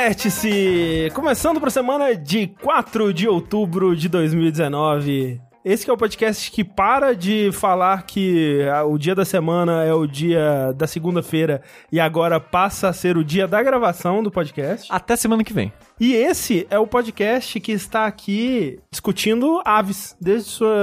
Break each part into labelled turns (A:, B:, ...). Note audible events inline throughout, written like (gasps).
A: Vértice! Começando pra semana de 4 de outubro de 2019. Esse que é o podcast que para de falar que ah, o dia da semana é o dia da segunda-feira e agora passa a ser o dia da gravação do podcast.
B: Até semana que vem.
A: E esse é o podcast que está aqui discutindo aves desde sua,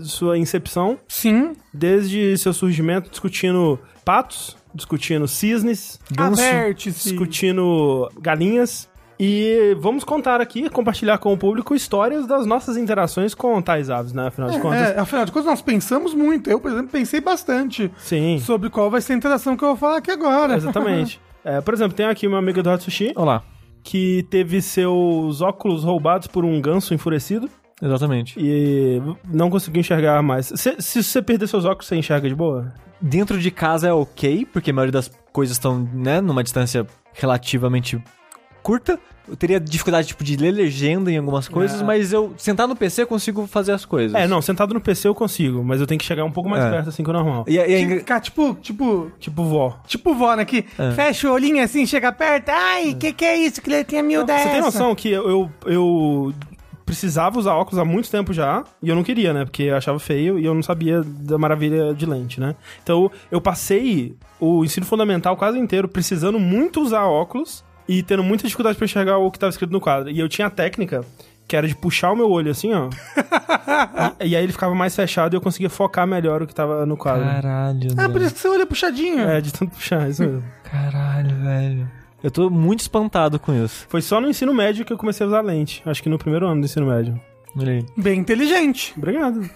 A: sua incepção,
C: Sim.
A: desde seu surgimento, discutindo patos, discutindo cisnes,
C: Averte-se.
A: discutindo galinhas. E vamos contar aqui, compartilhar com o público histórias das nossas interações com tais aves, né? Afinal de contas.
C: É, afinal de contas, nós pensamos muito. Eu, por exemplo, pensei bastante
A: Sim,
C: sobre qual vai ser a interação que eu vou falar aqui agora.
A: exatamente. É, por exemplo, tem aqui uma amiga do Hot Sushi
B: Olá.
A: que teve seus óculos roubados por um ganso enfurecido
B: Exatamente.
A: e não conseguiu enxergar mais. Se, se você perder seus óculos, você enxerga de boa?
B: Dentro de casa é ok, porque a maioria das coisas estão, né, numa distância relativamente curta. Eu teria dificuldade, tipo, de ler legenda em algumas coisas, mas eu sentar no PC eu consigo fazer as coisas.
A: É, não, sentado no PC eu consigo, mas eu tenho que chegar um pouco mais
B: É.
A: perto assim que o normal.
B: E, e é
C: Tinha que
B: engra-
C: ficar, tipo, tipo,
A: Tipo vó.
C: tipo vó, né? Que
A: É.
C: fecha o olhinho assim, chega perto. Ai, que que é isso? Que letrinha miúda é
A: Você tem
C: essa?
A: noção que eu, eu, eu precisava usar óculos há muito tempo já, e eu não queria, né? Porque eu achava feio e eu não sabia da maravilha de lente, né? Então eu passei o ensino fundamental quase inteiro precisando muito usar óculos e tendo muita dificuldade pra enxergar o que tava escrito no quadro. E eu tinha a técnica que era de puxar o meu olho assim, ó. e, e aí ele ficava mais fechado e eu conseguia focar melhor o que tava no quadro.
B: Caralho,
C: Ah, por
B: velho.
C: isso que você olha puxadinho.
A: É, de tanto puxar, isso mesmo.
B: Caralho, velho. Eu tô muito espantado com isso.
A: Foi só no ensino médio que eu comecei a usar lente. Acho que no primeiro ano do ensino médio.
B: Olha aí.
C: Bem inteligente.
A: Obrigado.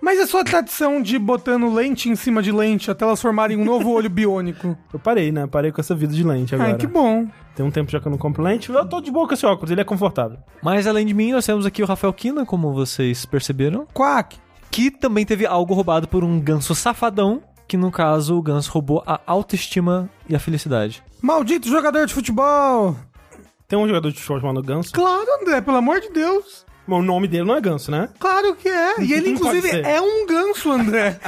C: Mas é a sua tradição de botando lente em cima de lente até elas formarem um novo olho biônico.
A: Eu parei, né? Parei com essa vida de lente (laughs) agora.
C: Ai, que bom.
A: Tem um tempo já que eu não compro lente. Eu tô de boa com esse óculos, ele é confortável.
B: Mas além de mim, nós temos aqui o Rafael Kina, como vocês perceberam.
C: Quack.
B: que também teve algo roubado por um ganso safadão, que no caso o ganso roubou a autoestima e a felicidade.
C: Maldito jogador de futebol.
A: Tem um jogador de futebol chamado Ganso.
C: Claro, André, pelo amor de Deus.
A: Mas o nome dele não é Ganso, né?
C: Claro que é. E ele,
A: Não pode
C: inclusive,
A: ser.
C: é um
A: (laughs)
C: ganso, André.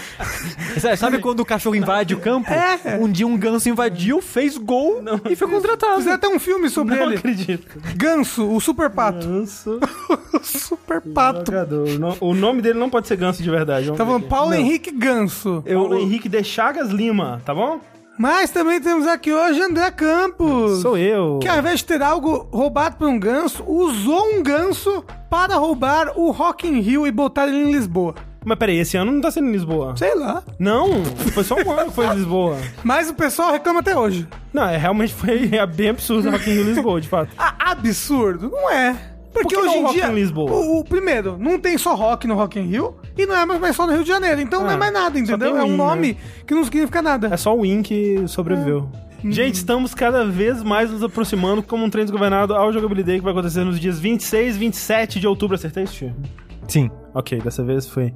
B: Sabe, É sabe quando o cachorro invade o campo?
C: É.
B: Um dia um ganso invadiu, fez gol e foi contratado.
C: Fizeram até um filme sobre
A: Não
C: ele.
A: acredito.
C: Ganso, o super pato.
A: Ganso.
C: (laughs) super pato.
A: Jogador. O no- O nome dele não pode ser Ganso de verdade. Vamos
C: Tá
A: ver
C: falando
A: aqui.
C: Paulo
A: Não.
C: Henrique Ganso.
A: Paulo Henrique de Chagas Lima, tá bom?
C: Mas também temos aqui hoje André Campos.
A: Sou eu.
C: Que ao invés de ter algo roubado por um ganso, usou um ganso para roubar o Rock in Rio e botar ele em Lisboa.
A: Mas peraí, esse ano não tá sendo em Lisboa.
C: Sei lá.
A: Não, foi só um ano que foi em Lisboa.
C: Mas o pessoal reclama até hoje.
A: Não, é, realmente foi é bem absurdo o Rock in Rio Lisboa, de fato.
C: Ah, absurdo? Não é. Porque
A: Por que não
C: hoje em
A: rock
C: dia.
A: em Lisboa?
C: O, o- primeiro, não tem só rock no Rock in Rio e não é mais, mais só no Rio de Janeiro. Então não é
A: Ah,
C: mais nada, entendeu?
A: tem
C: É
A: um,
C: um
A: né?
C: nome que não significa nada.
A: É só o Win que sobreviveu. Gente, estamos cada vez mais nos aproximando como um trem desgovernado ao jogabilidade que vai acontecer nos dias 26, 27 de outubro. Acertei isso? tio?
B: Sim.
A: Ok, dessa vez foi.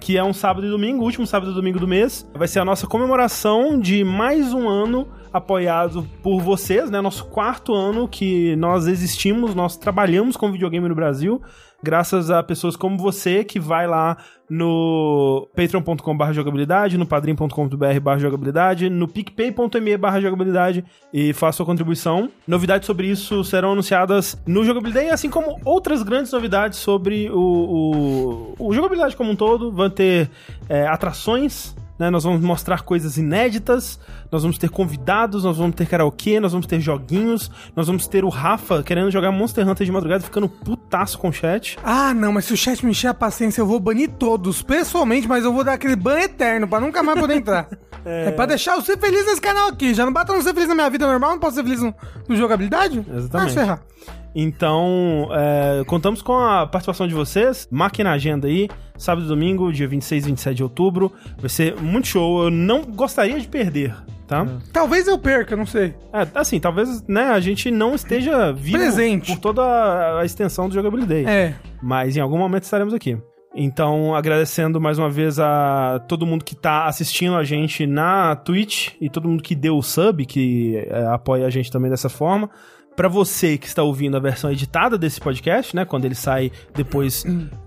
A: Que é um sábado e domingo, o último sábado e domingo do mês. Vai ser a nossa comemoração de mais um ano apoiado por vocês, né? Nosso quarto ano que nós existimos, nós trabalhamos com videogame no Brasil, graças a pessoas como você que vai lá no patreon.com.br jogabilidade, no padrim.com.br jogabilidade, no picpay.me jogabilidade e faça sua contribuição. Novidades sobre isso serão anunciadas no Jogabilidade, assim como outras grandes novidades sobre o, o, o jogabilidade como um todo. Vão ter é, atrações. né? Nós vamos mostrar coisas inéditas, nós vamos ter convidados, nós vamos ter karaokê, nós vamos ter joguinhos, nós vamos ter o Rafa querendo jogar Monster Hunter de madrugada, e ficando putaço com o chat.
C: Ah, não, mas se o chat me encher a paciência, eu vou banir todos, pessoalmente, mas eu vou dar aquele ban eterno pra nunca mais poder
A: (laughs)
C: entrar. É, pra deixar eu ser feliz nesse canal aqui. Já não basta eu não ser feliz na minha vida normal, não posso ser feliz no, no jogabilidade?
A: Exatamente.
C: Ah, se ferrar.
A: Então, é, contamos com a participação de vocês. Marquem na agenda aí, sábado e domingo, dia 26 e 27 de outubro. Vai ser muito show. Eu não gostaria de perder, tá?
C: Talvez eu perca, não sei.
A: É, assim, talvez né, a gente não esteja vivo
C: Presente.
A: por toda a- a extensão do Jogabilidade.
C: É.
A: Mas em algum momento estaremos aqui. Então, agradecendo mais uma vez a todo mundo que tá assistindo a gente na Twitch e todo mundo que deu o sub, que é, apoia a gente também dessa forma. Pra você que está ouvindo a versão editada desse podcast, né, quando ele sai depois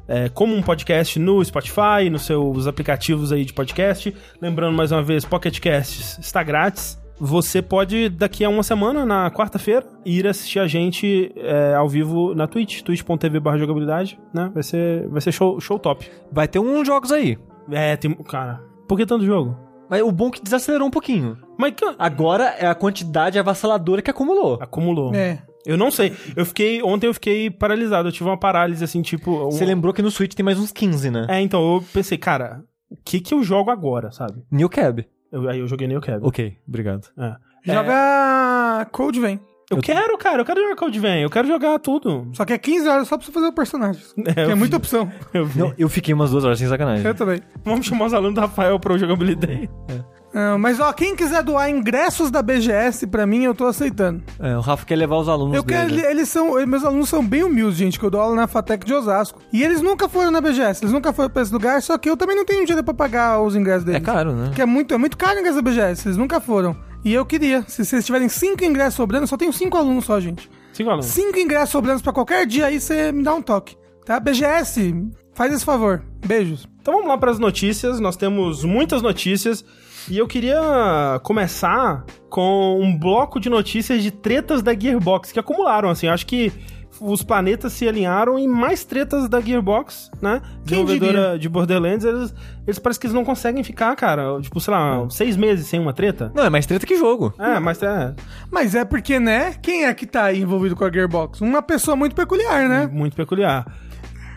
A: é, como um podcast no Spotify, nos seus aplicativos aí de podcast. Lembrando mais uma vez, Pocket Casts está grátis. Você pode, daqui a uma semana, na quarta-feira, ir assistir a gente é, ao vivo na Twitch, twitch.tv barra jogabilidade, né? Vai ser, vai ser show, show top.
B: Vai ter uns jogos aí.
A: É, tem. Cara, por que tanto jogo?
B: Mas o bom é que desacelerou um pouquinho.
A: Mas que.
B: Agora é a quantidade avassaladora que acumulou.
A: Acumulou.
C: É.
A: Eu não sei. Eu fiquei. Ontem eu fiquei paralisado. Eu tive uma parálise assim, tipo. um-
B: Você lembrou que no Switch tem mais uns 15, né?
A: É, então eu pensei, cara, o que que eu jogo agora, sabe?
B: New Cab.
A: Eu- aí eu joguei Neo Cab.
B: Ok, obrigado.
A: É.
C: Joga Code Vein.
A: Eu quero, cara, eu quero jogar Code Vein, eu quero jogar tudo.
C: Só que é 15 horas só pra você fazer
B: (laughs)
C: o personagem. que é
A: eu-
C: muita opção.
A: Eu vi.
B: Não, eu fiquei umas duas horas sem sacanagem.
C: Eu também.
A: Vamos chamar os alunos do Rafael pra eu
B: (laughs)
A: jogabilidade.
C: Ah, mas ó, quem quiser doar ingressos da BGS pra mim, eu tô aceitando.
B: É, o Rafa quer levar os alunos
C: Eu quero,
B: dele.
C: eles são, meus alunos são bem humildes, gente, que eu dou aula na Fatec de Osasco. E eles nunca foram na BGS, eles nunca foram pra esse lugar, só que eu também não tenho dinheiro pra pagar os ingressos
B: É
C: deles.
B: caro, né?
C: Que é muito, é muito caro o ingresso da BGS, eles nunca foram. E eu queria, se vocês tiverem cinco ingressos sobrando, eu só tenho cinco alunos só, gente.
A: Cinco alunos.
C: Cinco ingressos sobrando pra qualquer dia aí, você me dá um toque. Tá? BGS, faz esse favor. Beijos.
A: Então vamos lá para as notícias. Nós temos muitas notícias e eu queria começar com um bloco de notícias de tretas da Gearbox que acumularam assim. Acho que os planetas se alinharam em mais tretas da Gearbox, né?
C: Quem
A: Desenvolvedora
C: diria?
A: de Borderlands, eles, eles parecem que eles não conseguem ficar, cara. Tipo, sei lá, seis meses sem uma treta.
B: Não, é mais treta que jogo.
A: É, mas é
C: Mas é porque, né? Quem é que tá aí envolvido com a Gearbox? Uma pessoa muito peculiar, né?
A: muito peculiar.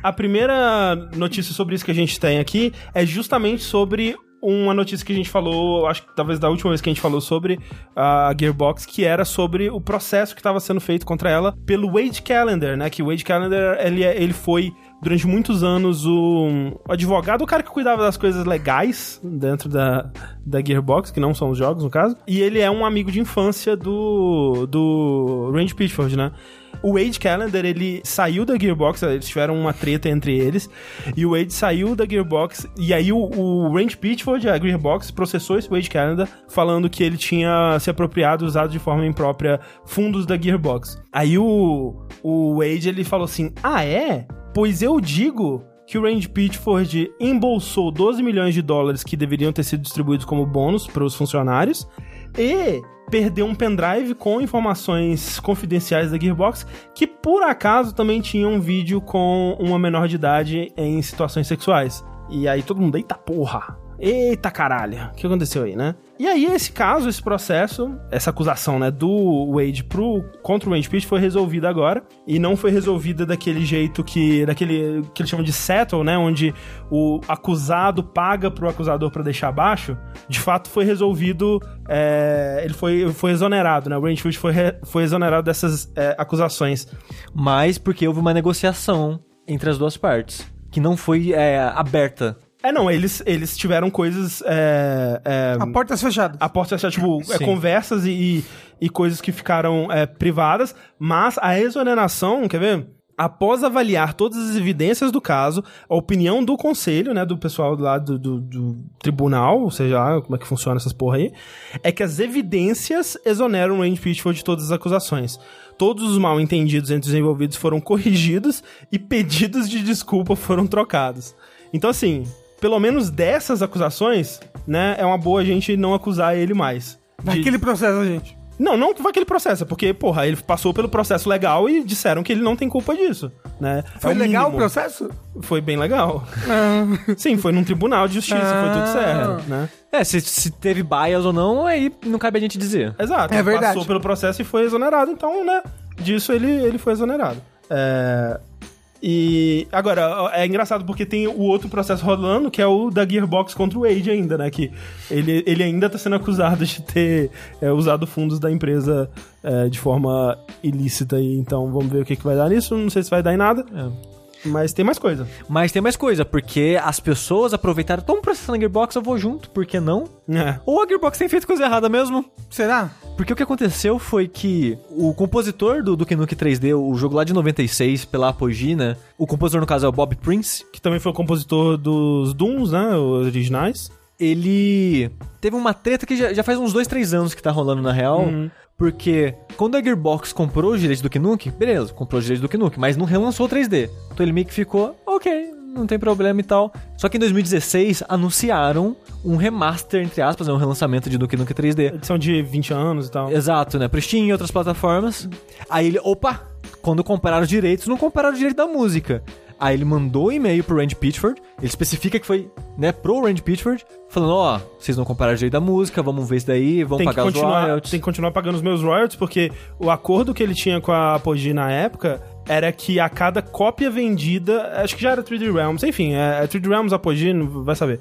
A: A primeira notícia sobre isso que a gente tem aqui é justamente sobre uma notícia que a gente falou, acho que talvez da última vez que a gente falou sobre a Gearbox, que era sobre o processo que estava sendo feito contra ela pelo Wade Calendar, né? Que o Wade Calendar, ele, é- ele foi durante muitos anos o um advogado, o cara que cuidava das coisas legais dentro da, da Gearbox, que não são os jogos, no caso. E ele é um amigo de infância do, do Randy Pitchford, né? O Wade Calendar, ele saiu da Gearbox, eles tiveram uma treta entre eles, e o Wade saiu da Gearbox, e aí o, o Randy Pitchford, a Gearbox, processou esse Wade Calendar, falando que ele tinha se apropriado, usado de forma imprópria fundos da Gearbox. Aí o, o Wade, ele falou assim, ah é? Pois eu digo que o Randy Pitchford embolsou 12 milhões de dólares que deveriam ter sido distribuídos como bônus para os funcionários, e perdeu um pendrive com informações confidenciais da Gearbox que por acaso também tinha um vídeo com uma menor de idade em situações sexuais. E aí todo mundo, eita porra! Eita caralho, o que aconteceu aí, né? E aí esse caso, esse processo, essa acusação, né, do Wade pro contra o Wade Pitt foi resolvida agora e não foi resolvida daquele jeito que daquele que eles chamam de settle, né, onde o acusado paga pro acusador pra deixar abaixo. De fato foi resolvido é, ele foi, foi exonerado, né? O Randy Pitchford foi, re- foi exonerado dessas é, acusações.
B: Mas porque houve uma negociação entre as duas partes. Que não foi é, aberta.
A: É, não, eles, eles tiveram coisas. É, é,
C: A porta é fechada.
A: a porta fechada, tipo, é,
B: Sim.
A: conversas e, e, e coisas que ficaram é, privadas, mas a exoneração, quer ver? Após avaliar todas as evidências do caso, a opinião do conselho, né, do pessoal lá do, do, do tribunal, ou seja, lá, como é que funciona essas porra aí, é que as evidências exoneram o Randy Pitchford de todas as acusações. Todos os mal entendidos entre os envolvidos foram corrigidos e pedidos de desculpa foram trocados. Então, assim, pelo menos dessas acusações, né, é uma boa a gente não acusar ele mais.
C: Vai
A: De-
C: que ele processa, gente.
A: Não, não vai que ele processa, porque, porra, ele passou pelo processo legal e disseram que ele não tem culpa disso, né?
C: Foi
A: É o
C: legal o
A: mínimo.
C: processo?
A: Foi bem legal. (laughs)
C: Ah,
A: Sim, foi num tribunal de justiça, foi tudo
C: Ah.
A: certo, né?
B: É, se, se teve bias ou não, aí não cabe a gente dizer.
A: Exato.
C: É
A: ele
C: verdade.
A: Passou pelo processo e foi exonerado. Então, né? Disso ele, ele foi exonerado. É, E agora, é engraçado porque tem o outro processo rolando, que é o da Gearbox contra o Wade ainda, né? Que ele, ele ainda tá sendo acusado de ter é, usado fundos da empresa é, de forma ilícita. E, então vamos ver o que, que vai dar nisso. Não sei se vai dar em nada,
B: É.
A: mas tem mais coisa.
B: Mas tem mais coisa, porque as pessoas aproveitaram. Estão processando a Gearbox, eu vou junto, por que não?
A: É.
B: Ou a Gearbox tem feito coisa errada mesmo?
C: será?
B: Porque o que aconteceu foi que o compositor do Duke Nukem 3D, o jogo lá de 96, pela Apogee, né? O compositor, no caso, é o Bob Prince.
A: Que também foi o compositor dos Dooms, né? Os originais.
B: Ele teve uma treta que já, já faz uns 2, 3 anos que tá rolando, na real. Porque quando a Gearbox comprou os direitos do Duke Nukem, beleza, comprou os direitos do Duke Nukem, mas não relançou o 3D. Então ele meio que ficou, ok, não tem problema e tal. Só que em 2016 anunciaram um remaster, entre aspas, né, um relançamento de Duke Nukem 3D.
A: Edição de 20 anos e tal.
B: Exato, né? Pro Steam e outras plataformas. Aí ele, opa, quando compraram os direitos, não compraram o direito da música. Aí ele mandou um e-mail pro Randy Pitchford, ele especifica que foi, né, pro Randy Pitchford, falando, ó, vocês não compraram o direito da música, vamos ver isso daí, vamos
A: Tem que,
B: pagar os
A: continuar,
B: royalties.
A: tem que continuar pagando os meus royalties, porque o acordo que ele tinha com a Apogee na época era que a cada cópia vendida, acho que já era 3D Realms, enfim, é, é 3D Realms, Apogee, não- vai saber,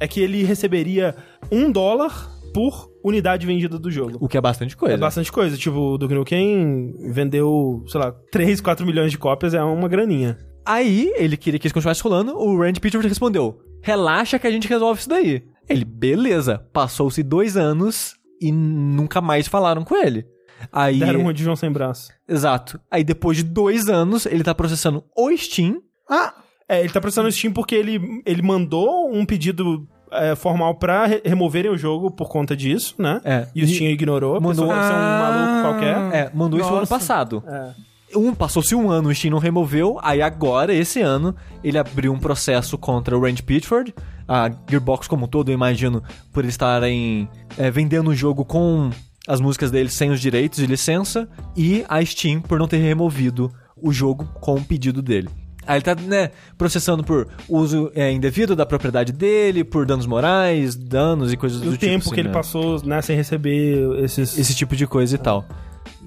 A: é que ele receberia um dólar por unidade vendida do jogo.
B: O que é bastante coisa.
A: É bastante coisa. Tipo, o Duke Nukem vendeu, sei lá, 3, 4 milhões de cópias, é uma graninha.
B: Aí ele queria que isso continuasse rolando, o Randy Pitchford respondeu: relaxa que a gente resolve isso daí. Ele, beleza. Passou-se dois anos e nunca mais falaram com ele. Aí.
A: Deram uma de João sem braço.
B: Exato. Aí depois de dois anos, ele tá processando o Steam.
C: Ah,
A: É, ele tá processando o Steam porque ele, ele mandou um pedido é, formal pra re- removerem o jogo por conta disso, né?
B: É.
A: E o Steam ignorou, a
B: Mandou-
A: pessoa deve ser um maluco qualquer.
B: É, mandou isso no ano
C: Nossa.
B: passado.
A: É.
B: Um, passou-se um ano, o Steam não removeu. Aí agora, esse ano, ele abriu um processo contra o Randy Pitchford, a Gearbox como um todo, eu imagino, por eles estarem é, vendendo o jogo com as músicas dele sem os direitos de licença, e a Steam por não ter removido o jogo com o pedido dele. Aí ele tá, né, processando por uso é, indevido da propriedade dele, por danos morais, danos e coisas
A: E
B: do
A: o
B: tipo.
A: tempo
B: assim,
A: que ele
B: né?
A: passou, né, sem receber esses...
B: Esse tipo de coisa e tal.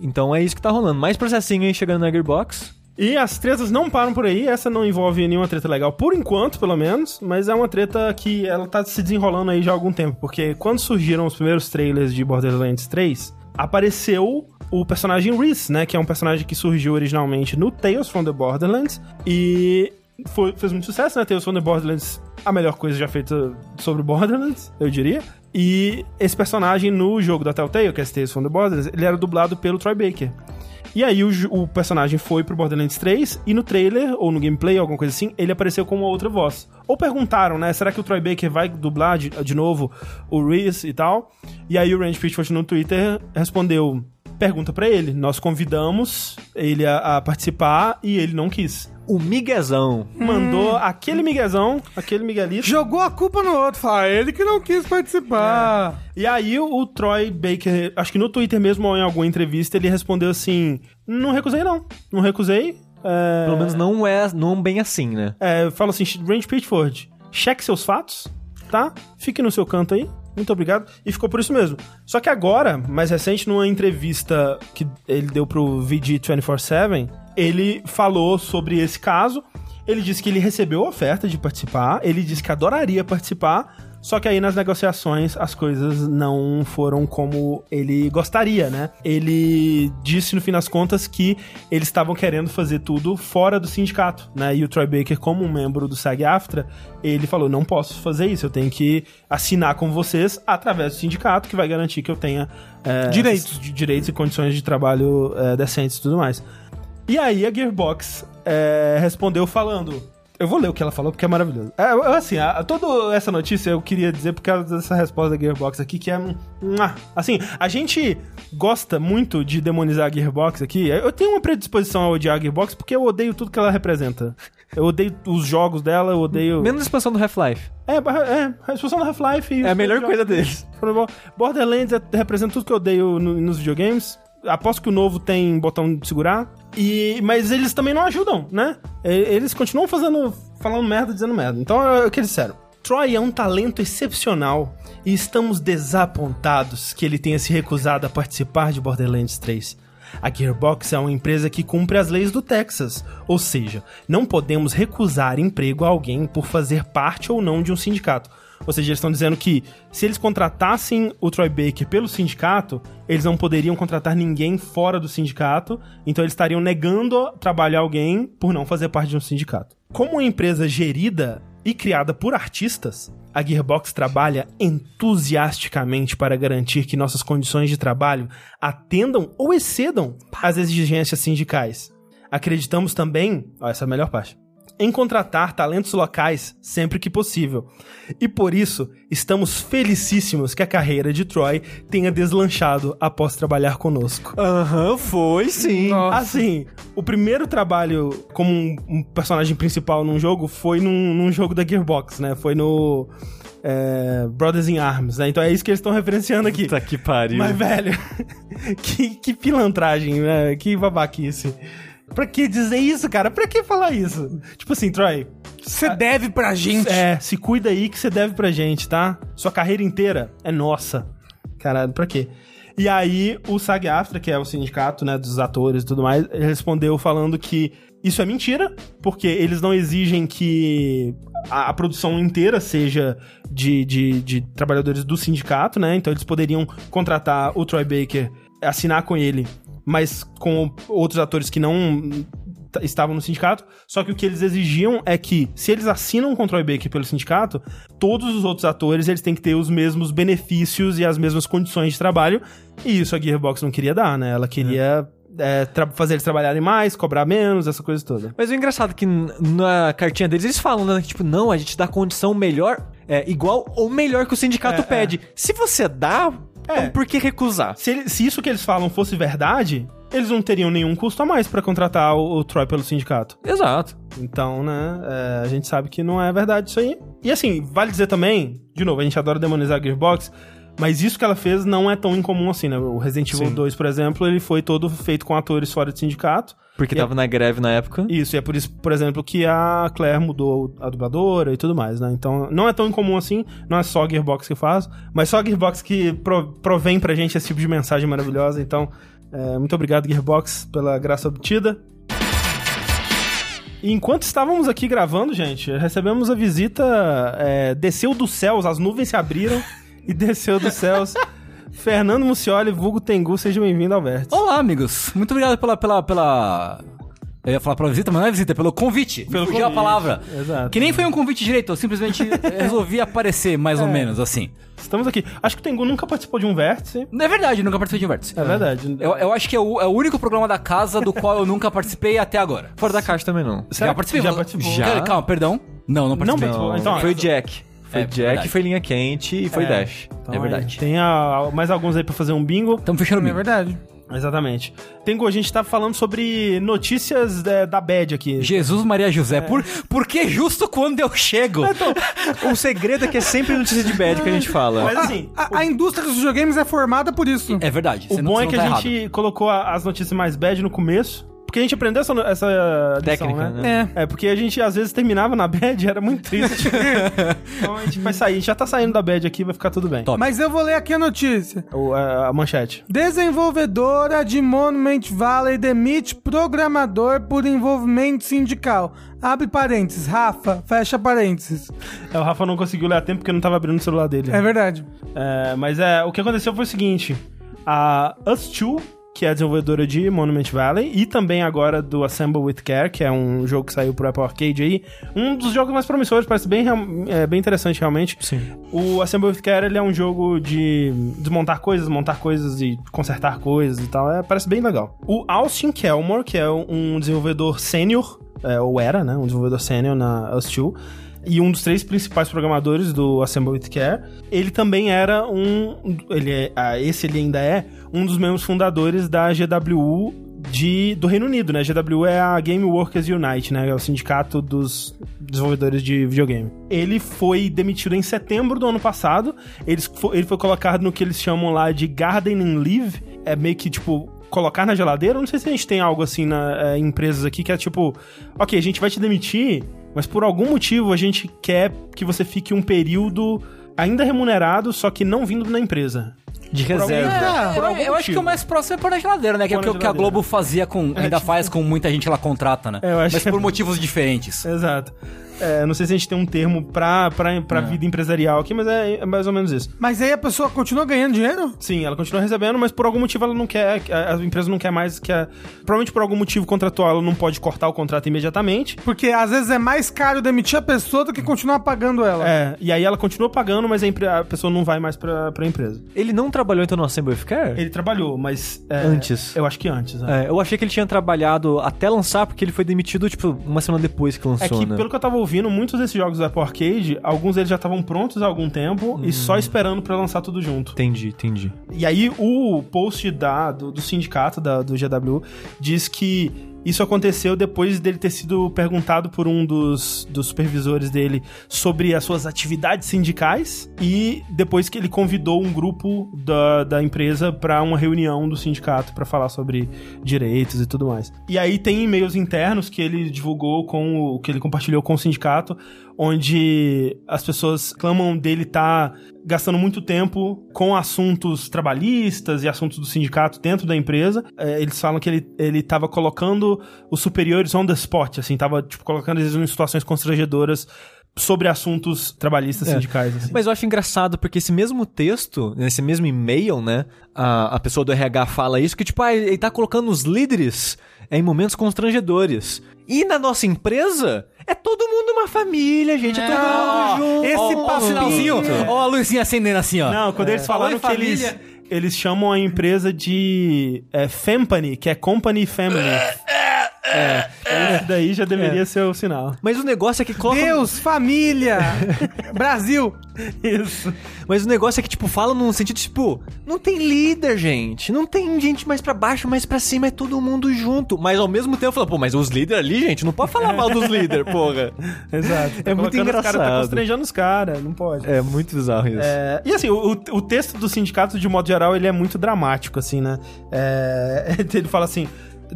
B: Então é isso que tá rolando. Mais processinho aí chegando na Gearbox.
A: E as tretas não param por aí, essa não envolve nenhuma treta legal, por enquanto, pelo menos, mas é uma treta que ela tá se desenrolando aí já há algum tempo, porque quando surgiram os primeiros trailers de Borderlands 3, apareceu o personagem Reese, né, que é um personagem que surgiu originalmente no Tales from the Borderlands, e foi- fez muito sucesso, né, Tales from the Borderlands, a melhor coisa já feita sobre Borderlands, eu diria, e esse personagem no jogo da Telltale, que é esse Tales from the Borderlands, ele era dublado pelo Troy Baker. E aí o, ju- o personagem foi pro Borderlands 3 e no trailer, ou no gameplay, alguma coisa assim, ele apareceu com uma outra voz. Ou perguntaram, né? Será que o Troy Baker vai dublar de, de novo o Reese e tal? E aí o Randy Pitchford no Twitter respondeu: pergunta pra ele. Nós convidamos ele a, a participar e ele não quis.
B: O miguezão.
A: Mandou aquele miguezão, aquele miguelito.
C: jogou a culpa no outro. Fala, "Ah, ele que não quis participar.
A: E aí o Troy Baker, acho que no Twitter mesmo ou em alguma entrevista, ele respondeu assim: Não recusei, não. Não recusei. é,
B: Pelo menos não é não bem assim, né?
A: É, fala assim, Randy Pitchford, cheque seus fatos, tá? Fique no seu canto aí. Muito obrigado. E ficou por isso mesmo. Só que agora, mais recente, numa entrevista que ele deu pro VG 24-7, ele falou sobre esse caso. Ele disse que ele recebeu a oferta de participar, ele disse que adoraria participar, só que aí nas negociações as coisas não foram como ele gostaria, né? Ele disse no fim das contas que eles estavam querendo fazer tudo fora do sindicato, né? E o Troy Baker, como um membro do SAG-AFTRA, ele falou: não posso fazer isso, eu tenho que assinar com vocês através do sindicato, que vai garantir que eu tenha é,
C: Direitos.
A: d- direitos e condições de trabalho é, decentes e tudo mais. E aí a Gearbox é, respondeu falando. Eu vou ler o que ela falou porque é maravilhoso. É, eu- assim, a- toda essa notícia eu queria dizer por causa dessa resposta da Gearbox aqui, que é. um- mua. Assim, a gente gosta muito de demonizar a Gearbox aqui. Eu tenho uma predisposição a odiar a Gearbox porque eu odeio tudo que ela representa. Eu odeio os jogos dela, eu odeio.
B: Menos a expansão do Half-Life.
A: É, é, a expansão do Half-Life. e
B: É a
A: os
B: melhor
A: jogos-
B: coisa deles.
A: Borderlands é- representa tudo que eu odeio no- nos videogames. Aposto que o novo tem botão de segurar. E, mas eles também não ajudam, né? E- Eles continuam fazendo, falando merda, dizendo merda. Então é o que eles disseram. Troy é um talento excepcional e estamos desapontados que ele tenha se recusado a participar de Borderlands 3. A Gearbox é uma empresa que cumpre as leis do Texas, ou seja, não podemos recusar emprego a alguém por fazer parte ou não de um sindicato. Ou seja, eles estão dizendo que se eles contratassem o Troy Baker pelo sindicato, eles não poderiam contratar ninguém fora do sindicato, então eles estariam negando trabalhar alguém por não fazer parte de um sindicato. Como uma empresa gerida e criada por artistas, a Gearbox trabalha entusiasticamente para garantir que nossas condições de trabalho atendam ou excedam as exigências sindicais. Acreditamos também, ó, essa é a melhor parte. em contratar talentos locais sempre que possível. E por isso, estamos felicíssimos que a carreira de Troy tenha deslanchado após trabalhar conosco.
B: Aham, foi sim.
C: Nossa.
A: Assim, o primeiro trabalho como um, um personagem principal num jogo foi num, num jogo da Gearbox, né? Foi no é, Brothers in Arms, né? Então é isso que eles estão referenciando aqui.
B: Puta que pariu.
A: Mas, velho, (laughs) que, que pilantragem, né? Que babaquice. Pra que dizer isso, cara? Pra que falar isso? Tipo assim, Troy,
C: Você deve pra gente.
A: é, se cuida aí que você deve pra gente, tá? Sua carreira inteira é nossa. Caralho, pra quê? E aí, o SAG Aftra, que é o sindicato, né, dos atores e tudo mais, ele respondeu falando que isso é mentira, porque eles não exigem que a, a produção inteira seja de, de, de trabalhadores do sindicato, né? Então eles poderiam contratar o Troy Baker, assinar com ele, mas com outros atores que não t- estavam no sindicato, só que o que eles exigiam é que, se eles assinam com o Troy Baker pelo sindicato, todos os outros atores eles têm que ter os mesmos benefícios e as mesmas condições de trabalho, e isso a Gearbox não queria dar, né? Ela queria é, tra- fazer eles trabalharem mais, cobrar menos, essa coisa toda.
B: Mas o engraçado é que n- na cartinha deles eles falam, né? que, Tipo, não, a gente dá condição melhor, é, igual ou melhor que o sindicato
A: É,
B: pede. Se você dá, então por que recusar?
A: Se, ele- se isso que eles falam fosse verdade, eles não teriam nenhum custo a mais pra contratar o, o Troy pelo sindicato.
B: Exato.
A: Então, né, é, a gente sabe que não é verdade isso aí. E assim, vale dizer também, de novo, a gente adora demonizar a Gearbox, mas isso que ela fez não é tão incomum assim, né? O Resident Evil
B: Sim.
A: 2, por exemplo, ele foi todo feito com atores fora do sindicato.
B: Porque
A: E
B: tava na greve na época.
A: Isso, e é por isso, por exemplo, que a Claire mudou a dubladora e tudo mais, né? Então, não é tão incomum assim, não é só a Gearbox que faz, mas só a Gearbox que pro- provém pra gente esse tipo de mensagem maravilhosa. Então, é, muito obrigado, Gearbox, pela graça obtida. E enquanto estávamos aqui gravando, gente, recebemos a visita. é, desceu dos céus, as nuvens se abriram e desceu dos céus. Fernando Mucioli, Vulgo Tengu, seja bem-vindo ao Vértice.
D: Olá, amigos. Muito obrigado pela, pela, pela... Eu ia falar pela visita, mas não é visita, é pelo convite.
A: Pelo
D: Pelo Fugiu a
A: convite,
D: palavra.
A: exato.
D: Que nem foi um convite direito, eu
A: (laughs)
D: simplesmente resolvi aparecer, mais
A: É.
D: ou menos, assim.
A: Estamos aqui. Acho que o Tengu nunca participou de um Vértice.
D: Não é verdade, eu nunca participei de um vértice.
A: É verdade.
D: Eu, eu acho que é o, é o único programa da casa do qual eu nunca participei
A: (laughs)
D: até agora.
B: Fora da caixa também não.
A: Será
D: já
A: que
D: participei?
A: já participou?
D: Já? Cara, Calma, perdão. Não, não participei.
A: Não,
B: Não,
A: então,
B: foi
A: é.
B: o Jack. Foi
D: É,
B: Jack,
D: verdade.
B: foi linha quente e foi Dash.
A: Então,
D: É verdade.
A: aí, Tem a- mais alguns aí pra fazer um bingo.
D: Estamos fechando o
C: É
D: meu.
C: verdade.
A: Exatamente. Tengu, a gente tá falando sobre notícias é, da Bad aqui.
D: Jesus Maria José,
A: É.
D: por, por que justo quando eu chego?
A: então,
B: o segredo é que é sempre notícia de bad que a gente fala.
A: Mas assim,
C: Ah, A, a indústria dos videogames é formada por isso.
D: É verdade.
A: o
D: Ah, você não-
A: bom
D: você
A: é
D: não
A: que
D: tá
A: a
D: errado.
A: gente colocou a- as notícias mais Bad no começo. Porque a gente aprendeu essa, no- essa lição,
B: Técnica,
A: né?
B: né?
A: É, porque a gente às vezes terminava na bad, era muito
D: (laughs)
A: triste. então a gente vai sair, já tá saindo da bad aqui, vai ficar tudo bem.
D: Top.
C: Mas eu vou ler aqui a notícia.
A: O- é, a, a manchete.
C: Desenvolvedora de Monument Valley demite programador por envolvimento sindical. Abre parênteses. Rafa, fecha parênteses.
A: É, o Rafa não conseguiu ler a tempo porque não tava abrindo o celular dele.
C: É verdade.
A: É, mas é, o que aconteceu foi o seguinte: a Us2, que é a desenvolvedora de Monument Valley, e também agora do Assemble with Care, que é um jogo que saiu pro Apple Arcade aí, um dos jogos mais promissores, parece bem, real- é, bem interessante realmente.
B: Sim.
A: O Assemble with Care ele é um jogo de desmontar coisas, montar coisas e consertar coisas e tal. É, parece bem legal. O Austin Kelmore, que é um desenvolvedor sênior, é, ou era, né? Um desenvolvedor sênior na Us2. E um dos três principais programadores do Assemble with Care. Ele também era um. Ele é, ah, esse ele ainda é um dos membros fundadores da GWU de, do Reino Unido, né? GW é a Game Workers Unite, né? É o sindicato dos desenvolvedores de videogame. Ele foi demitido em setembro do ano passado. Eles fo- ele foi colocado no que eles chamam lá de Garden and Leave. É meio que tipo. Colocar na geladeira, não sei se a gente tem algo assim na, eh, em empresas aqui que é tipo, ok, a gente vai te demitir, mas por algum motivo a gente quer que você fique um período ainda remunerado, só que não vindo na empresa.
B: De reserva.
C: Ah,
D: É, Eu,
A: por algum
D: eu acho
A: motivo.
D: que o mais próximo é pôr na geladeira, né? Que é
A: Pôr na
D: o que a
A: geladeira.
D: Globo fazia com. Ainda faz com muita gente que ela contrata, né?
A: É, eu acho
D: Mas
A: que é-
D: por motivos diferentes.
A: Exato. É, não sei se a gente tem um termo pra, pra, pra vida empresarial aqui, mas é, é mais ou menos isso.
C: Mas aí a pessoa continua ganhando dinheiro?
A: Sim, ela continua recebendo, mas por algum motivo ela não quer, a, a empresa não quer mais que a. Provavelmente por algum motivo contratual ela não pode cortar o contrato imediatamente.
C: Porque às vezes é mais caro demitir a pessoa do que continuar pagando ela.
A: É, e aí ela continua pagando, mas a, empre- a pessoa não vai mais pra, pra empresa.
B: Ele não trabalhou então no Assembly of Care?
A: Ele trabalhou, mas. é,
B: Antes.
A: Eu acho que antes, né?
B: É, eu achei que ele tinha trabalhado até lançar, porque ele foi demitido, tipo, uma semana depois que lançou,
A: É que,
B: né?
A: pelo que eu tava ouvindo, muitos desses jogos da Apple Arcade, alguns deles já estavam prontos há algum tempo e
B: Uhum.
A: só esperando pra lançar tudo junto.
B: Entendi, entendi.
A: E aí o post da, do, do sindicato da, do GW diz que isso aconteceu depois dele ter sido perguntado por um dos, dos supervisores dele sobre as suas atividades sindicais e depois que ele convidou um grupo da, da empresa para uma reunião do sindicato para falar sobre direitos e tudo mais. E aí tem e-mails internos que ele divulgou com o que ele compartilhou com o sindicato, onde as pessoas clamam dele estar gastando muito tempo com assuntos trabalhistas e assuntos do sindicato dentro da empresa. É, eles falam que ele, ele tava colocando os superiores on the spot, assim, tava tipo, colocando eles em situações constrangedoras sobre assuntos trabalhistas sindicais. Assim.
B: Mas eu acho engraçado, porque esse mesmo texto, nesse mesmo e-mail, né? A, a pessoa do RH fala isso, que tipo, ah, ele tá colocando os líderes em momentos constrangedores. E na nossa empresa, é todo mundo uma família, gente. É, todo mundo junto.
C: esse
B: Ó, ó,
D: Ó, o sinalzinho, ó a luzinha acendendo assim, ó.
A: Não, quando eles falaram que
D: Falou em
A: eles,
D: família.
A: eles chamam a empresa de é, Fempany, que é Company Family. É, esse daí já deveria ser o sinal.
B: Mas o negócio é que coloca.
A: (laughs)
C: Deus, família, Brasil.
A: Isso.
B: Mas o negócio é que, tipo, fala num sentido, tipo, não tem líder, gente. Não tem gente mais pra baixo, mais pra cima, é todo mundo junto. Mas ao mesmo tempo fala, pô, mas os líderes ali, gente, não pode falar mal dos líderes, porra.
A: Exato.
B: É
A: colocando os caras,
B: muito
A: tá
B: engraçado.
A: constrangendo os caras, não pode.
B: (laughs) É muito bizarro isso.
A: É, e assim, o, o- o texto do sindicato, de modo geral, ele é muito dramático, assim, né? É, (laughs) ele fala assim.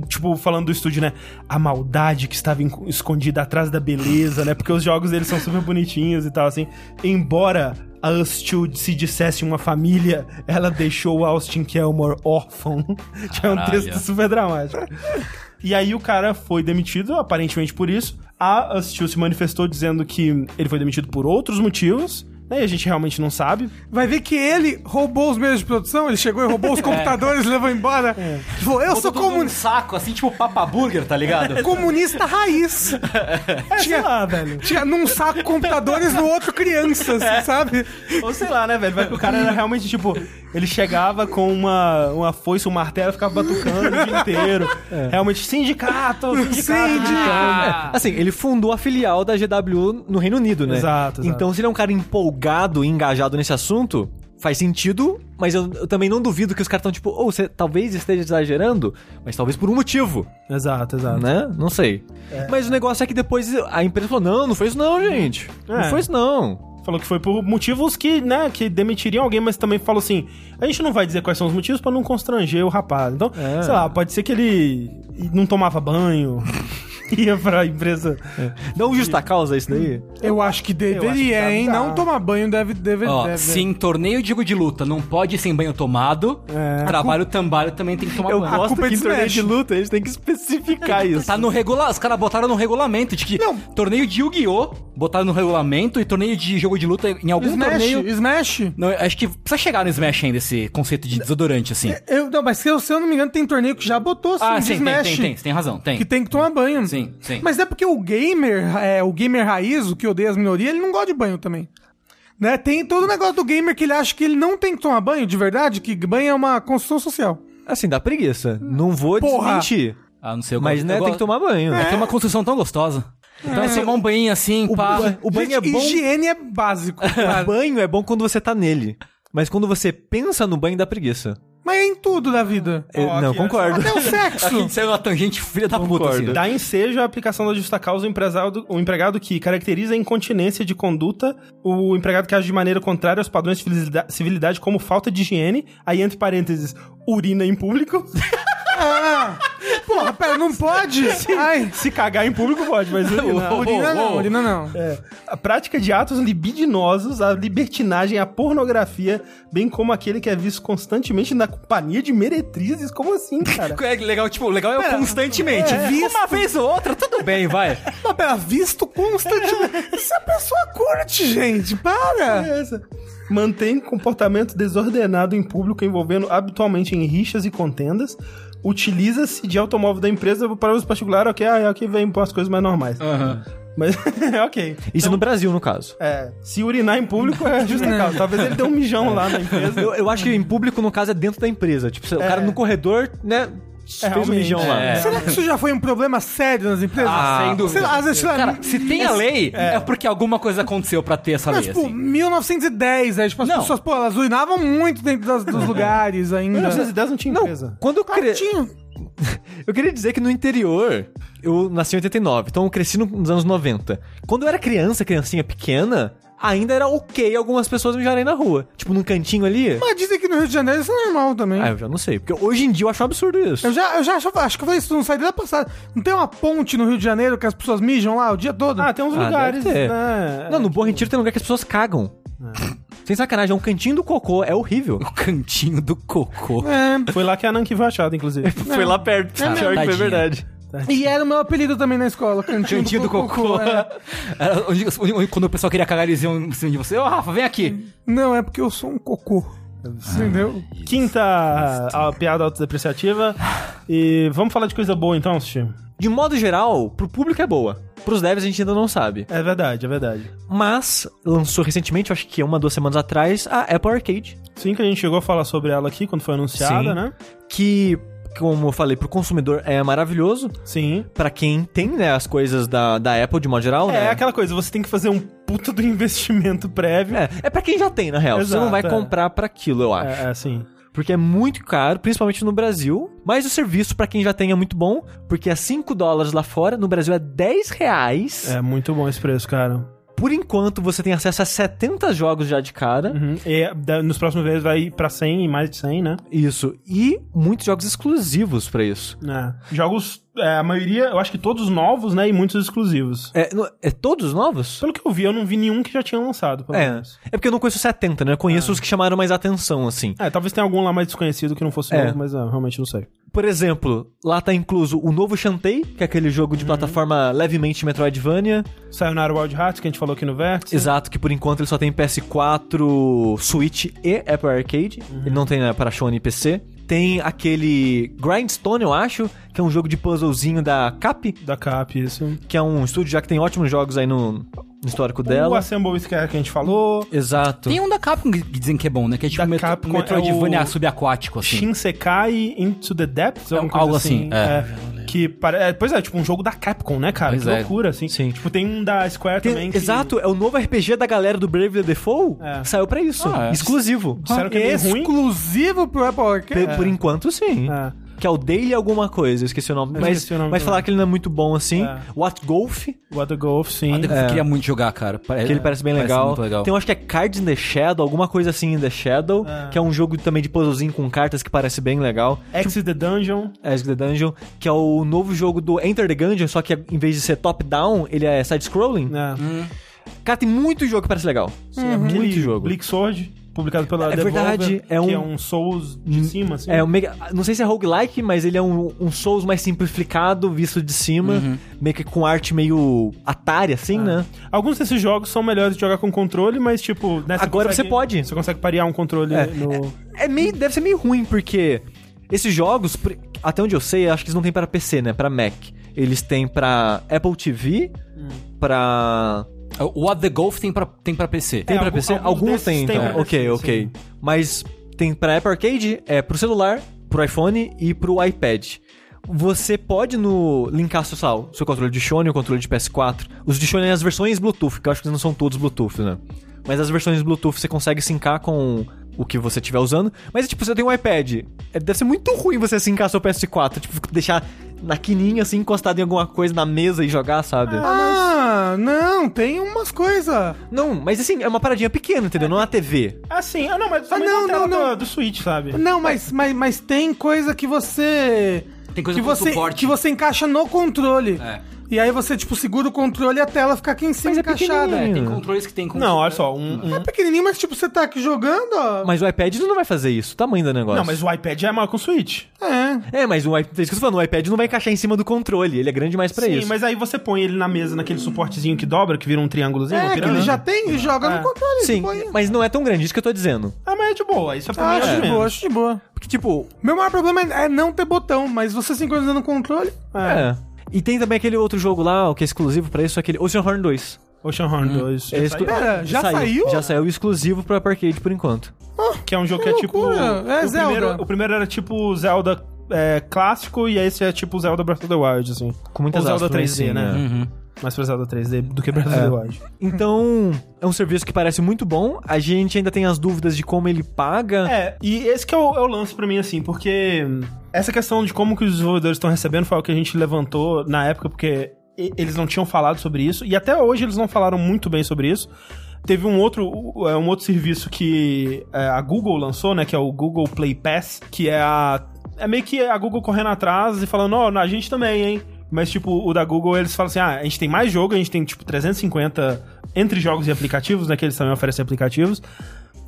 A: Tipo, falando do estúdio, né? A maldade que estava enco- escondida atrás da beleza, né? Porque os jogos deles são super bonitinhos e tal, assim. Embora a Us Two se dissesse uma família, ela deixou o Austin Kelmore órfão. (laughs) Já é um
D: Caralho.
A: texto super dramático. E aí o cara foi demitido, aparentemente por isso. A Astil se manifestou dizendo que ele foi demitido por outros motivos. Né? E a gente realmente não sabe.
C: Vai ver que ele roubou os meios de produção, ele chegou e roubou
A: É.
C: os computadores, levou embora. Falou, eu sou
D: Botou tudo
B: um
D: num
C: comuni-
D: saco, assim, tipo Papa Burger, tá ligado?
C: comunista raiz.
A: (laughs) É, sei
C: Tinha-
A: lá, velho.
C: Tinha num saco computadores, no outro crianças,
A: É.
C: sabe?
A: (laughs) Ou sei lá, né, velho? Vai que o cara era realmente, tipo, ele chegava com uma, uma foice, um martelo, ficava batucando o dia (laughs) inteiro. Realmente, sindicato, É. sindicato. sindicato.
B: (laughs) Assim, ele fundou a filial da GW no Reino Unido, né?
A: Exato, exato.
B: Então, se ele é um cara empolgado e engajado nesse assunto, faz sentido, mas eu, eu também não duvido que os caras estão tipo, ou você talvez esteja exagerando, mas talvez por um motivo,
A: Exato, exato.
B: né? Não sei. Mas o negócio é que depois a empresa falou: não, não foi isso não, gente.
A: É.
B: Não foi isso não.
A: Falou que foi por motivos que, né, que demitiriam alguém, mas também falou assim: a gente não vai dizer quais são os motivos pra não constranger o rapaz. Então,
B: É.
A: sei lá, pode ser que ele não tomava banho, (laughs) ia pra empresa.
B: Não justa causa isso daí?
C: Eu acho que deveria,
A: acho que dá,
C: hein?
A: dá.
C: Não tomar banho deve... deve,
D: Ó,
C: deve-
D: se em torneio, digo, de luta, não pode ir sem banho tomado,
C: É.
D: trabalho tambalho também tem que tomar banho.
C: gosto que em torneio de
B: luta eles têm que (laughs) especificar isso.
D: Tá no regulamento, os caras botaram no regulamento de que
C: Não.
D: torneio de Yu-Gi-Oh! botaram no regulamento e torneio de jogo de luta em
A: Um
D: algum
C: Smash,
D: torneio.
C: Smash.
D: Não, eu acho que precisa chegar no Smash ainda esse conceito de desodorante, assim.
C: Eu, não, mas se eu, se eu não me engano, tem torneio que já botou, É, sim,
D: ah,
C: de
D: sim, tem,
C: Smash.
D: tem, tem, você tem razão, tem.
C: Que tem que tomar banho.
D: Sim, sim.
C: Mas é porque o gamer, é, o gamer raiz, o que odeia as minorias, ele não gosta de banho também. Né? Tem todo o negócio do gamer que ele acha que ele não tem que tomar banho de verdade, que banho é uma construção social.
B: Assim, dá preguiça. Não vou
C: Porra.
B: desmentir.
D: Ah, não sei, eu
B: Mas
D: gosto-
B: né,
D: eu
B: tem
D: gosto-
B: que tomar banho.
D: É. Tem uma construção tão gostosa. Então, é. tomar um banho assim,
B: O
D: pá.
B: ba- o banho é bom.
C: Higiene é
D: (laughs)
B: (laughs)
C: básico.
B: O
C: cara.
B: banho é bom quando você tá nele. Mas quando você pensa no banho, dá preguiça.
C: Mas é em tudo da vida.
D: É.
B: Eu-
A: Ó,
B: não,
A: aqui, olha
B: concordo.
C: Até o
D: Aqui (laughs)
C: sexo.
D: saiu uma tangente filha da puta,
B: Concordo.
D: assim.
A: Dá ensejo à aplicação da justa causa o empregado, o empregado que caracteriza a incontinência de conduta, o empregado que age de maneira contrária aos padrões de civilidade, civilidade como falta de higiene, aí entre parênteses, urina em público.
C: Ah, Porra, pera, não pode? Ai,
A: (laughs) Se cagar em público pode, mas urinar-
D: Uou,
C: urina
D: uou,
C: não,
D: uou.
C: urina não.
A: É. A prática de atos libidinosos, a libertinagem, a pornografia, bem como aquele que é visto constantemente na companhia de meretrizes. Como assim, cara?
D: É legal, tipo, legal é constantemente.
C: é,
D: Uma vez ou outra, tudo bem, vai.
C: Mas pera, visto constantemente. Se a pessoa curte, gente, para.
A: É essa. Mantém comportamento desordenado em público, envolvendo habitualmente em rixas e contendas. Utiliza-se de automóvel da empresa para uso particular, ok, ah, aqui vem umas coisas mais normais. Mas, (laughs) ok.
B: Isso no Brasil, no caso.
A: É, se urinar em público é justa causa. Talvez ele dê um mijão lá na empresa.
B: Eu, eu acho que em público, no caso, é dentro da empresa. Tipo, o cara no corredor, né, fez um
A: realmente,
B: mijão lá.
D: é.
C: Será que isso já foi um problema sério nas empresas?
D: Ah, sem dúvida.
C: Sei lá, às vezes, sei lá,
D: Cara, se tem a lei, é, porque alguma coisa aconteceu pra ter essa
C: Não,
D: lei,
C: tipo,
D: assim.
C: 1910, aí, tipo, as
D: Não.
C: pessoas, pô, elas urinavam muito dentro das-
D: (laughs)
C: dos lugares ainda.
A: 1910 não tinha
B: Não,
A: empresa.
B: quando eu, cre...
C: Tinha.
B: eu queria dizer que no interior, eu nasci em 89, então eu cresci no- nos anos 90. Quando eu era criança, criancinha pequena, ainda era ok algumas pessoas mijarem na rua. Tipo, num cantinho ali.
C: Mas dizem que no Rio de Janeiro isso é normal também.
B: Ah, eu já não sei, porque hoje em dia eu acho um absurdo isso.
C: Eu já, eu já acho, acho que eu falei isso, não saí da passada. Não tem uma ponte no Rio de Janeiro que as pessoas mijam lá o dia todo?
A: Ah, tem uns
B: Ah,
A: lugares,
B: deve ter.
A: né?
B: Não, no Bom Retiro tem lugar que as pessoas cagam. Sem sacanagem, é um cantinho do cocô, é horrível.
D: O cantinho do cocô.
C: É.
A: Foi lá que a Nanki foi achada,
B: (laughs)
A: inclusive.
B: Foi lá perto,
D: Ah,
B: pior que foi
D: tadinha.
B: É verdade.
C: E era o meu apelido também na
D: (laughs)
C: escola, Cantinho,
D: Cantinho do cocô.
C: é.
D: Era onde- onde- quando o pessoal queria cagar, eles iam em cima de você. Ô, Rafa, vem aqui.
C: Não, é porque eu sou um cocô.
D: Ah.
C: Entendeu?
A: Quinta a piada autodepreciativa. E vamos falar de coisa boa então, Sushi.
B: De modo geral, pro público é boa. Pros devs a gente ainda não sabe.
A: É verdade, é verdade.
B: Mas lançou recentemente, eu acho que é uma, duas semanas atrás, a Apple Arcade.
A: Sim, que a gente chegou a falar sobre ela aqui quando foi anunciada,
B: Sim.
A: né?
B: Que, como eu falei, pro consumidor é maravilhoso.
A: Sim.
B: Pra quem tem, né, as coisas da, da Apple de modo geral,
A: É
B: né?
A: aquela coisa, você tem que fazer um puta do (laughs) investimento prévio.
B: É, é pra quem já tem, na real. Você
A: Exato,
B: não vai
A: é.
B: comprar pra aquilo, eu acho.
A: É, é, sim.
B: Porque é muito caro, principalmente no Brasil. Mas o serviço, pra quem já tem, é muito bom. Porque é 5 dólares lá fora, no Brasil é 10 reais.
A: É muito bom esse preço, cara.
B: Por enquanto, você tem acesso a 70 jogos já de cara.
A: Uhum. E da- nos próximos meses vai ir pra 100 e mais de 100, né?
B: Isso. E muitos jogos exclusivos pra isso.
A: É. Jogos, é, a maioria, eu acho que todos novos, né? E muitos exclusivos.
B: É, no- é todos novos?
A: Pelo que eu vi, eu não vi nenhum que já tinha lançado, pelo
B: É.
A: menos.
B: É porque eu não conheço 70, né? Eu conheço os que chamaram mais atenção, assim.
A: É, talvez tenha algum lá mais desconhecido que não fosse
B: É.
A: novo, mas ah, realmente não sei.
B: Por exemplo, lá tá incluso o novo Shantae, que é aquele jogo de plataforma levemente Metroidvania.
A: Sayonara Wild Hearts, que a gente falou aqui no Vértice.
B: Exato, que por enquanto ele só tem PS4, Switch e Apple Arcade. Ele não tem né, para Sony e PC. Tem aquele Grindstone, eu acho, que é um jogo de puzzlezinho da Cap,
A: Da Cap, isso.
B: que é um estúdio já que tem ótimos jogos aí no, no histórico
A: O
B: dela.
A: Assemble Scare que a gente falou.
B: Exato.
D: Tem um da Capcom que que dizem que é bom, né? Que é tipo
A: Da
D: metro,
A: Capcom
D: Metroidvania
A: é o-
D: subaquático, assim.
A: Shinsekai Into the Depths, alguma coisa
D: algo
A: assim.
D: assim, é.
A: que pare... é, Pois é, tipo um jogo da Capcom, né, cara?
D: Pois
A: que
D: é.
A: loucura, assim.
B: Sim.
A: Tipo, tem um da Square
B: Tem-
A: também. que-
B: Exato, é o novo RPG da galera do Brave the Default.
A: É.
B: Saiu pra isso.
D: Ah, é.
B: Exclusivo.
A: Disseram que é meio ruim.
C: Exclusivo pro Apple
B: Pe-
C: Arcade.
B: Por enquanto, sim.
A: É.
B: Que é o Daily alguma coisa, eu esqueci o nome.
A: Eu
B: Mas,
A: esqueci o nome
B: mas
A: também.
B: falar que ele não é muito bom assim.
A: É.
B: What Golf, que
A: What the Golf, sim.
D: Ah, Eu queria muito jogar, cara. Pare-
B: ele parece bem legal.
D: É, muito legal.
B: Tem, eu acho que é Cards in the Shadow, alguma coisa assim in the Shadow,
A: É.
B: que é um jogo também de puzzlezinho com cartas que parece bem legal.
A: Exit É. the Dungeon.
B: Exit the Dungeon, que é o novo jogo do Enter the Gungeon, só que em vez de ser top-down, ele é side-scrolling.
A: né? é
B: Cara, tem muito jogo que parece legal.
A: Aquele
B: Hum, é Muito jogo.
A: Bleak Sword, publicado pela
B: É
A: Devolver,
B: verdade, é
A: que
B: um-
A: é um Souls de cima, assim.
B: É um mega- não sei se é roguelike, mas ele é um, um Souls mais simplificado, visto de cima, meio que com arte meio Atari, assim, né?
A: Alguns desses jogos são melhores de jogar com controle, mas tipo... né,
B: Agora você pode.
A: Você consegue parear um controle
B: É.
A: no...
B: É meio, deve ser meio ruim, porque esses jogos, pr- até onde eu sei, acho que eles não têm pra PC, né? Pra Mac. Eles têm pra Apple TV, pra...
D: É, O What the Golf tem pra, tem pra É, PC.
B: Tem pra
A: algum-
B: PC?
A: alguns
B: Alguns
A: desses
B: tem,
A: tem né?
B: então.
A: pra
B: ok,
A: PC,
B: ok. Mas tem pra Apple Arcade, é pro celular, pro iPhone e pro iPad. Você pode no linkar seu, sal- seu controle de Sony, o controle de PS4. Os de Sony é as versões Bluetooth, que eu acho que não são todos Bluetooth, né? Mas as versões Bluetooth você consegue sincar com o que você estiver usando. Mas, tipo, você tem um iPad. É, Deve ser muito ruim você sincar seu PS4. Tipo, deixar na quininha, assim, encostado em alguma coisa na mesa e jogar, sabe?
C: Ah, não, tem umas coisas.
B: Não, mas assim, é uma paradinha pequena, entendeu? Não é uma TV.
A: Assim, ah, não, mas também
C: não,
A: na tela
C: não,
A: do-
C: não.
A: Do, Switch, sabe?
C: Não, mas, mas, mas tem coisa que você
D: Tem coisa
C: que
D: com
C: você,
D: suporte.
C: que você encaixa no controle.
D: É.
C: E aí você, tipo, segura o controle e a tela fica aqui em cima
B: Mas é
C: encaixada.
B: pequenininho.
D: Tem controles que tem com
A: Não, olha só, um- um-
C: É pequenininho, mas tipo, você tá aqui jogando, ó.
B: Mas o iPad não vai fazer isso, o tamanho do negócio.
A: Não, mas o iPad já é maior que o Switch.
C: É.
B: É, mas o iPad, isso que eu tô falando, o iPad não vai encaixar em cima do controle, ele é grande mais pra
A: Sim,
B: isso.
A: mas aí você põe ele na mesa, naquele suportezinho que dobra, que vira um triângulozinho, uma
C: É, que ele
A: pirâmide.
C: já tem e joga
D: É.
C: no controle.
B: Sim,
C: tipo, aí.
B: mas não é tão grande, isso que eu tô dizendo.
A: Ah, mas é de boa, isso é pra mim,
C: Acho
A: é.
C: de boa, acho de boa.
B: Porque, tipo,
C: Meu maior problema é é não ter botão, mas você sincronizando o controle.
B: é. E tem também aquele outro jogo lá, o que é exclusivo pra isso, aquele Oceanhorn 2.
A: Ocean Horn 2,
B: É exclu-
C: Pera, já saiu?
B: Já saiu exclusivo pra Arcade por enquanto.
A: que é um jogo que, é
C: Que
A: tipo...
C: loucura, é
A: o,
C: Zelda.
A: Primeiro, o primeiro era tipo Zelda é, clássico e esse é tipo Zelda Breath of the Wild, assim.
B: Com muitas
A: Ou Zelda
B: aspas,
A: 3D,
B: assim,
A: né?
B: né?
A: Mais pra Zelda 3D do que Breath of the Wild.
B: Então, é um serviço que parece muito bom. A gente ainda tem as dúvidas de como ele paga.
A: É, e esse que é o, é o lance pra mim, assim, porque essa questão de como que os desenvolvedores estão recebendo foi o que a gente levantou na época, porque e- eles não tinham falado sobre isso, e até hoje eles não falaram muito bem sobre isso. Teve um outro, u- é, um outro serviço que é, a Google lançou, né, que é o Google Play Pass, que é a... É meio que a Google correndo atrás e falando, ó, a gente também, hein? Mas, tipo, o da Google, eles falam assim, ah, a gente tem mais jogo, a gente tem, tipo, 350 entre jogos e aplicativos, né, que eles também oferecem aplicativos.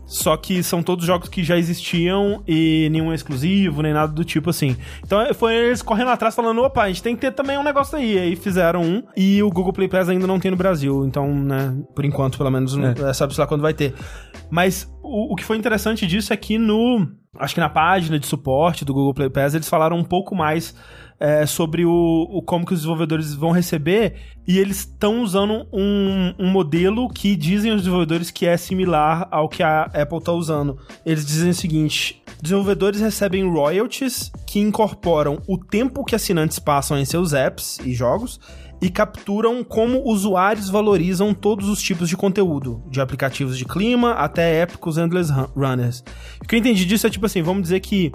A: Só que são todos jogos que já existiam e nenhum é exclusivo, nem nada do tipo assim. Então eh, foi eles correndo atrás falando, opa, a gente tem que ter também um negócio aí. Aí fizeram um e o Google Play Pass ainda não tem no Brasil. Então, né, por enquanto, pelo menos, não- eh, sabe-se lá quando vai ter. Mas o, o que foi interessante disso é que no... Acho que na página de suporte do Google Play Pass eles falaram um pouco mais eh, sobre o, o como que os desenvolvedores vão receber e eles estão usando um, um modelo que dizem os desenvolvedores que é similar ao que a Apple está usando. Eles dizem o seguinte: desenvolvedores recebem royalties que incorporam o tempo que assinantes passam em seus apps e jogos e capturam como usuários valorizam todos os tipos de conteúdo, de aplicativos de clima até épicos endless run- runners. O que eu entendi disso é tipo assim, vamos dizer que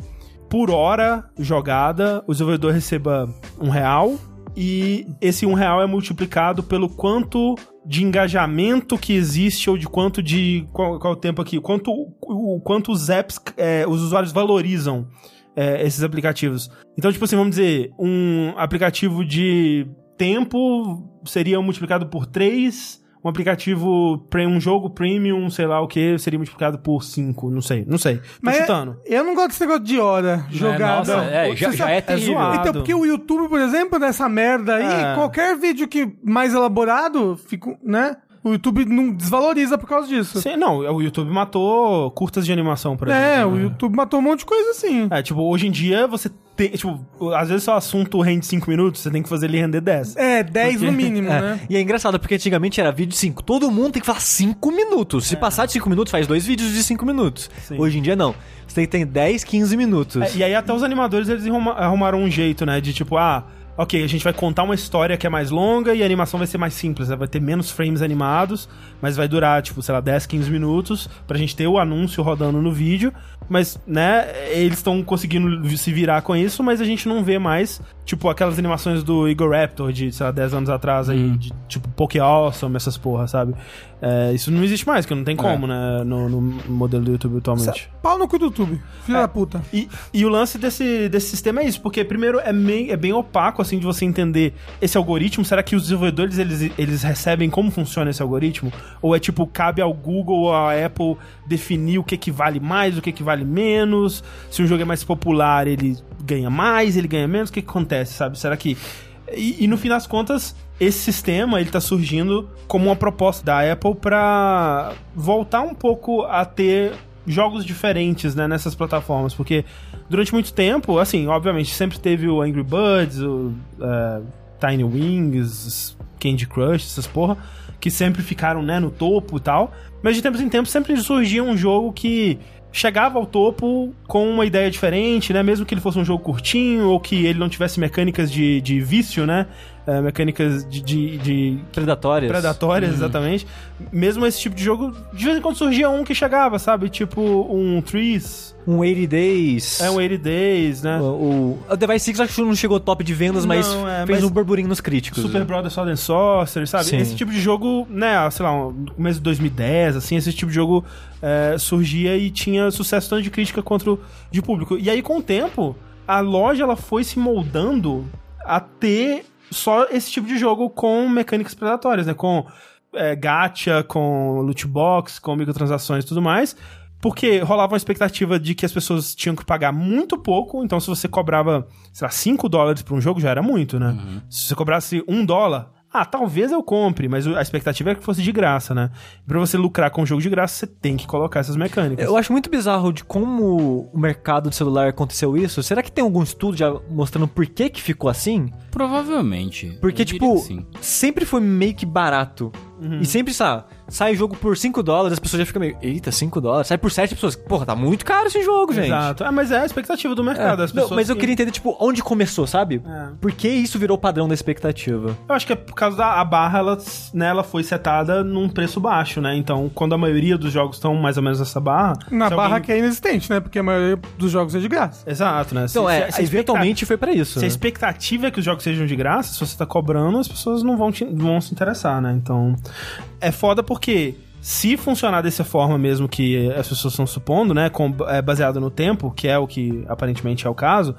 A: por hora jogada, o desenvolvedor receba um real e esse um real é multiplicado pelo quanto de engajamento que existe ou de quanto de qual, qual é o tempo aqui, quanto o quanto os apps, eh, os usuários valorizam eh, esses aplicativos. Então, tipo assim, vamos dizer, um aplicativo de tempo seria multiplicado por 3, um aplicativo, pre- um jogo premium, sei lá o que, seria multiplicado por 5, não sei, não sei. Tô
C: Mas é-
A: chutando.
C: Eu não gosto desse negócio de hora jogada.
D: nossa, é, já-
C: Você
D: já
C: sabe-
D: é terrível.
A: zoado.
C: Então, porque o YouTube, por exemplo, nessa merda aí,
A: É.
C: qualquer vídeo que mais elaborado, fica, né? O YouTube não desvaloriza por causa disso.
A: Sim, não, é, o YouTube matou curtas de animação, por exemplo.
C: É, o
A: né?
C: YouTube matou um monte de coisa assim.
A: É, tipo, hoje em dia você tem. Tipo, às vezes seu assunto rende 5 minutos, você tem que fazer ele render 10.
C: É, 10 no mínimo,
B: (laughs) É,
C: né?
B: E é engraçado, porque antigamente era vídeo de 5. Todo mundo tem que falar 5 minutos. Se passar de 5 minutos, faz dois vídeos de 5 minutos.
A: É. Sim.
B: Hoje em dia, não. Você tem que ter 10, 15 minutos.
A: É, e aí até os animadores eles arruma- arrumaram um jeito, né? De tipo, ah, ok, a gente vai contar uma história que é mais longa e a animação vai ser mais simples, né? vai ter menos frames animados, mas vai durar, tipo, sei lá, 10, 15 minutos pra gente ter o anúncio rodando no vídeo. Mas, né, eles estão conseguindo vi- se virar com isso, mas a gente não vê mais, tipo, aquelas animações do Igor Raptor de, sei lá, 10 anos atrás aí, de, tipo, Poké Awesome, essas porra, sabe? É, isso não existe mais, que não tem como, né, no, no modelo do YouTube atualmente.
C: Pau no cu do YouTube, filho da puta.
A: E, e o lance desse, desse sistema é isso, porque primeiro é, meio, é bem opaco, assim, de você entender esse algoritmo. Será que os desenvolvedores, eles, eles recebem como funciona esse algoritmo? Ou é tipo, cabe ao Google ou à Apple definir o que que vale mais, o que que vale menos? Se um jogo é mais popular, ele ganha mais, ele ganha menos? O que que acontece, sabe? Será que... E, e no fim das contas, esse sistema ele tá surgindo como uma proposta da Apple para voltar um pouco a ter jogos diferentes né, nessas plataformas, porque durante muito tempo, assim, obviamente, sempre teve o Angry Birds, o eh, Tiny Wings, Candy Crush, essas porra, que sempre ficaram né, no topo e tal, mas de tempos em tempos sempre surgia um jogo que chegava ao topo com uma ideia diferente, né? Mesmo que ele fosse um jogo curtinho ou que ele não tivesse mecânicas de, de vício, né? Eh, mecânicas de- de- de
B: Predatórias.
A: predatórias, exatamente. Mesmo esse tipo de jogo, de vez em quando surgia um que chegava, sabe? Tipo um Trees,
B: Um 80 Days.
A: é um 80 Days, né?
B: O, o- o Device 6 acho que não chegou ao top de vendas, mas
A: Não, é,
B: fez
A: mas-
B: um burburinho nos críticos.
A: Super Brother Southern Sorcerer, sabe?
B: Sim.
A: Esse tipo de jogo, né, sei lá, no começo de 2010, assim, esse tipo de jogo é, surgia e tinha sucesso tanto de crítica quanto de público. E aí, com o tempo, a loja ela foi se moldando a ter só esse tipo de jogo com mecânicas predatórias, né? Com é, gacha, com loot box, com microtransações e tudo mais. Porque rolava uma expectativa de que as pessoas tinham que pagar muito pouco, então se você cobrava, sei lá, 5 dólares por um jogo já era muito, né?
B: Uhum.
A: Se você cobrasse 1 dólar, ah, talvez eu compre, mas a expectativa é que fosse de graça, né? Pra você lucrar com o jogo de graça, você tem que colocar essas mecânicas.
B: Eu acho muito bizarro de como o mercado de celular aconteceu isso. Será que tem algum estudo já mostrando por que que ficou assim?
D: Provavelmente.
B: Porque,
D: Eu diria
B: tipo,
D: que sim.
B: sempre foi meio que barato.
A: Uhum.
B: E sempre, sabe, sai jogo por 5 dólares, as pessoas já ficam meio, eita, 5 dólares. Sai por 7 pessoas, porra, tá muito caro esse jogo, gente.
A: Exato. Ah, mas é a expectativa do
B: É.
A: mercado. As
B: Não,
A: pessoas
B: mas eu
A: que-
B: queria entender, tipo, onde começou, sabe?
A: É.
B: Por que isso virou padrão da expectativa?
A: Eu acho que é por causa da a barra, ela, né, ela foi setada num preço baixo, né? Então, quando a maioria dos jogos estão mais ou menos nessa barra.
C: Na
A: se
C: barra
A: alguém-
C: que é inexistente, né? Porque a maioria dos jogos é de graça.
A: Exato, né?
B: Então, é,
A: a
B: eventualmente foi pra isso.
A: Se a
B: né?
A: expectativa é que os jogos sejam de graça, se você tá cobrando, as pessoas não vão, te- vão se interessar, né? Então, é foda porque se funcionar dessa forma mesmo que as pessoas estão supondo, né? Com, é, baseado no tempo, que é o que aparentemente é o caso,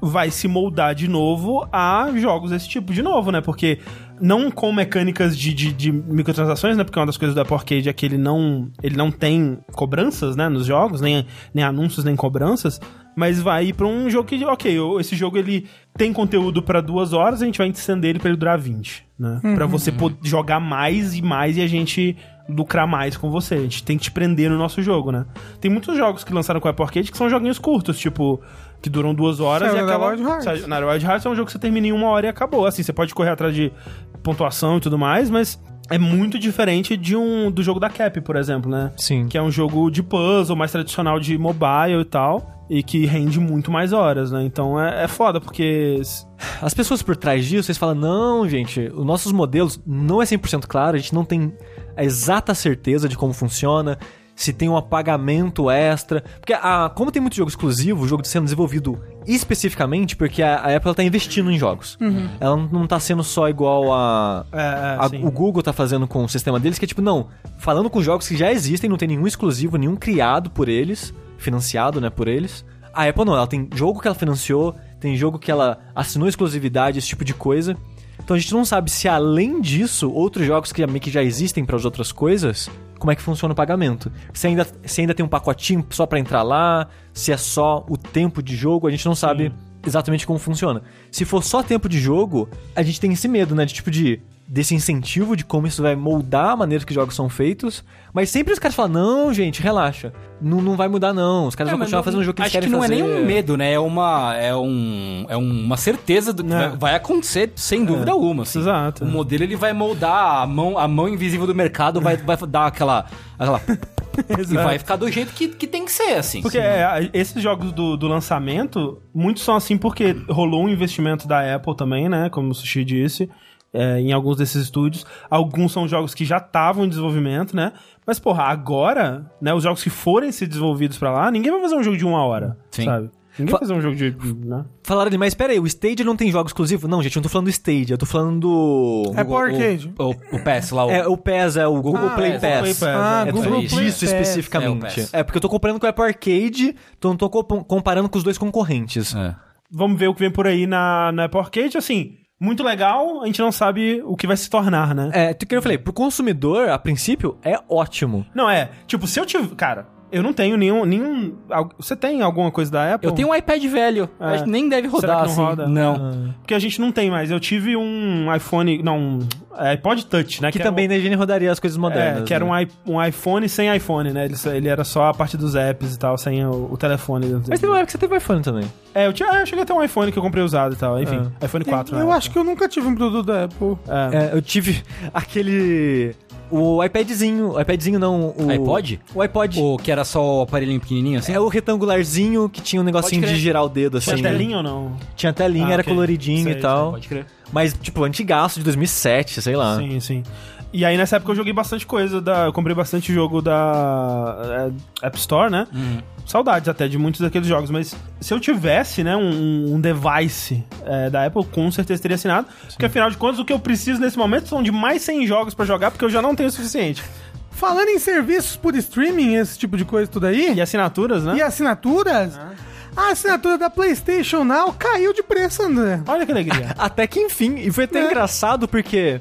A: vai se moldar de novo a jogos desse tipo de novo, né? Porque não com mecânicas de, de, de microtransações, né? Porque uma das coisas do Apple Arcade é que ele não, ele não tem cobranças, né? Nos jogos, nem, nem anúncios, nem cobranças. Mas vai ir pra um jogo que, ok, eu- esse jogo ele tem conteúdo pra duas horas, a gente vai estender ele pra ele durar 20, né? Pra você poder jogar mais e mais e a gente lucrar mais com você. A gente tem que te prender no nosso jogo, né? Tem muitos jogos que lançaram com o Apple Arcade que são joguinhos curtos, tipo, que duram duas horas horas
C: Saiu
A: e
C: na
A: aquela...
C: Wild Hearts.
A: é Saiu Na Wild Hearts é um jogo que você termina em uma hora e acabou. Assim, você pode correr atrás de pontuação e tudo mais, mas é muito diferente de um do jogo da Cap, por exemplo, né?
B: Sim.
A: Que é um jogo de puzzle, mais tradicional de mobile e tal. E que rende muito mais horas, né? Então é, é foda, porque.
B: As pessoas por trás disso, eles falam, não, gente, os nossos modelos não é 100% claro, a gente não tem a exata certeza de como funciona, se tem um apagamento extra. Porque a, como tem muito jogo exclusivo, o jogo sendo desenvolvido especificamente, porque a, a Apple está investindo em jogos. Ela não está sendo só igual a,
A: É, é,
B: a-
A: assim.
B: o Google tá fazendo com o sistema deles, que é tipo, não, falando com jogos que já existem, não tem nenhum exclusivo, nenhum criado por eles, financiado, né, por eles. A Apple não, ela tem jogo que ela financiou, tem jogo que ela assinou exclusividade, esse tipo de coisa. Então a gente não sabe se além disso, outros jogos que já- meio que já existem para as outras coisas, como é que funciona o pagamento. Se ainda, se ainda tem um pacotinho só pra entrar lá, se é só o tempo de jogo, a gente não sabe exatamente como funciona. Se for só tempo de jogo, a gente tem esse medo, né? De tipo de. Desse incentivo de como isso vai moldar a maneira que jogos são feitos. Mas sempre os caras falam: não, gente, relaxa. Não, não vai mudar, não. Os caras vão
D: É, mas
B: continuar
D: não-
B: fazendo o jogo que eles
D: acho que
B: querem
D: não
B: fazer.
D: é nenhum medo, né? É uma, é um, é uma certeza do que
A: É.
D: vai, vai acontecer, sem dúvida alguma. assim.
A: Exato.
D: O modelo ele vai moldar a mão, a mão invisível do mercado, vai, vai dar aquela.
A: (laughs)
D: aquela e vai ficar do jeito que, que tem que ser, assim.
A: Porque é, a- esses jogos do, do lançamento, muitos são assim porque rolou um investimento da Apple também, né? Como o Sushi disse, é, em alguns desses estúdios. Alguns são jogos que já estavam em desenvolvimento, né? Mas, porra, agora, né? Os jogos que forem ser desenvolvidos pra lá, ninguém vai fazer um jogo de uma hora,
D: Sim.
A: sabe? Ninguém
B: Fa-
A: vai fazer um jogo de... né?
B: Falaram ali, mas pera aí, o Stage não tem jogo exclusivo? Não, gente, eu não tô falando do Stage, eu tô falando do.
C: É Power Arcade.
D: O, o, o PES lá, o,
B: É, o PES, é o Google
C: Ah,
B: Play
D: é,
B: Pass.
A: Play Pass,
C: Ah,
A: é.
B: É, tô
C: Google
B: falando
C: Play
B: disso
C: Pass.
B: especificamente.
D: É,
B: É,
D: o Pass.
B: porque eu tô comparando com o Apple Arcade, então não tô compa- comparando com os dois concorrentes.
D: É.
A: Vamos ver o que vem por aí na, na Apple Arcade. Assim, muito legal, a gente não sabe o que vai se tornar, né?
B: É, tu que eu falei, pro consumidor, a princípio, é ótimo.
A: Não, é. Tipo, se eu tiver. Cara, eu não tenho nenhum. nenhum al- você tem alguma coisa da Apple?
D: Eu tenho um iPad velho.
A: É.
D: Acho que nem deve rodar,
A: Será que não
D: assim.
A: roda? É. Ah.
D: Não.
A: Porque a gente não tem mais. Eu tive um iPhone. Não, um iPod Touch, né?
B: Que, também,
A: era
B: né, a gente rodaria as coisas
A: um, é,
B: modernas.
A: que era
B: né?
A: um, i- um iPhone sem iPhone, né? Ele, só- ele era só a parte dos apps e tal, sem o, o telefone. dentro
B: Mas
A: dele.
B: teve uma época que você teve iPhone também.
A: É, eu, tinha, ah, eu cheguei a ter um iPhone que eu comprei usado e tal. Enfim,
B: Ah.
A: iPhone 4.
C: eu
A: né?
C: acho que eu nunca tive um produto da Apple.
A: É.
B: É, eu tive (laughs) aquele. O iPadzinho. O iPadzinho não. O
D: iPod?
B: O iPod.
D: O que era só o aparelhinho pequenininho, assim.
B: É o retangularzinho que tinha um negocinho
D: Pode
B: de
D: crer.
B: girar o dedo, assim.
A: Tinha telinha ou não?
B: Tinha telinha,
A: Ah,
B: era
A: ok.
B: coloridinho
A: Sei,
B: e tal.
A: sei, pode crer.
B: Mas, tipo, antigaço de 2007, sei lá.
A: Sim, sim. E aí nessa época eu joguei bastante coisa, da, eu comprei bastante jogo da é, App Store, né? Saudades até de muitos daqueles jogos, mas se eu tivesse, né, um, um device é, da Apple, com certeza teria assinado, porque afinal de contas o que eu preciso nesse momento são de mais 100 jogos pra jogar, porque eu já não tenho o suficiente.
C: Falando em serviços por streaming, esse tipo de coisa, tudo aí.
A: E assinaturas, né?
C: E assinaturas? A assinatura da PlayStation Now caiu de preço, André.
A: Olha que alegria.
B: Até que enfim, e foi até
C: É.
B: engraçado porque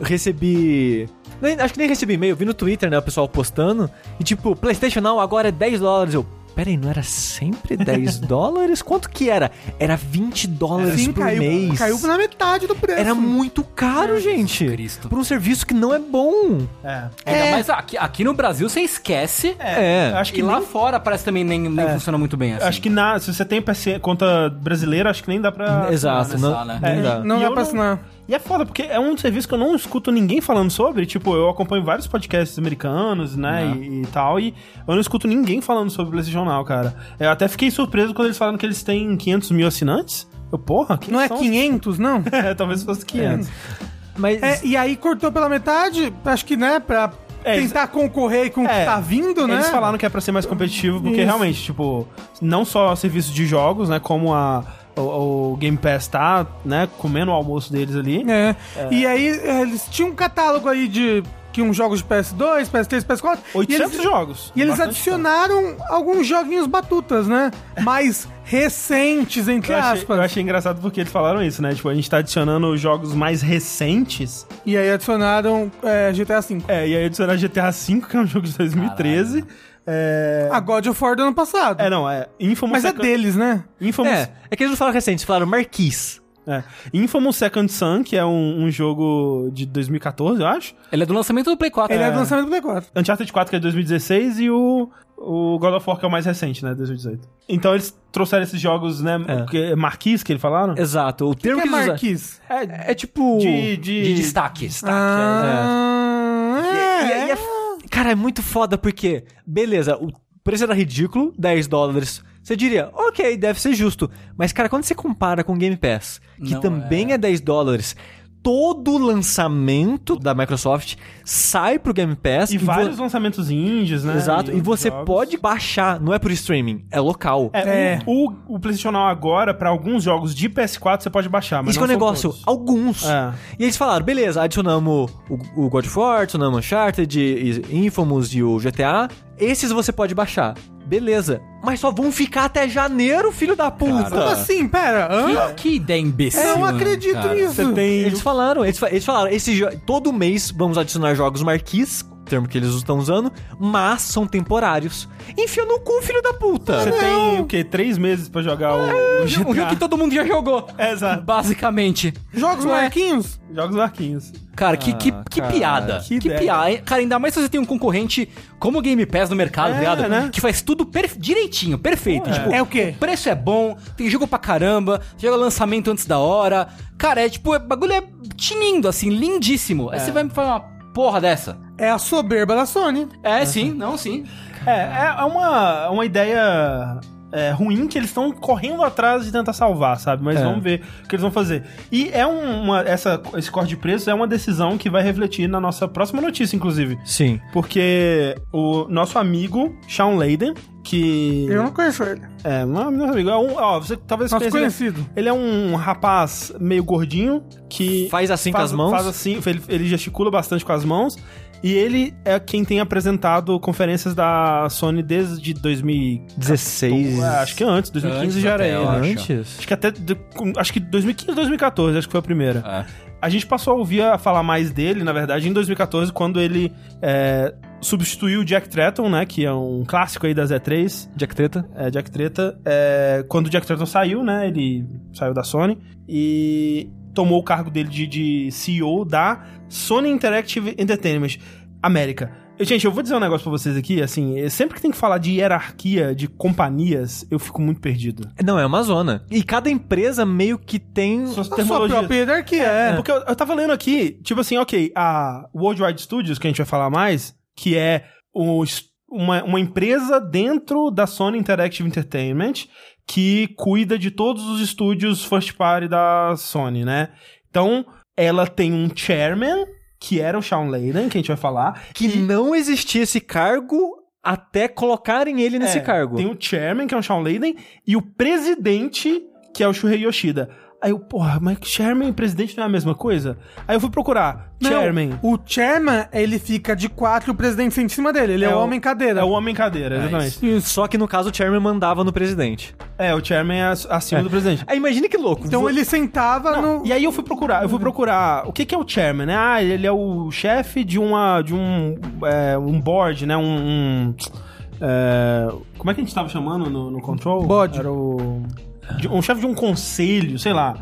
B: eu recebi. nem- acho que nem recebi e-mail, vi no Twitter, né? O pessoal postando. E tipo, PlayStation Now agora é 10 dólares. Eu, peraí, não era sempre
C: (laughs)
B: 10 dólares? Quanto que era? Era 20 dólares
C: Sim,
B: por
C: caiu,
B: mês.
C: caiu na metade do preço.
B: Era muito caro, gente.
D: Cristo.
B: Por um serviço que não é bom.
A: É.
D: É, mas aqui, aqui no Brasil você esquece.
B: É.
A: Acho que
D: e lá
A: nem- É.
D: fora parece também nem, nem funciona muito bem assim.
A: Acho que na, se você tem PC, conta brasileira, acho que nem dá pra.
B: Exato,
D: não
B: não,
D: dá, né?
B: não
A: É,
B: dá.
C: Não
A: E
C: dá
A: eu
C: pra
A: não-
C: assinar.
A: E é foda, porque é um serviço que eu não escuto ninguém falando sobre. Tipo, eu acompanho vários podcasts americanos, né? E, e tal, e eu não escuto ninguém falando sobre o PlayStation Now, cara. Eu até fiquei surpreso quando eles falaram que eles têm 500 mil assinantes. Eu, porra, quem
C: Não é
A: são?
C: 500, não?
A: (laughs) É, talvez fosse 500.
B: Mas
C: É, e aí cortou pela metade, acho que, né, pra
A: É,
C: tentar concorrer com o
A: é,
C: que tá vindo, né?
A: Eles falaram que é pra ser mais competitivo, porque
C: Isso.
A: realmente, tipo, não só o serviço de jogos, né? Como a, o, o Game Pass tá, né? Comendo o almoço deles ali.
C: É. E aí é, eles tinham um catálogo aí de que uns jogos de PS2, PS3, PS4. e
A: 800
C: eles,
A: jogos.
C: E eles
A: Bastante É.
C: adicionaram alguns joguinhos batutas, né? Mais recentes, entre
A: Eu achei,
C: aspas.
A: eu achei engraçado porque eles falaram isso, né? Tipo, a gente tá adicionando jogos mais recentes.
C: E aí adicionaram é, GTA V.
A: É, e aí adicionaram GTA V, que é um jogo de 2013. É...
C: A God of War do ano
B: Ah,
C: passado.
A: é, não, é Infamous
C: Mas é
A: Second...
C: deles, né?
A: Infamous...
B: é, é que eles não falaram recente, eles falaram Marquis.
A: é. Infamous Second Sun, que é um, um jogo de 2014, eu acho.
D: Ele é do lançamento do Play 4.
C: Ele é, do lançamento do Play 4.
A: Uncharted 4, que é de 2016, e o, o God of War, que é o mais recente, né? 2018. Então eles trouxeram esses jogos, né?
B: É.
A: que- Marquis, que eles falaram?
B: Exato. O termo
C: Que é
B: que, eles usaram-
C: Marquis.
B: É, é tipo.
A: De, de...
D: de destaque. é.
A: É,
C: Ah,
B: E
C: é.
B: aí é f- Cara, é muito foda porque, beleza, o preço era ridículo, 10 dólares. Você diria, ok, deve ser justo. Mas, cara, quando você compara com o Game Pass, que
D: Não,
B: também é. 10 dólares, todo lançamento da Microsoft sai pro Game Pass.
A: E
B: vo-
A: vários lançamentos indies, né?
B: Exato. E
A: outros
B: você
A: jogos.
B: pode baixar, não é por streaming, é local.
A: É, O, o- o PlayStation Now agora, pra alguns jogos de PS4, você pode baixar, mas
B: Isso que é
A: não
B: um
A: são
B: negócio,
A: todos.
B: alguns.
A: É.
B: E eles falaram, beleza, adicionamos o, o God of War, adicionamos Uncharted, e Infamous e o GTA. Esses você pode baixar. Beleza. Mas só vão ficar até janeiro, filho da puta.
C: Como assim? Pera. hã?
D: Que, Ah, que ideia imbecil.
C: Eu não
D: mano,
C: acredito
D: cara. (laughs)
C: nisso.
A: Você tem...
B: Eles falaram, eles, fa- eles falaram, esse jo- todo mês vamos adicionar jogos marquis, termo que eles estão usando, mas são temporários. Enfia no cu, filho da puta.
A: Você tem o quê? Três meses pra jogar o, É, o
D: Um jogo que
A: GTA.
D: todo mundo já jogou.
A: (laughs) Exato.
D: Basicamente.
C: Jogos
D: Ué.
C: Marquinhos?
A: Jogos Marquinhos.
D: Cara, que, que,
B: Ah,
D: que
B: cara,
D: piada.
A: que
D: Que,
A: ideia.
D: piada. Cara, ainda mais se você tem um concorrente como o Game Pass no mercado,
A: É,
D: viado,
A: né?
D: que faz tudo perfe- direitinho, perfeito. Tipo,
C: É o quê?
D: preço é bom, tem jogo pra caramba, joga lançamento antes da hora. Cara, é tipo, é, bagulho é tinindo, assim, lindíssimo.
A: É.
D: Aí você vai me fazer uma porra dessa.
C: É a soberba da Sony.
D: É, sim, não, sim.
A: É, é é uma, uma ideia é, ruim que eles estão correndo atrás de tentar salvar, sabe? Mas
B: É.
A: vamos ver o que eles vão fazer. E é um- uma... Essa, esse corte de preço é uma decisão que vai refletir na nossa próxima notícia, inclusive.
B: Sim.
A: Porque o nosso amigo, Sean Layden, que...
C: Eu não conheço ele.
A: É, não, meu amigo, é um, ó, você talvez
C: Nosso
A: conheça ele.
C: conhecido.
A: Ele é um rapaz meio gordinho que
B: Faz assim com as mãos?
A: faz assim, ele, ele gesticula bastante com as mãos. E ele é quem tem apresentado conferências da Sony desde 2000,
B: 16.
A: é, acho que antes, 2015 já era
D: até,
A: ele. né?
D: eu acho.
B: antes.
A: Acho que até de- com- acho que 2015, 2014, acho que foi a primeira.
D: É.
A: A gente passou a ouvir a falar mais dele, na verdade, em 2014, quando ele é, substituiu o Jack Tretton, né, que é um clássico aí da Z3,
B: Jack Treta.
A: é, Jack Treta. É, quando o Jack Treta saiu, né? Ele saiu da Sony e tomou o cargo dele de, de CEO da Sony Interactive Entertainment América. E, Gente, eu vou dizer um negócio pra vocês aqui, assim, eh, sempre que tem que falar de hierarquia de companhias, eu fico muito perdido.
B: Não, é uma zona. E cada empresa meio que tem.
A: Suas
C: A sua
A: terminologias-
C: própria hierarquia.
A: é,
C: É.
A: porque eu, eu tava lendo aqui, tipo assim, ok, a Worldwide Studios, que a gente vai falar mais, que é o es- uma, uma empresa dentro da Sony Interactive Entertainment que cuida de todos os estúdios first party da Sony, né? Então, ela tem um chairman, que era o Shawn Layden, que a gente vai falar.
B: que não existia esse cargo até colocarem ele nesse
A: É,
B: cargo.
A: Tem o chairman, que é o Shawn Layden, e o presidente, que é o Shuhei Yoshida. Aí eu, porra, mas chairman e presidente não é a mesma coisa? Aí eu fui procurar.
C: Não,
A: chairman.
C: O chairman, ele fica de quatro, o presidente sente em cima dele. Ele é, o homem cadeira.
A: É o homem cadeira, exatamente.
B: é Só que no caso o chairman mandava no presidente.
A: É, o chairman é ac- acima do presidente.
B: Ah, imagine que louco.
C: Então
B: Vo-
C: ele sentava
A: Não, Uhum.
C: no.
A: E aí eu fui procurar, eu fui procurar o que, que é o chairman, né? Ah, ele é o chefe de uma. de um. é, um board, né? Um. um, é, como é que a gente tava chamando no, no control?
C: Board.
A: Era o. de- um chefe de um conselho, sei lá.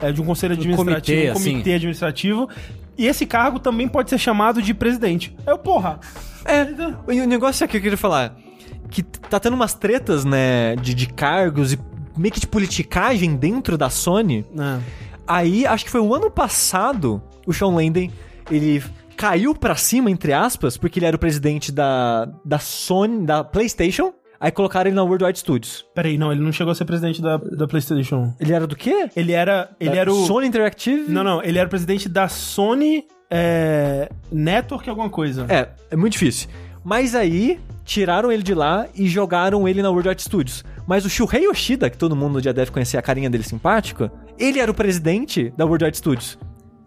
A: É, de um conselho administrativo,
D: comitê,
A: um comitê,
D: assim.
A: administrativo. E esse cargo também pode ser chamado de presidente. Eu, porra,
B: É, o o negócio é que eu queria falar. Que t- tá tendo umas tretas, né, de, de cargos e meio que de politicagem dentro da Sony.
A: né?
B: Aí, acho que foi o ano passado, o Sean Landen, ele caiu pra cima, entre aspas, porque ele era o presidente da, da Sony, da PlayStation. Aí colocaram ele na Worldwide Studios.
A: Peraí, não, ele não chegou a ser presidente da, da PlayStation. um.
B: Ele era do quê?
A: Ele era. Ele
B: Da
A: era o.
B: Sony Interactive?
A: Não, não, ele era o presidente da Sony é, Network alguma coisa.
B: É, é muito difícil. Mas aí, tiraram ele de lá e jogaram ele na World Art Studios. Mas o Shuhei Yoshida, que todo mundo já deve conhecer a carinha dele simpática, ele era o presidente da World Art Studios.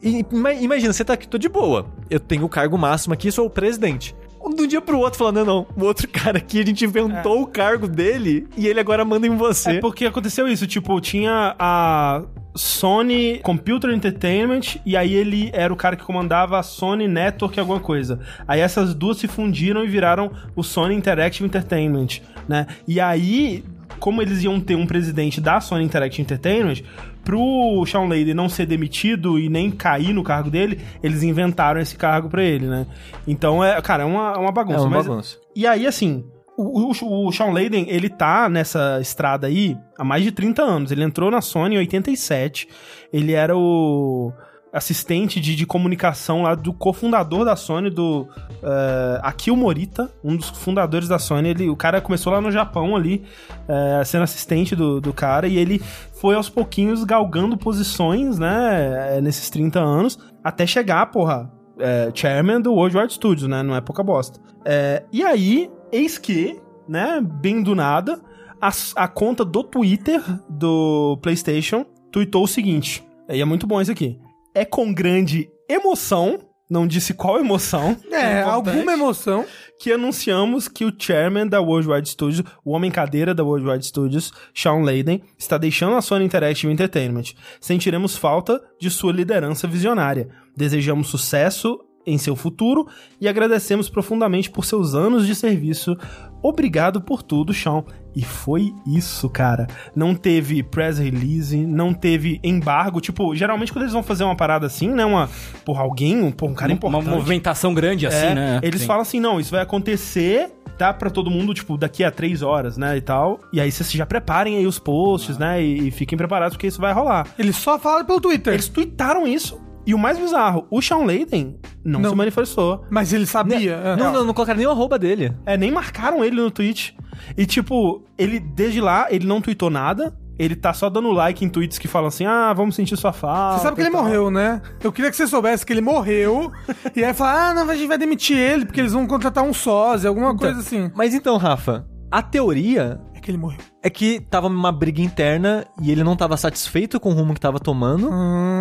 B: E ima- imagina, você tá aqui, tô de boa. Eu tenho o cargo máximo aqui, sou o presidente. De um dia pro outro, falando, não, não, o outro (laughs) cara aqui, a gente inventou o cargo dele e ele agora manda em você.
A: É porque aconteceu isso, tipo, tinha a Sony Computer Entertainment e aí ele era o cara que comandava a Sony Network alguma coisa. Aí essas duas se fundiram e viraram o Sony Interactive Entertainment, né? E aí, como eles iam ter um presidente da Sony Interactive Entertainment, pro Shawn Lady não ser demitido e nem cair no cargo dele, eles inventaram esse cargo pra ele, né? Então, é, cara, é uma, é uma bagunça.
B: É uma
A: mas-
B: bagunça.
A: e aí, assim, o, o, o Sean Layden, ele tá nessa estrada aí há mais de 30 anos. Ele entrou na Sony em 87. Ele era o assistente de, de comunicação lá do cofundador da Sony, do eh, Akio Morita, um dos fundadores da Sony. Ele, o cara começou lá no Japão ali, eh, sendo assistente do, do cara, e ele foi aos pouquinhos galgando posições, né, eh, nesses 30 anos, até chegar, porra, eh, chairman do World Wide Studios, né, não é pouca bosta. É, e aí, eis que, né, bem do nada, a, a conta do Twitter do PlayStation tweetou o seguinte: e é muito bom isso aqui. É com grande emoção, não disse qual emoção, (laughs)
C: É,
A: importante.
C: alguma emoção.
A: que anunciamos que o chairman da Worldwide Studios, o homem cadeira da Worldwide Studios, Sean Layden, está deixando a Sony Interactive Entertainment. Sentiremos falta de sua liderança visionária. Desejamos sucesso em seu futuro e agradecemos profundamente por seus anos de serviço. Obrigado por tudo, Sean. E foi isso, cara. Não teve press release, não teve embargo. Tipo, geralmente quando eles vão fazer uma parada assim, né? Uma. Porra, alguém, um, porra, um cara
D: Uma
A: importante.
D: movimentação grande assim,
A: É,
D: né?
A: Eles
D: Sim.
A: falam assim, não, isso vai acontecer, tá? Pra todo mundo, tipo, daqui a três horas, né? E tal. E aí vocês já preparem aí os posts, né? E, e fiquem preparados, porque isso vai rolar.
C: Ele só fala pelo Twitter.
A: Eles tweetaram isso. E o mais bizarro, o Sean Layden não,
C: Não.
A: se manifestou.
C: Mas ele sabia. É.
B: Não, não, não colocaram nem o arroba dele.
A: É, nem marcaram ele no tweet. E, tipo, ele, desde lá, ele não tweetou nada. Ele tá só dando like em tweets que falam assim, ah, vamos sentir sua falta.
C: Você sabe que
A: e
C: ele
A: tal.
C: morreu, né? Eu queria que você soubesse que ele morreu. e aí falar, ah, não, a gente vai demitir ele, porque eles vão contratar um sósia, alguma coisa
A: Hum.
C: assim.
B: Mas então, Rafa, a teoria
C: É que ele morreu.
B: É que tava uma briga interna e ele não tava satisfeito com o rumo que tava tomando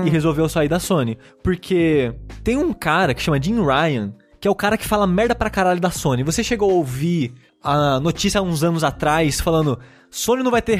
B: e resolveu sair da Sony. Porque tem um cara que chama Jim Ryan, que é o cara que fala merda pra caralho da Sony. Você chegou a ouvir a notícia há uns anos atrás falando: Sony não vai ter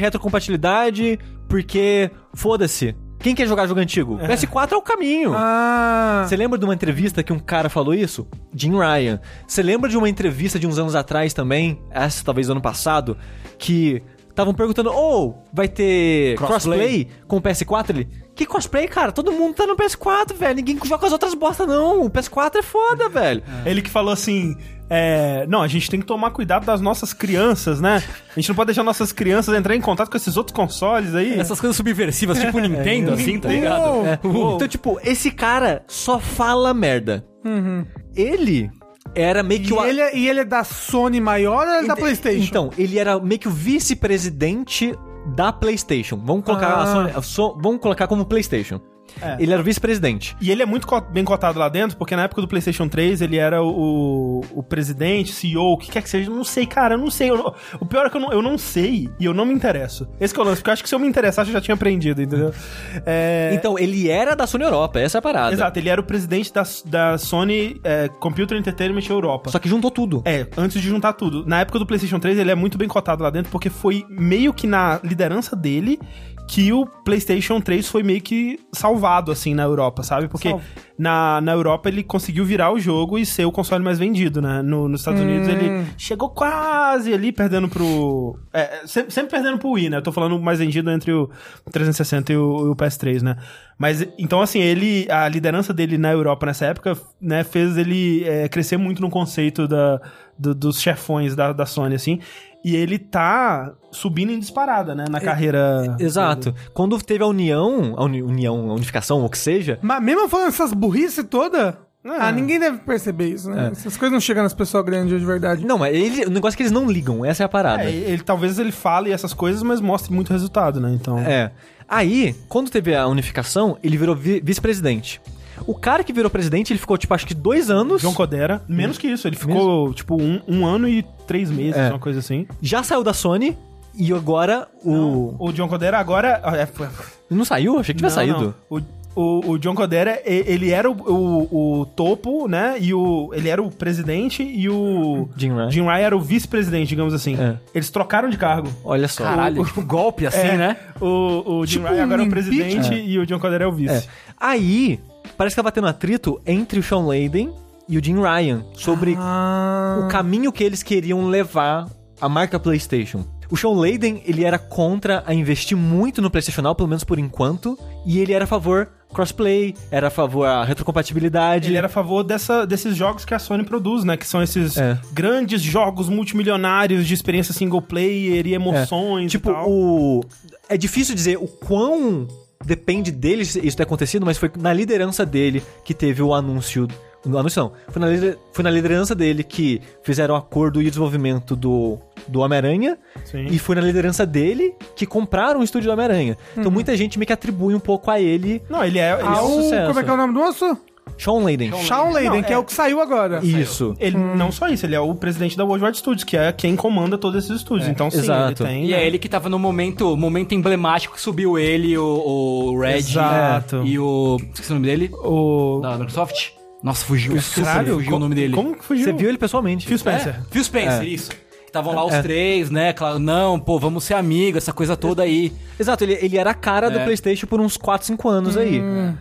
B: retrocompatibilidade porque foda-se. Quem quer jogar jogo antigo? PS4 é o caminho.
C: Ah.
B: Você lembra de uma entrevista que um cara falou isso? Jim Ryan. Você lembra de uma entrevista de uns anos atrás também, essa talvez ano passado, que estavam perguntando: "Ô, vai ter crossplay com o PS4?" Ele: "Que crossplay, cara? Todo mundo tá no PS4, velho. Ninguém joga com as outras bosta não. O PS4 é foda, velho."
A: Ele que falou assim. é, não, a gente tem que tomar cuidado das nossas crianças, né? A gente não pode deixar nossas crianças entrar em contato com esses outros consoles aí.
D: É. Essas coisas
B: (laughs)
D: subversivas, tipo Nintendo, assim, tá ligado?
B: É. Então, tipo, esse cara só fala merda.
D: Uhum.
B: Ele era meio que
C: E
B: o
C: ele, é- e ele é da Sony maior ou ele é da
B: Ent-
C: PlayStation?
B: Então, ele era meio que o vice-presidente da PlayStation. Vamos colocar
C: Ah.
B: a Sony- a So- vamos colocar como PlayStation.
A: É.
B: Ele era o vice-presidente.
A: E ele é muito co- bem cotado lá dentro, porque na época do PlayStation 3 ele era o, o presidente, CEO, o que quer que seja. eu Não sei, cara, eu não sei. eu não- o pior é que eu não, eu não sei e eu não me interesso. Esse que é o lance, porque eu acho que se eu me interessasse eu já tinha aprendido, entendeu? É,
B: Então, ele era da Sony Europa, essa é a parada.
A: Exato, ele era o presidente da, da Sony é, Computer Entertainment Europa.
B: Só que juntou tudo.
A: É, antes de juntar tudo. Na época do PlayStation 3, ele é muito bem cotado lá dentro, porque foi meio que na liderança dele que o PlayStation 3 foi meio que salvado, assim, na Europa, sabe? Porque
C: Salvo.
A: na, na Europa ele conseguiu virar o jogo e ser o console mais vendido, né? No, nos Estados Unidos ele chegou quase ali perdendo pro. É, é, se- sempre perdendo pro Wii, né? Eu tô falando mais vendido entre o 360 e o, e o PS3, né? Mas então, assim, ele. A liderança dele na Europa nessa época, né, fez ele é, crescer muito no conceito da, do- dos chefões da, da Sony, assim. E ele tá subindo em disparada, né? Na carreira.
B: Exato. Quando teve a união, a uni- união, a unificação, ou que seja,
C: Mas mesmo falando essas burrice toda,
A: É.
C: ah, ninguém deve perceber isso, né? Essas coisas não chegam nas pessoas grandes de verdade.
B: não, mas ele, o negócio é que eles não ligam, essa é a parada.
A: É, ele talvez ele fale essas coisas, mas mostre muito resultado, né? Então.
B: É. Aí, quando teve a unificação, ele virou vi- vice-presidente. O cara que virou presidente, ele ficou, tipo, acho que dois anos.
A: João Codera, menos que isso, ele ficou tipo um, um ano e três meses,
B: É.
A: uma coisa assim.
B: Já saiu da Sony e agora o.
A: O John Codera agora. é, foi-
B: Não, saiu? Achei que
A: não,
B: tivesse saído.
A: não. O, o, o John Codera, e- ele era o, o, o topo, né? E o. Ele era o presidente e o.
B: Jim Ryan.
A: Jim Ryan era o vice-presidente, digamos assim.
B: É.
A: Eles trocaram de cargo.
B: Olha só.
D: Caralho, tipo golpe assim,
A: É,
D: né?
A: O, o Jim
C: Tipo
A: Ryan agora é
C: um
A: o presidente e o John Codera é o
B: É.
A: vice.
B: Aí, parece que tava tendo atrito entre o Sean Layden e o Jim Ryan sobre
C: Ah,
B: o caminho que eles queriam levar a marca PlayStation. O Sean Layden, ele era contra a investir muito no PlayStation Now, pelo menos por enquanto, e ele era a favor crossplay, era a favor a retrocompatibilidade.
A: Ele era a favor dessa- desses jogos que a Sony produz, né? Que são esses
B: É.
A: grandes jogos multimilionários de experiência single player e emoções.
B: Tipo,
A: e tal.
B: o. É difícil dizer o quão depende dele se isso ter acontecido, mas foi na liderança dele que teve o anúncio. O anúncio não. Foi na, lider- foi na liderança dele que fizeram o acordo e o desenvolvimento do, do Homem-Aranha.
A: Sim.
B: E foi na liderança dele que compraram o estúdio do Homem-Aranha. Então muita gente meio que atribui um pouco a ele.
A: Não, ele é. Ele,
C: ah, o-
B: sucesso.
C: como é que é o nome do moço?
B: Sean Layden.
C: Shawn Leiden, que é... o que saiu agora.
B: Isso.
A: ele- não só isso, ele é o presidente da Worldwide Studios, que é quem comanda todos esses estúdios. então sim,
B: É, exato.
A: ele tem.
D: E
A: né?
D: é ele que tava no momento, momento emblemático que subiu ele, o, o Red
A: Exato.
D: e o. Esqueci o nome dele?
A: O.
D: Da Microsoft? Nossa, fugiu. super
A: Caralho,
D: fugiu
A: co-
D: o nome dele.
A: Como que fugiu?
B: Você viu ele pessoalmente.
A: Phil Spencer.
D: É, Phil Spencer, isso. Que Estavam lá os três, né? Claro, não, pô, vamos ser amigos, essa coisa toda aí.
B: Exato, ele, ele era a cara do
D: É.
B: PlayStation por uns 4, 5 anos aí.
A: né?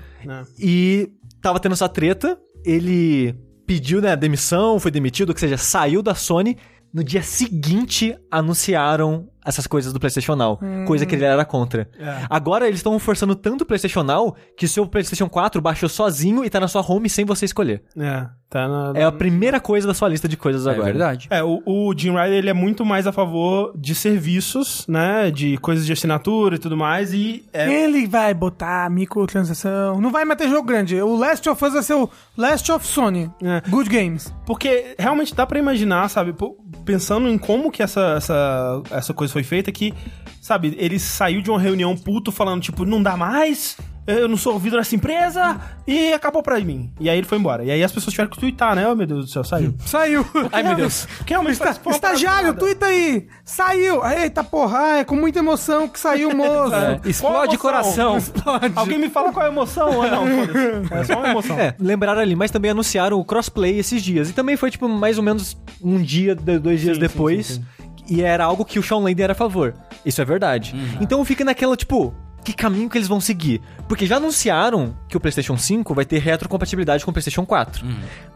B: E tava tendo essa treta, ele pediu, né, demissão, foi demitido, ou que seja, saiu da Sony. No dia seguinte, anunciaram essas coisas do PlayStation Now, coisa que ele era contra.
A: É.
B: Agora eles estão forçando tanto o PlayStation Now que seu PlayStation 4 baixou sozinho e tá na sua home sem você escolher.
A: É, tá na.
B: É a primeira coisa da sua lista de coisas agora.
A: É, o, o Jim Ryder, ele é muito mais a favor de serviços, né? De coisas de assinatura e tudo mais. E é
C: Ele vai botar microtransação. Não vai meter jogo grande. O Last of Us vai ser o Last of Sony.
A: É.
C: Good Games.
A: Porque realmente dá pra imaginar, sabe? pô, Pensando em como que essa, essa, essa coisa foi feita, que, sabe, ele saiu de uma reunião puto falando, tipo, não dá mais, eu não sou ouvido nessa empresa, e acabou pra mim. E aí ele foi embora. E aí as pessoas tiveram que twittar, né? Oh, meu Deus do céu, saiu.
C: Saiu.
A: Ai, meu Deus. Que realmente
C: Esta-
A: parece uma
C: (laughs) estagiário,
A: parada.
C: tuita aí! Saiu! Eita porra, é com muita emoção que
B: (laughs)
C: saiu, moço!
D: É, Explode
A: Qual a emoção? (laughs)
D: coração.
A: Alguém me fala qual é a emoção? Ah, não, foda-se. É só uma emoção.
B: É, lembraram ali, mas também anunciaram o crossplay esses dias. E também foi, tipo, mais ou menos um dia, de- dois dias
A: Sim, sim,
B: depois.
A: sim,
B: E era algo que o Sean Layden era a favor. Isso é verdade. Então fica naquela, tipo, que caminho que eles vão seguir? Porque já anunciaram que o PlayStation 5 vai ter retrocompatibilidade com o PlayStation 4.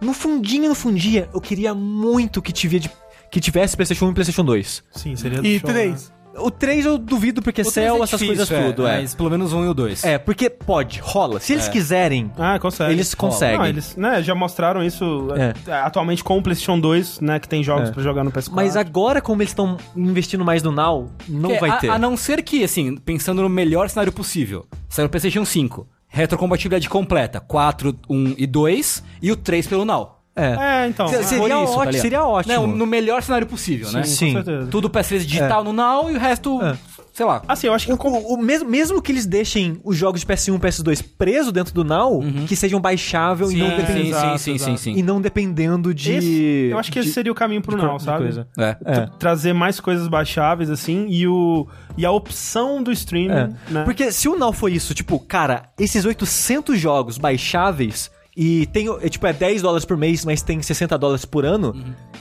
B: No fundinho, no fundinho, eu queria muito que tivia de- que tivesse PlayStation 1 e PlayStation 2.
A: Sim, seria
C: E
A: show, né?
C: três.
B: O 3 eu duvido porque céu, essas coisas tudo, é.
D: é Mas pelo menos um e o dois.
B: É, porque pode, rola. Se eles quiserem,
A: Ah, consegue.
B: Eles conseguem.
A: Não, eles né, já mostraram isso
B: É.
A: é, atualmente com o PlayStation 2, né? Que tem jogos
B: É.
A: pra jogar no PS4.
B: Mas agora, como eles estão investindo mais no Now, não
D: É,
B: vai
D: a,
B: ter.
D: A não ser que, assim, pensando no melhor cenário possível, saiu o PlayStation 5, retrocompatibilidade completa, 4, 1 e 2, e o 3 pelo Now.
B: É.
A: É, então.
B: Se-
A: é,
B: Seria
D: Por
B: ótimo,
D: ligado?
B: seria ótimo.
D: Não, no melhor cenário possível, né?
B: Sim.
A: Com É, certeza.
D: Tudo PS3 digital no Now e o resto
B: É.
D: sei lá.
A: Assim, eu acho que.
B: O, o- o mesmo, mesmo que eles deixem os jogos de PS1 e PS2 preso dentro do Now, que sejam baixáveis e, não depend-
A: sim, exato, exato.
B: e não dependendo de.
A: Esse- eu acho que
B: de-
A: esse seria o caminho pro
B: de
A: Now,
B: cor- de
A: sabe?
B: coisa.
D: É.
B: É.
A: Trazer mais coisas baixáveis, assim, e, o, e a opção do streaming,
B: É.
A: né?
B: Porque se o Now foi isso, tipo, cara, esses 800 jogos baixáveis e tem, é, tipo, é 10 dólares por mês, mas tem 60 dólares por ano,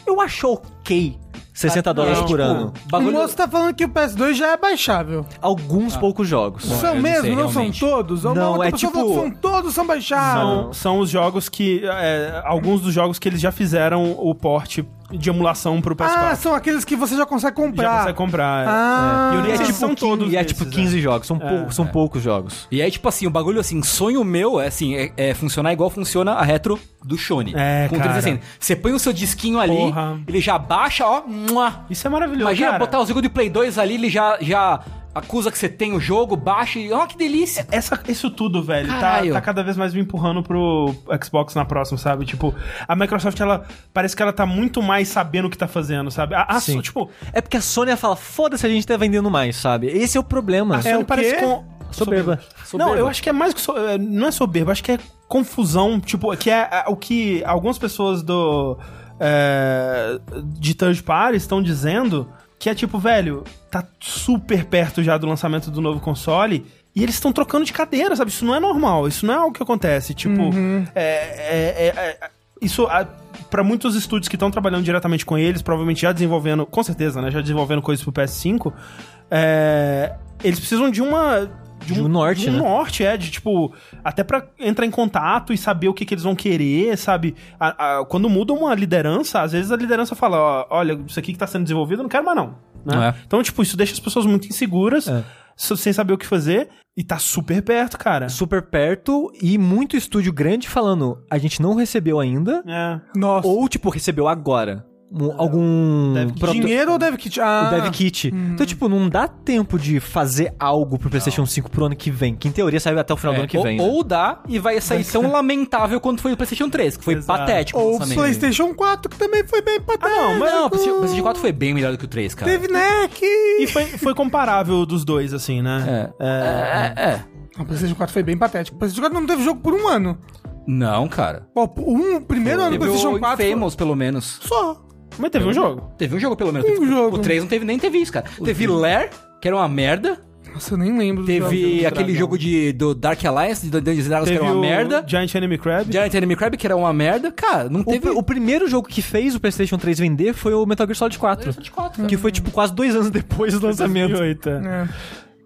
B: eu acho ok 60 dólares
A: não,
B: por
A: tipo,
B: ano.
C: O moço tá falando que o PS2 já é baixável.
B: Alguns poucos jogos.
D: eu
C: são
D: não
C: mesmo,
D: sei,
C: não
D: realmente.
C: são todos? Ou uma
B: Não,
C: outra
B: é
C: pessoa
B: tipo-
C: falou que São todos são baixáveis.
A: São, são os jogos que. é, alguns dos jogos que eles já fizeram o porte de emulação pro PS4.
C: Ah, são aqueles que você já consegue comprar.
A: Já consegue comprar. é.
C: Ah.
A: E eu
B: E
A: nem
B: é
A: sei se
B: tipo,
A: são todos.
B: e é,
A: desses,
B: tipo
A: né?
B: 15 jogos, são, pou- são poucos jogos.
D: E aí, tipo assim, o bagulho assim, sonho meu é assim, é, é funcionar igual funciona a retro do Shone.
A: É,
D: com
A: cara.
D: 360. Você põe o seu disquinho ali,
A: Porra.
D: ele já baixa, ó. mua.
A: Isso é maravilhoso.
D: Imagina
A: cara.
D: botar o jogo de Play 2 ali, ele já, já acusa que você tem o jogo, baixa e. Ó, que delícia!
A: Essa, isso tudo, velho, tá,
D: Caralho.
A: tá cada vez mais me empurrando pro Xbox na próxima, sabe? Tipo, a Microsoft, ela parece que ela tá muito mais sabendo o que tá fazendo, sabe? A, a-
B: Sim.
A: tipo,
B: É porque a Sony fala, foda-se, a gente tá vendendo mais, sabe? Esse é o problema.
A: a Sony
B: o
A: parece
B: quê?
A: com.
B: Soberba.
A: Não, eu acho que é mais que. so- é, Não é soberba, acho que é confusão. Tipo, que é é, o que algumas pessoas do. é, de third party estão dizendo que é tipo, velho, tá super perto já do lançamento do novo console. E eles estão trocando de cadeira, sabe? Isso não é normal, isso não é algo que acontece. Tipo,
B: Uhum.
A: é- é- é- é- isso para muitos estúdios que estão trabalhando diretamente com eles, provavelmente já desenvolvendo, com certeza, né? Já desenvolvendo coisas pro PS5, é, eles precisam de uma
B: De um norte,
A: de um
B: né?
A: norte, é, de tipo, até pra entrar em contato e saber o que, que eles vão querer, sabe? A- a- quando muda uma liderança, às vezes a liderança fala, ó, olha, isso aqui que tá sendo desenvolvido, eu não quero mais não. né?
D: Não é.
A: Então, tipo, isso deixa as pessoas muito inseguras,
B: É.
A: so- sem saber o que fazer, e tá super perto, cara.
B: Super perto e muito estúdio grande falando, a gente não recebeu ainda,
A: É.
C: Nossa.
B: Ou, tipo, recebeu agora um- algum
A: Dev kit.
B: proto-
C: Dinheiro ou deve kit? Ah,
B: o dev kit. Então, tipo, não dá tempo de fazer algo pro PlayStation 5 pro ano que vem, que em teoria sai até o final do
D: É,
B: ano que
D: ou,
B: vem. né?
D: ou dá e vai sair tão lamentável quanto foi o PlayStation 3, que foi
A: Exato.
D: patético.
C: Ou
D: lançamento.
C: PlayStation 4, que também foi bem patético.
A: Ah, não, mas
D: É, Não, o PlayStation 4 foi bem melhor do né, que o 3, cara.
C: Teve né, neck.
A: E foi, foi comparável dos dois, assim, né?
D: É. É. é, é.
C: O PlayStation 4 foi bem patético. O PlayStation 4 não teve jogo por um ano.
D: Não, cara.
C: Ó, um primeiro ano do
D: Teve
C: PlayStation
D: o
C: 4. foi-
D: Famous, pelo menos.
C: Só.
D: É.
A: Mas teve um jogo.
D: Teve um jogo, pelo menos.
C: Um
D: Teve-
C: jogo.
D: O 3 não teve nem teve isso, cara. teve Lair, que era uma merda.
C: Nossa, eu nem lembro. do
D: Teve
C: jogo.
D: aquele jogo de, do Dark Alliance, de Dungeons and Dragons, que
A: Teve
D: era é uma
A: o
D: merda.
A: Giant Enemy Crab.
D: Giant Enemy Crab, que era uma merda. Cara, não
B: O,
D: teve...
B: pr- o primeiro jogo que fez o PlayStation 3 vender foi o Metal Gear Solid 4. Que foi, tipo, quase dois anos depois do lançamento.
A: 2008, é.
C: É.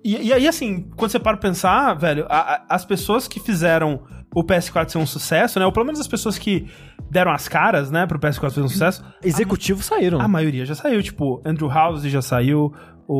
A: E, e aí, assim, quando você para pra pensar, velho, a- a- as pessoas que fizeram o PS4 ser um sucesso, né? Ou pelo menos as pessoas que deram as caras, né, pro PS4 ser um sucesso,
B: Executivos saíram.
A: a
D: Ah,
A: maioria já saiu. Tipo, Andrew House já saiu,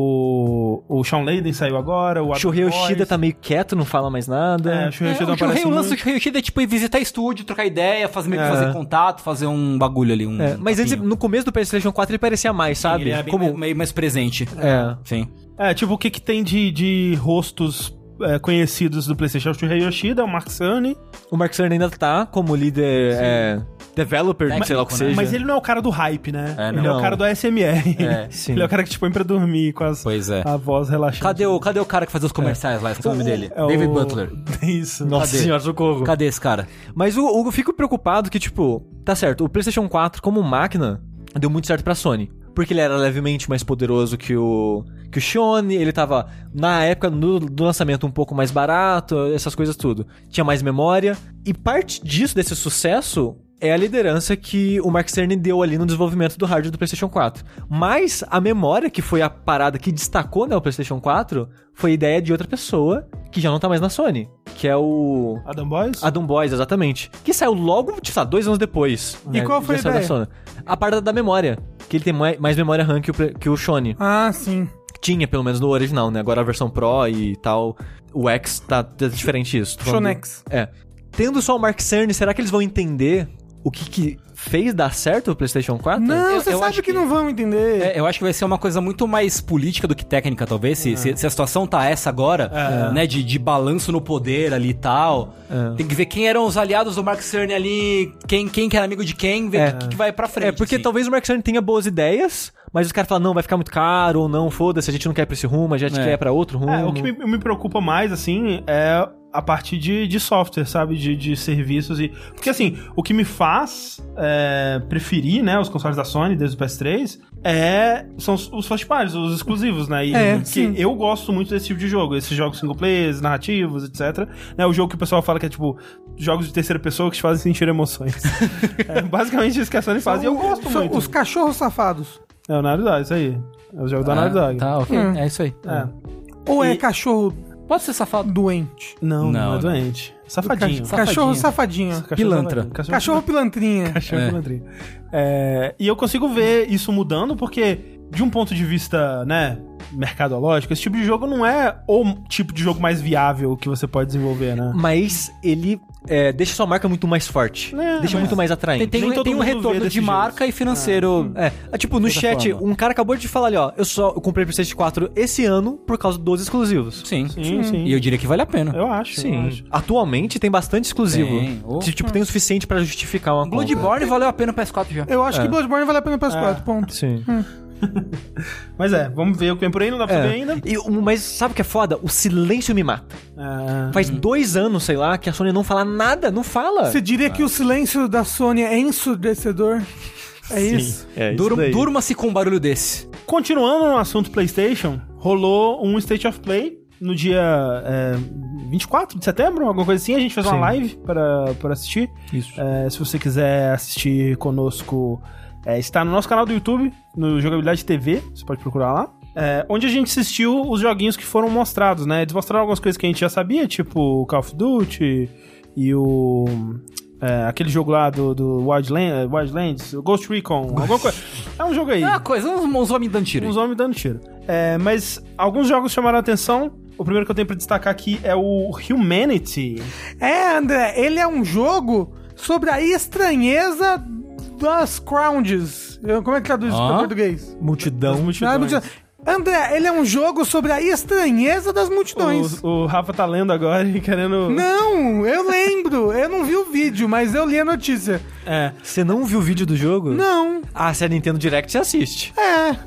A: o, o Sean Layden saiu agora, o Adam
B: Shurei Yoshida
A: Boyce.
B: tá meio quieto, não fala mais
A: É,
B: nada.
A: o Shurei
D: É,
A: Yoshida não
D: o Shurei,
A: aparece
D: o lance do
A: muito.
D: Shurei Yoshida é tipo ir visitar estúdio, trocar ideia, fazer, meio que
A: É.
D: fazer contato, fazer um bagulho ali, um
B: É, mas antes,
D: papinho.
B: no começo do PlayStation 4 ele parecia mais, sabe?
D: Ele é bem-
B: Como...
D: meio mais presente.
B: É.
D: Sim.
A: É, tipo, o que que tem de, de rostos é, conhecidos do PlayStation? É O Shurei Yoshida, o Mark Cerny,
B: O Mark Cerny ainda tá como líder, é, developer,
D: Técnico,
B: sei lá o que
D: né?
B: seja.
A: mas ele não é o cara do hype, né?
D: É,
A: Ele é o
B: não.
A: cara do ASMR.
D: É,
A: (laughs)
B: sim.
A: Ele é o cara que te põe pra dormir com as,
D: Pois é.
A: a voz relaxada.
D: Cadê o, cadê o cara que fazia os comerciais lá? Qual é o nome dele?
A: É o-
D: David (laughs) Butler.
A: Isso.
B: Nossa
D: Cadê?
B: senhora, socorro.
D: Cadê esse cara?
B: Mas o, o- eu fico preocupado que, tipo, tá certo, o PlayStation 4 como máquina deu muito certo pra Sony. Porque ele era levemente mais poderoso que o que o Sony, ele tava, na época no- do lançamento, um pouco mais barato, essas coisas tudo. Tinha mais memória. E parte disso, desse sucesso, é a liderança que o Mark Cerny deu ali no desenvolvimento do hardware do PlayStation 4. Mas a memória, que foi a parada que destacou né, o PlayStation 4, foi a ideia de outra pessoa que já não tá mais na Sony, que é o.
A: Adam Boys?
B: Adam Boys, exatamente. Que saiu logo, tipo, sei lá, dois anos depois. É,
C: E qual
B: já
C: foi a
B: saiu da
C: ideia?
B: Sony. A parte da memória. Que ele tem mai- mais memória RAM que o, pre- que o Shone.
C: Ah, sim.
B: Tinha, pelo menos, no original, né? Agora a versão Pro e tal. O X tá, tá diferente isso. Tô falando-
C: Shonex.
B: É. Tendo só o Mark Cerny, será que eles vão entender o que, que fez dar certo o PlayStation É, 4?
C: Não,
D: Ah, tá. Eu-
C: você
D: eu
C: sabe
D: acho
C: que, não vamos entender.
D: É, eu acho que vai ser uma coisa muito mais política do que técnica, talvez. Se, se- se a situação tá essa agora, né? De, de balanço no poder ali e tal. Tem que ver quem eram os aliados do Mark Cerny ali, quem, quem que era amigo de quem, ver o que, que vai pra frente.
B: É, porque
D: assim.
B: talvez o Mark Cerny tenha boas ideias, mas os caras falam, não, vai ficar muito caro, ou não, foda-se, a gente não quer ir pra esse rumo, a gente
D: É.
B: quer ir pra outro rumo.
A: É, o que me, me preocupa mais, assim, é a parte de, de software, sabe? De, de serviços e. Porque, assim, o que me faz é, preferir, né, os consoles da Sony desde o PS3 é, são os, os first parties, os exclusivos, né? E,
C: É,
A: que
C: sim.
A: eu gosto muito desse tipo de jogo, esses jogos single players, narrativos, etc. Né, o jogo que o pessoal fala que é tipo jogos de terceira pessoa que te fazem sentir emoções. é basicamente isso que a Sony faz e eu gosto
C: São
A: muito.
C: Os cachorros safados.
A: É o Naughty Dog, isso aí. É o jogo da Naughty
D: Ah,
A: Dog.
D: tá, ok.
C: Hum.
D: É isso aí.
A: É.
C: Ou é
A: E-
C: cachorro
D: Pode ser safado.
C: doente.
A: Não, não,
D: Não,
A: é
D: não.
A: doente. Safadinho.
D: Safadinho.
C: Cachorro safadinho.
A: Cachorro
D: Pilantra.
A: saladinho, Cachorro,
C: Cachorro pilantrinha.
A: cachorro
D: É.
A: pilandrinho. É, e eu consigo ver isso mudando porque, de um ponto de vista, né, mercadológico, esse tipo de jogo não é o tipo de jogo mais viável que você pode desenvolver, né?
B: Mas ele é, deixa sua marca muito mais forte.
A: É,
B: deixa
A: mas-
B: muito mais atraente.
D: Tem, tem,
A: Nem
D: um-
A: todo
D: tem um
A: mundo vê
D: retorno
A: desses
D: de marca e financeiro.
B: É, é, tipo, no chat,
D: forma.
B: um cara acabou de falar ali, ó, eu só eu comprei o PlayStation 4 esse ano por causa dos exclusivos.
D: Sim.
A: Sim, sim.
D: E eu diria que vale a pena.
A: Eu acho. eu acho.
B: Atualmente tem bastante exclusivo.
D: Tem, ou-
B: Se, tipo, tem o suficiente pra justificar uma compra.
D: Um Bloodborne valeu a pena o PS4 já.
C: Eu acho que Bloodborne vale a pena
D: É.
C: para PS4, ponto.
B: Sim.
D: Hum.
A: Mas é, vamos ver o que vem por aí, não dá pra
B: É.
A: saber
D: né?
A: ainda.
B: E o- mas sabe o que é foda? O silêncio me mata.
A: É.
B: Faz
D: Uhum.
B: dois anos, sei lá, que a Sony não fala nada, não
D: É.
B: fala.
C: Você diria que o silêncio da Sony é ensurdecedor? É isso?
B: É,
D: Dur- Durma-se com um barulho desse.
A: Continuando no assunto PlayStation, rolou um State of Play no dia é, 24 de setembro, alguma coisa assim. A gente fez uma
B: Sim.
A: live para para assistir.
B: Isso.
A: É, se você quiser assistir conosco, é, está no nosso canal do YouTube, no Jogabilidade TV, você pode procurar lá. É, onde a gente assistiu os joguinhos que foram mostrados, né? Eles mostraram algumas coisas que a gente já sabia, tipo o Call of Duty e o. é, aquele jogo lá do, do Wildlands, Wildlands, Ghost Recon, alguma
B: (laughs)
A: coisa. É um jogo aí.
D: É
B: Ah,
D: uma coisa, uns, uns homens dando tiro.
A: Uns homens dando tiro. É, mas alguns jogos chamaram a atenção. O primeiro que eu tenho pra destacar aqui é o Humanity.
C: É, André, ele é um jogo sobre a estranheza das crowds. Eu- Como é que traduz isso
D: Ah.
C: para português?
A: As
B: Multidão.
A: multidões.
C: Ah, multidão. André, ele é um jogo sobre a estranheza das multidões.
A: O, o Rafa tá lendo agora (laughs) e querendo.
C: Não, eu lembro. eu não vi o vídeo, mas eu li a notícia.
A: É.
B: Você não viu o vídeo do jogo?
C: Não,
B: Ah, se é Nintendo Direct, você assiste.
D: (laughs)
C: é.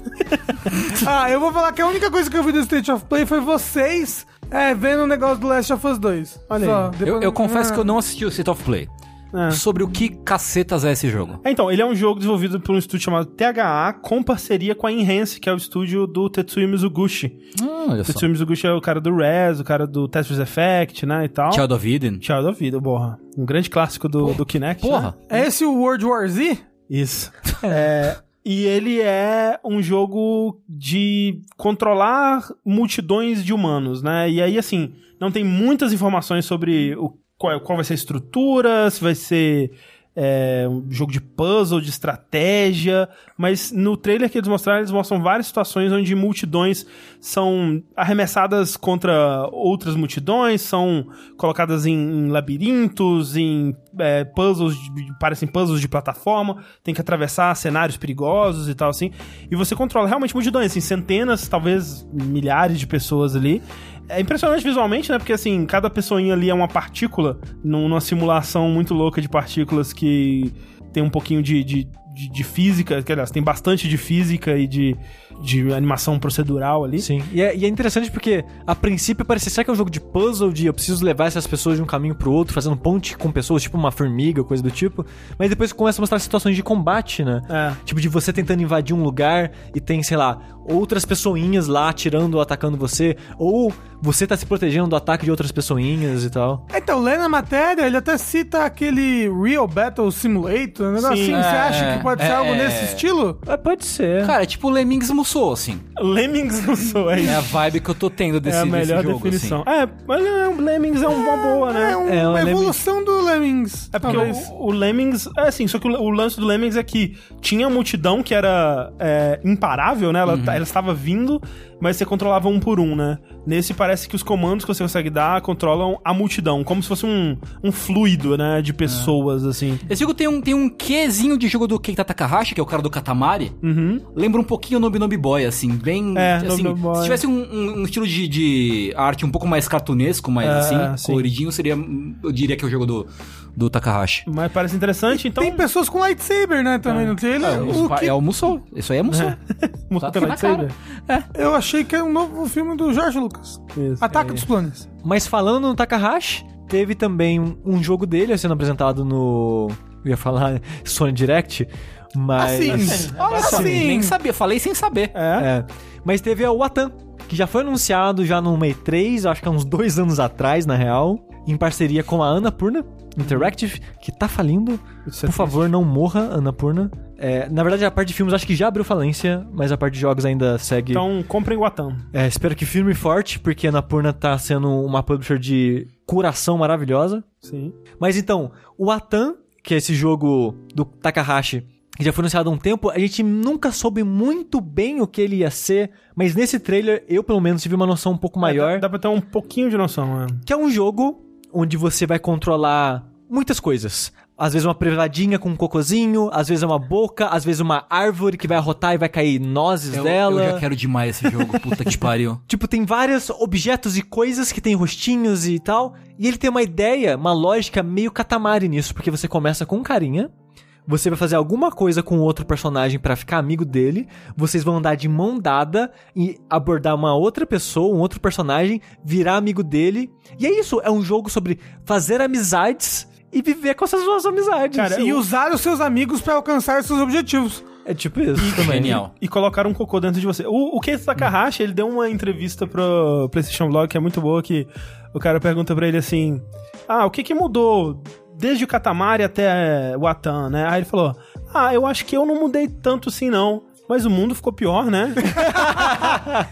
C: ah, eu vou falar que a única coisa que eu vi do State of Play foi vocês é, vendo o negócio do Last of Us 2.
A: Olha
C: Só,
A: aí.
C: depois-
D: Eu, eu confesso
A: Ah.
C: Ah.
D: que eu não assisti o State of Play.
A: É.
D: Sobre o que cacetas é esse jogo.
A: É, Então, ele é um jogo desenvolvido por um estúdio chamado THA, com parceria com a Enhance, que é o estúdio do Tetsuya Mizuguchi.
D: Hum, olha só.
A: Tetsuya Mizuguchi é o cara do Rez, o cara do Tetris Effect, né, e tal.
D: Child of Eden.
A: Child of Vida, porra. Um grande clássico do, do Kinect, né?
D: Porra.
C: É esse o World War Z?
A: Isso. É, e ele é um jogo de controlar multidões de humanos, né? E aí, assim, não tem muitas informações sobre o, qual, qual vai ser a estrutura, se vai ser é, um jogo de puzzle, de estratégia. Mas no trailer que eles mostraram, eles mostram várias situações onde multidões são arremessadas contra outras multidões, são colocadas em, em labirintos, em é, puzzles, de- parecem puzzles de plataforma, tem que atravessar cenários perigosos e tal assim. E você controla realmente multidões, assim, centenas, talvez milhares de pessoas ali. É impressionante visualmente, né? Porque assim, cada pessoinha ali é uma partícula, num- numa simulação muito louca de partículas que tem um pouquinho de, de, de, de física, que aliás, tem bastante de física e de, de animação procedural ali.
B: Sim. E é, e é interessante porque, a princípio, parecia será que é um jogo de puzzle, de eu preciso levar essas pessoas de um caminho pro outro, fazendo ponte com pessoas, tipo uma formiga, coisa do tipo. Mas depois começa a mostrar situações de combate, né?
A: É.
B: Tipo, de você tentando invadir um lugar e tem, sei lá, outras pessoinhas lá atirando ou atacando você, ou você tá se protegendo do ataque de outras pessoinhas e tal.
C: Então, lendo a matéria, ele até cita aquele Real Battle Simulator, um negócio
A: Sim,
C: assim. Você
D: é,
C: acha que pode ser
D: é.
C: algo nesse estilo?
B: É, pode ser.
D: Cara, é tipo Lemmings Musou, assim.
A: Lemmings não sou, é
D: É
A: isso.
D: a vibe que eu tô tendo
A: É
D: desse,
A: a melhor
D: desse jogo,
A: definição.
D: assim.
A: É, mas é, um Lemmings é uma boa, né?
C: É, um-
B: É, um
C: uma
B: Lemmings.
C: evolução do Lemmings.
A: É porque
C: talvez.
A: o, o Lemmings. É assim, só que o, o lance do
C: Uhum.
A: Lemmings é que tinha a multidão que era é, imparável, né? Ela, ela tá, estava vindo. mas você controlava um por um, né? Nesse parece que os comandos que você consegue dar controlam a multidão, como se fosse um, um fluido, né?
C: É.
A: De pessoas, assim.
D: Esse jogo tem um, tem um quezinho de jogo do Keita Takahashi, que é o cara do Katamari. Lembra um pouquinho o Nobinobi Boy, assim, bem...
A: Uhum. É,
D: assim,
A: Nobinobi Boy.
D: Se tivesse um, um- um estilo de, de arte um pouco mais cartunesco, mais
A: É,
D: assim,
A: sim.
D: coloridinho, seria, hum, eu diria que é o jogo do, do Takahashi.
A: Mas parece interessante, então.
C: Tem pessoas com lightsaber, né, também no trailer.
D: Isso
C: o
D: pa-
C: que
D: É o Musou. Isso aí é Musou.
A: Muta
D: tá na
A: lightsaber.
C: eu achei que é um novo filme do Jorge Lucas.
A: Isso.
C: Ataque dos Clones.
B: Mas falando no Takahashi, teve também um, um jogo dele sendo apresentado no. Eu ia falar Sony Direct, mas.
C: Assim, olha assim.
D: Nem sabia, falei sem saber.
A: É.
B: (laughs) É. Mas teve o Watan, que já foi anunciado já no May 3, acho que há uns dois anos atrás, na real, em parceria com a Annapurna Interactive, que tá falindo.
A: Isso é
B: Por favor, não morra, Annapurna. É, na verdade, a parte de filmes acho que já abriu falência, mas a parte de jogos ainda segue.
A: Então, comprem Watan.
B: É, espero que firme e forte, porque a Annapurna tá sendo uma publisher de curação maravilhosa.
A: Sim.
B: Mas então, o Atan, que é esse jogo do Takahashi, que já foi anunciado há um tempo, a gente nunca soube muito bem o que ele ia ser, mas nesse trailer eu pelo menos tive uma noção um pouco
D: É,
B: maior,
A: Dá, dá pra ter um pouquinho de noção, né?
B: que é um jogo onde você vai controlar muitas coisas. Às vezes uma privadinha com um cocozinho, às vezes é uma boca, às vezes uma árvore que vai arrotar e vai cair nozes
D: Eu,
B: dela.
D: eu já quero demais esse jogo, puta que pariu.
B: Tipo, tem vários objetos e coisas que tem rostinhos e tal. E ele tem uma ideia, uma lógica meio catamari nisso, porque você começa com um carinha. Você vai fazer alguma coisa com outro personagem pra ficar amigo dele. Vocês vão andar de mão dada e abordar uma outra pessoa, um outro personagem, virar amigo dele. E é isso, é um jogo sobre fazer amizades e viver com essas suas amizades.
A: Cara,
C: E usar os seus amigos pra alcançar seus objetivos.
B: É tipo isso também.
D: Genial.
A: e colocaram um cocô dentro de você. O, o Keita Takahashi, ele deu uma entrevista pro PlayStation Blog que é muito boa, que o cara pergunta pra ele assim: Ah, o que que mudou desde o Katamari até o Atan, né? Aí ele falou: Ah, eu acho que eu não mudei tanto assim não. Mas o mundo ficou pior, né?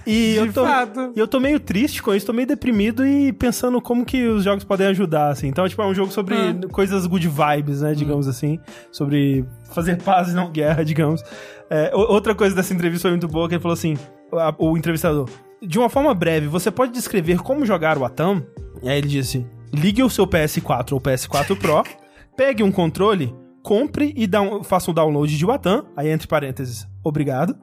A: e eu tô,
C: fato.
A: e eu tô meio triste com isso, tô meio deprimido e pensando como que os jogos podem ajudar, assim. Então, tipo, é um jogo sobre coisas good vibes, né, digamos assim. Sobre fazer paz e não guerra, (laughs) digamos. É, o- outra coisa dessa entrevista foi muito boa, que ele falou assim, a- o entrevistador, de uma forma breve, você pode descrever como jogar o Atam? E aí ele disse, ligue o seu PS4 ou PS4 Pro, pegue um controle... Compre e dá um- faça o download de Watan, aí entre parênteses, obrigado,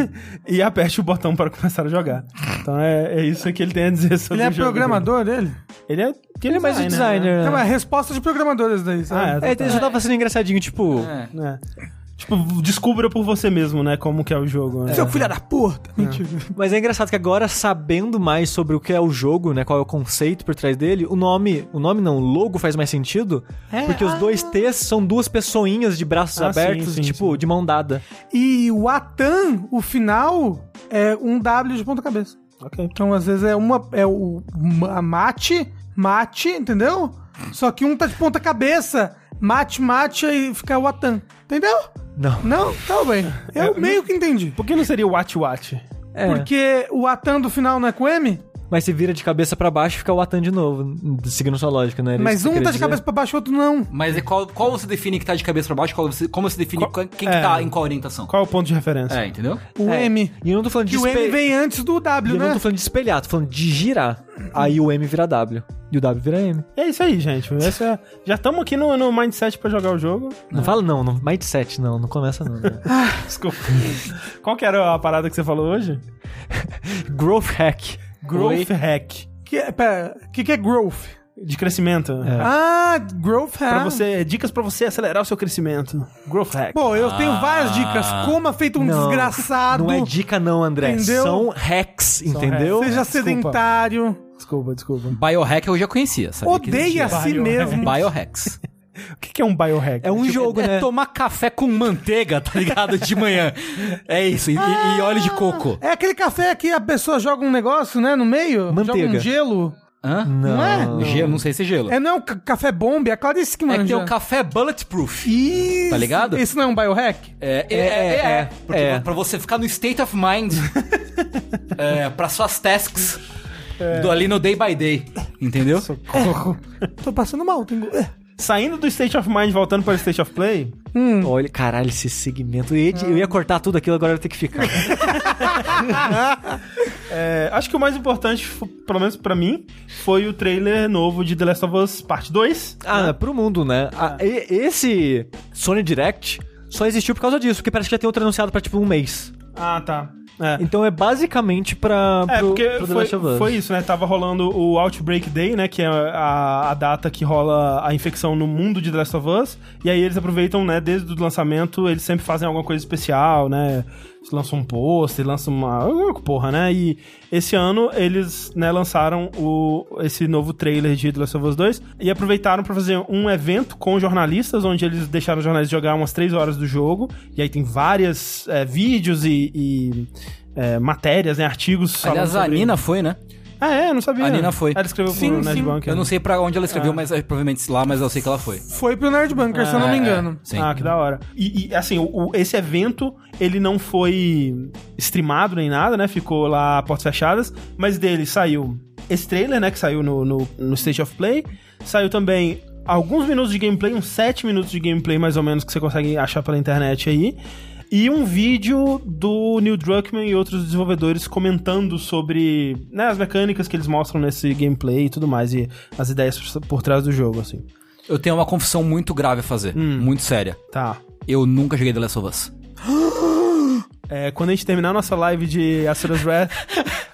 A: (laughs) e aperte o botão para começar a jogar. Então é, é isso que ele tem a dizer sobre
C: Ele é
A: o jogo
C: programador dele?
A: dele. Ele é,
B: Ele é mais um designer.
C: Não,
B: né?
C: é resposta de programadores daí, sabe?
A: Ah,
B: É, ele só tava sendo engraçadinho, tipo.
D: É.
A: né? Tipo, descubra por você mesmo, né? Como que é o jogo. né?
C: Seu filho da puta! Mentira.
B: Mas é engraçado que agora, sabendo mais sobre o que é o jogo, né? Qual é o conceito por trás dele, o nome. O nome não, o logo faz mais sentido.
C: É,
B: porque
C: ah.
B: os dois T's são duas pessoinhas de braços
A: Ah, sim,
B: abertos,
A: sim,
B: tipo,
A: sim.
B: de mão dada.
C: E o Atan, o final, é um W de ponta cabeça.
A: Ok.
C: Então, às vezes, é uma. É o ma- mate, mate, entendeu? Só que um tá de ponta cabeça. Mate, mate, aí fica o Atan. Entendeu?
B: Não.
C: Não? Tá bem. Eu meio que entendi.
A: Por que não seria Watch Watch?
B: É.
C: Porque o Atan do final não é com M,
B: Mas se vira de cabeça pra baixo, fica o Atan de novo. Seguindo sua lógica, né? Era
C: mas
B: isso que eu
C: um tá
B: queria
C: de
B: dizer.
C: cabeça pra baixo, o outro não.
D: (laughs) Mas é qual, qual você define que tá de cabeça pra baixo? Qual você, como você define quem que
A: é.
D: tá em qual orientação?
A: Qual é o ponto de referência?
D: É, entendeu?
C: O
B: É.
C: M.
B: E eu não tô falando
C: Que
B: de
C: o M
B: espelhar.
C: vem antes do
B: E
C: W,
B: eu não
C: né?
B: tô falando de espelhar, tô falando de girar. Aí o M vira W. E o W vira M.
A: É, isso aí, gente. Essa é- Já estamos aqui no, no mindset pra jogar o jogo.
C: Ah.
B: Não fala não, não, mindset não, não começa não. Né?
A: Desculpa. (laughs) Qual que era a parada que você falou hoje?
B: (laughs) Growth hack.
A: Growth hack.
C: Que, é- pera, que que é growth?
A: De crescimento.
B: É.
C: Ah, growth hack.
A: Pra você, dicas pra você acelerar o seu crescimento. Growth hack.
C: Pô, eu tenho várias dicas. Coma feito um
B: Ah. Não,
C: desgraçado.
B: Não é dica não, André.
C: Entendeu?
B: São hacks, entendeu?
C: Seja
A: Desculpa.
C: sedentário.
A: Desculpa, desculpa.
D: Biohack eu já conhecia, sabe?
C: Odeia a si
A: Biohack.
B: (laughs)
C: mesmo.
D: (laughs) Biohacks.
A: O que que é um biohack?
B: É um jogo,
D: é
B: né?
D: tomar café com manteiga, tá ligado? De manhã. (laughs) É isso. E, e- e óleo de coco.
C: É aquele café que a pessoa joga um negócio, né, no meio? Joga
B: Manteiga.
C: um gelo.
D: Hã?
B: Não.
C: Não
D: Ah. Não. Gelo, não sei se é gelo.
C: É, não é um ca- café bomba, é claro isso que
D: É
C: manja.
D: que tem o café bulletproof.
C: Isso.
D: Tá ligado?
C: Isso não é um biohack?
D: É, é,
B: É,
D: é, é,
B: é,
D: Porque
B: é.
D: pra você ficar no state of (laughs) mind é, pra suas tasks do, ali no day by day. Entendeu?
C: (laughs) Tô passando mal. Tenho... é.
A: Saindo do State of Mind, voltando para o State of Play,
B: Olha, caralho, esse segmento. Eu ia, eu ia cortar tudo aquilo, agora eu vou ter que ficar.
A: É, acho que o mais importante, fo- pelo menos pra mim, foi o trailer novo de The Last of Us Parte 2.
B: Ah, pro mundo, né? A- e- esse Sony Direct só existiu por causa disso, porque parece que já tem outro anunciado pra tipo um mês.
A: Ah, tá. É.
B: Então é basicamente pra.
A: É,
B: pro,
A: porque
B: pro The Last of
A: foi,
B: Us.
A: foi isso, né? Tava rolando o Outbreak Day, né? Que é a, a data que rola a infecção no mundo de The Last of Us. E aí eles aproveitam, né? Desde o lançamento, eles sempre fazem alguma coisa especial, né? Eles lançam um pôster, lançam uma... Alguma porra, né? E esse ano eles né, lançaram o, esse novo trailer de The Last of Us 2 e aproveitaram pra fazer um evento com jornalistas, onde eles deixaram os jornalistas jogar umas três horas do jogo. E aí tem vários vídeos e... e, é, matérias, né? Artigos.
D: Aliás,
A: falando
D: a
A: sobre-
D: Nina foi, né?
A: ah, é? Eu não sabia.
D: A Nina foi.
A: Ela escreveu
C: Sim,
A: pro Ned é.
C: sim.
A: Bunker.
D: Eu não sei pra onde ela escreveu, mas é, provavelmente lá, mas eu sei que ela foi. É,
C: Foi pro Nerd Bunker, se eu não me engano.
D: Sim.
A: Ah, que da hora. E, e, assim, o- o- esse evento, ele não foi streamado nem nada, né? Ficou lá a portas fechadas, mas dele saiu esse trailer, né? Que saiu no, no, no State of Play. Saiu também alguns minutos de gameplay, uns 7 minutos de gameplay mais ou menos, que você consegue achar pela internet aí. E um vídeo do Neil Druckmann e outros desenvolvedores comentando sobre né, as mecânicas que eles mostram nesse gameplay e tudo mais, e as ideias por trás do jogo, assim.
D: Eu tenho uma confissão muito grave a fazer,
A: Hum.
D: muito séria.
A: Tá.
D: Eu nunca joguei The Last of Us.
A: É, quando a gente terminar a nossa live de Asura's Wrath,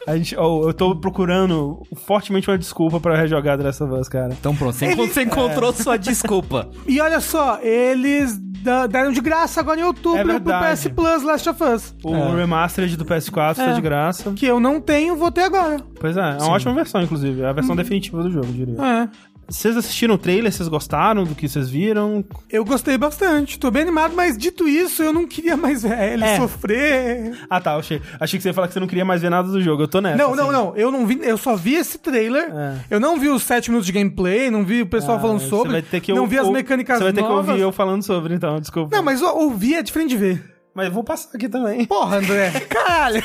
A: a gente, ou, eu tô procurando fortemente uma desculpa pra rejogar The Last of Us, cara.
D: Então pronto, você, encont- você encontrou sua desculpa.
C: E olha só, eles da- deram de graça agora em outubro
A: É
C: pro
A: verdade.
C: PS Plus Last of Us.
A: O Remastered do PS4 foi
C: É.
A: tá de graça.
C: Que eu não tenho, vou ter agora.
A: Pois é, é uma ótima versão, inclusive. É a
C: Uhum.
A: versão definitiva do jogo, eu diria.
C: É.
A: Vocês assistiram o trailer? Vocês gostaram do que vocês viram?
C: Eu gostei bastante, tô bem animado, mas dito isso, eu não queria mais ver ele
A: É.
C: sofrer.
A: Ah, tá, achei. Achei que você ia falar que você não queria mais ver nada do jogo. Eu tô nessa.
C: Não,
A: assim.
C: não, não. Eu não vi, eu só vi esse trailer.
A: É. Ah,
C: Eu não vi os 7 minutos de gameplay, não vi o pessoal falando
A: Você
C: sobre.
A: vai ter que
C: não
A: ou-
C: vi as
A: ou-
C: mecânicas
A: Você vai ter
C: novas.
A: que ouvir eu falando sobre, então, desculpa.
C: Não, mas ó, ouvir é diferente de ver.
A: mas eu vou passar aqui também.
C: Porra, André.
A: (laughs)
C: Caralho.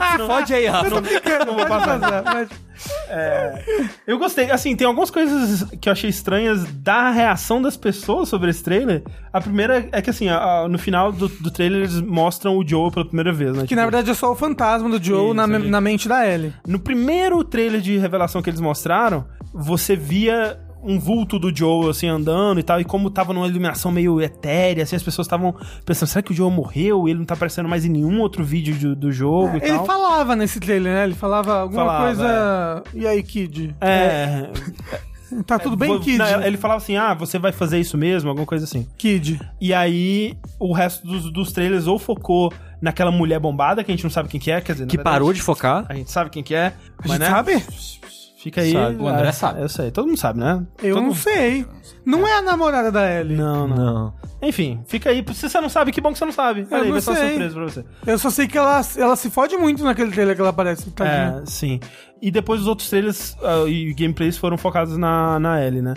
B: Ah,
D: Pode aí, Rafa.
A: Não vou passar. né? Eu gostei, assim, tem algumas coisas que eu achei estranhas da reação das pessoas sobre esse trailer. A primeira é que, assim, a- a- no final do, do trailer eles mostram o Joe pela primeira vez, né?
C: Que na
A: Tipo,
C: verdade é só o fantasma do Joe
A: Isso,
C: na, me-
A: ali.
C: na mente da Ellie.
A: No primeiro trailer de revelação que eles mostraram, você via um vulto do Joe, assim, andando e tal, e como tava numa iluminação meio etérea, assim, as pessoas estavam pensando, será que o Joe morreu? Ele não tá aparecendo mais em nenhum outro vídeo do, do jogo e
C: Ele
A: tal.
C: falava nesse trailer, né? Ele falava alguma
A: Falava,
C: coisa. E aí, Kid?
A: É,
C: Tá tudo bem,
A: vo-
C: Kid?
A: não, ele falava assim, ah, você vai fazer isso mesmo, alguma coisa assim.
C: Kid.
A: E aí, o resto dos, dos trailers ou focou naquela mulher bombada, que a gente não sabe quem que é, quer dizer... na
B: Que
A: verdade,
B: parou de focar.
A: A gente sabe quem que é,
C: A
A: mas
C: gente
A: né,
C: sabe?
A: fica aí...
B: Sabe.
D: O André
A: é,
D: sabe.
A: Eu sei, todo mundo sabe, né? Todo
C: Eu não
A: mundo-
C: sei. Não é a namorada da Ellie.
A: Não, não.
B: Não.
A: Enfim, fica aí. Se você não sabe, que bom que você não sabe. Olha aí,
C: não
A: vai ser uma
C: sei.
A: surpresa pra você.
C: Eu só sei que ela, ela se fode muito naquele trailer que ela aparece. tadinha.
A: É, sim. E depois os outros trailers ah, e gameplays foram focados na, na Ellie, né?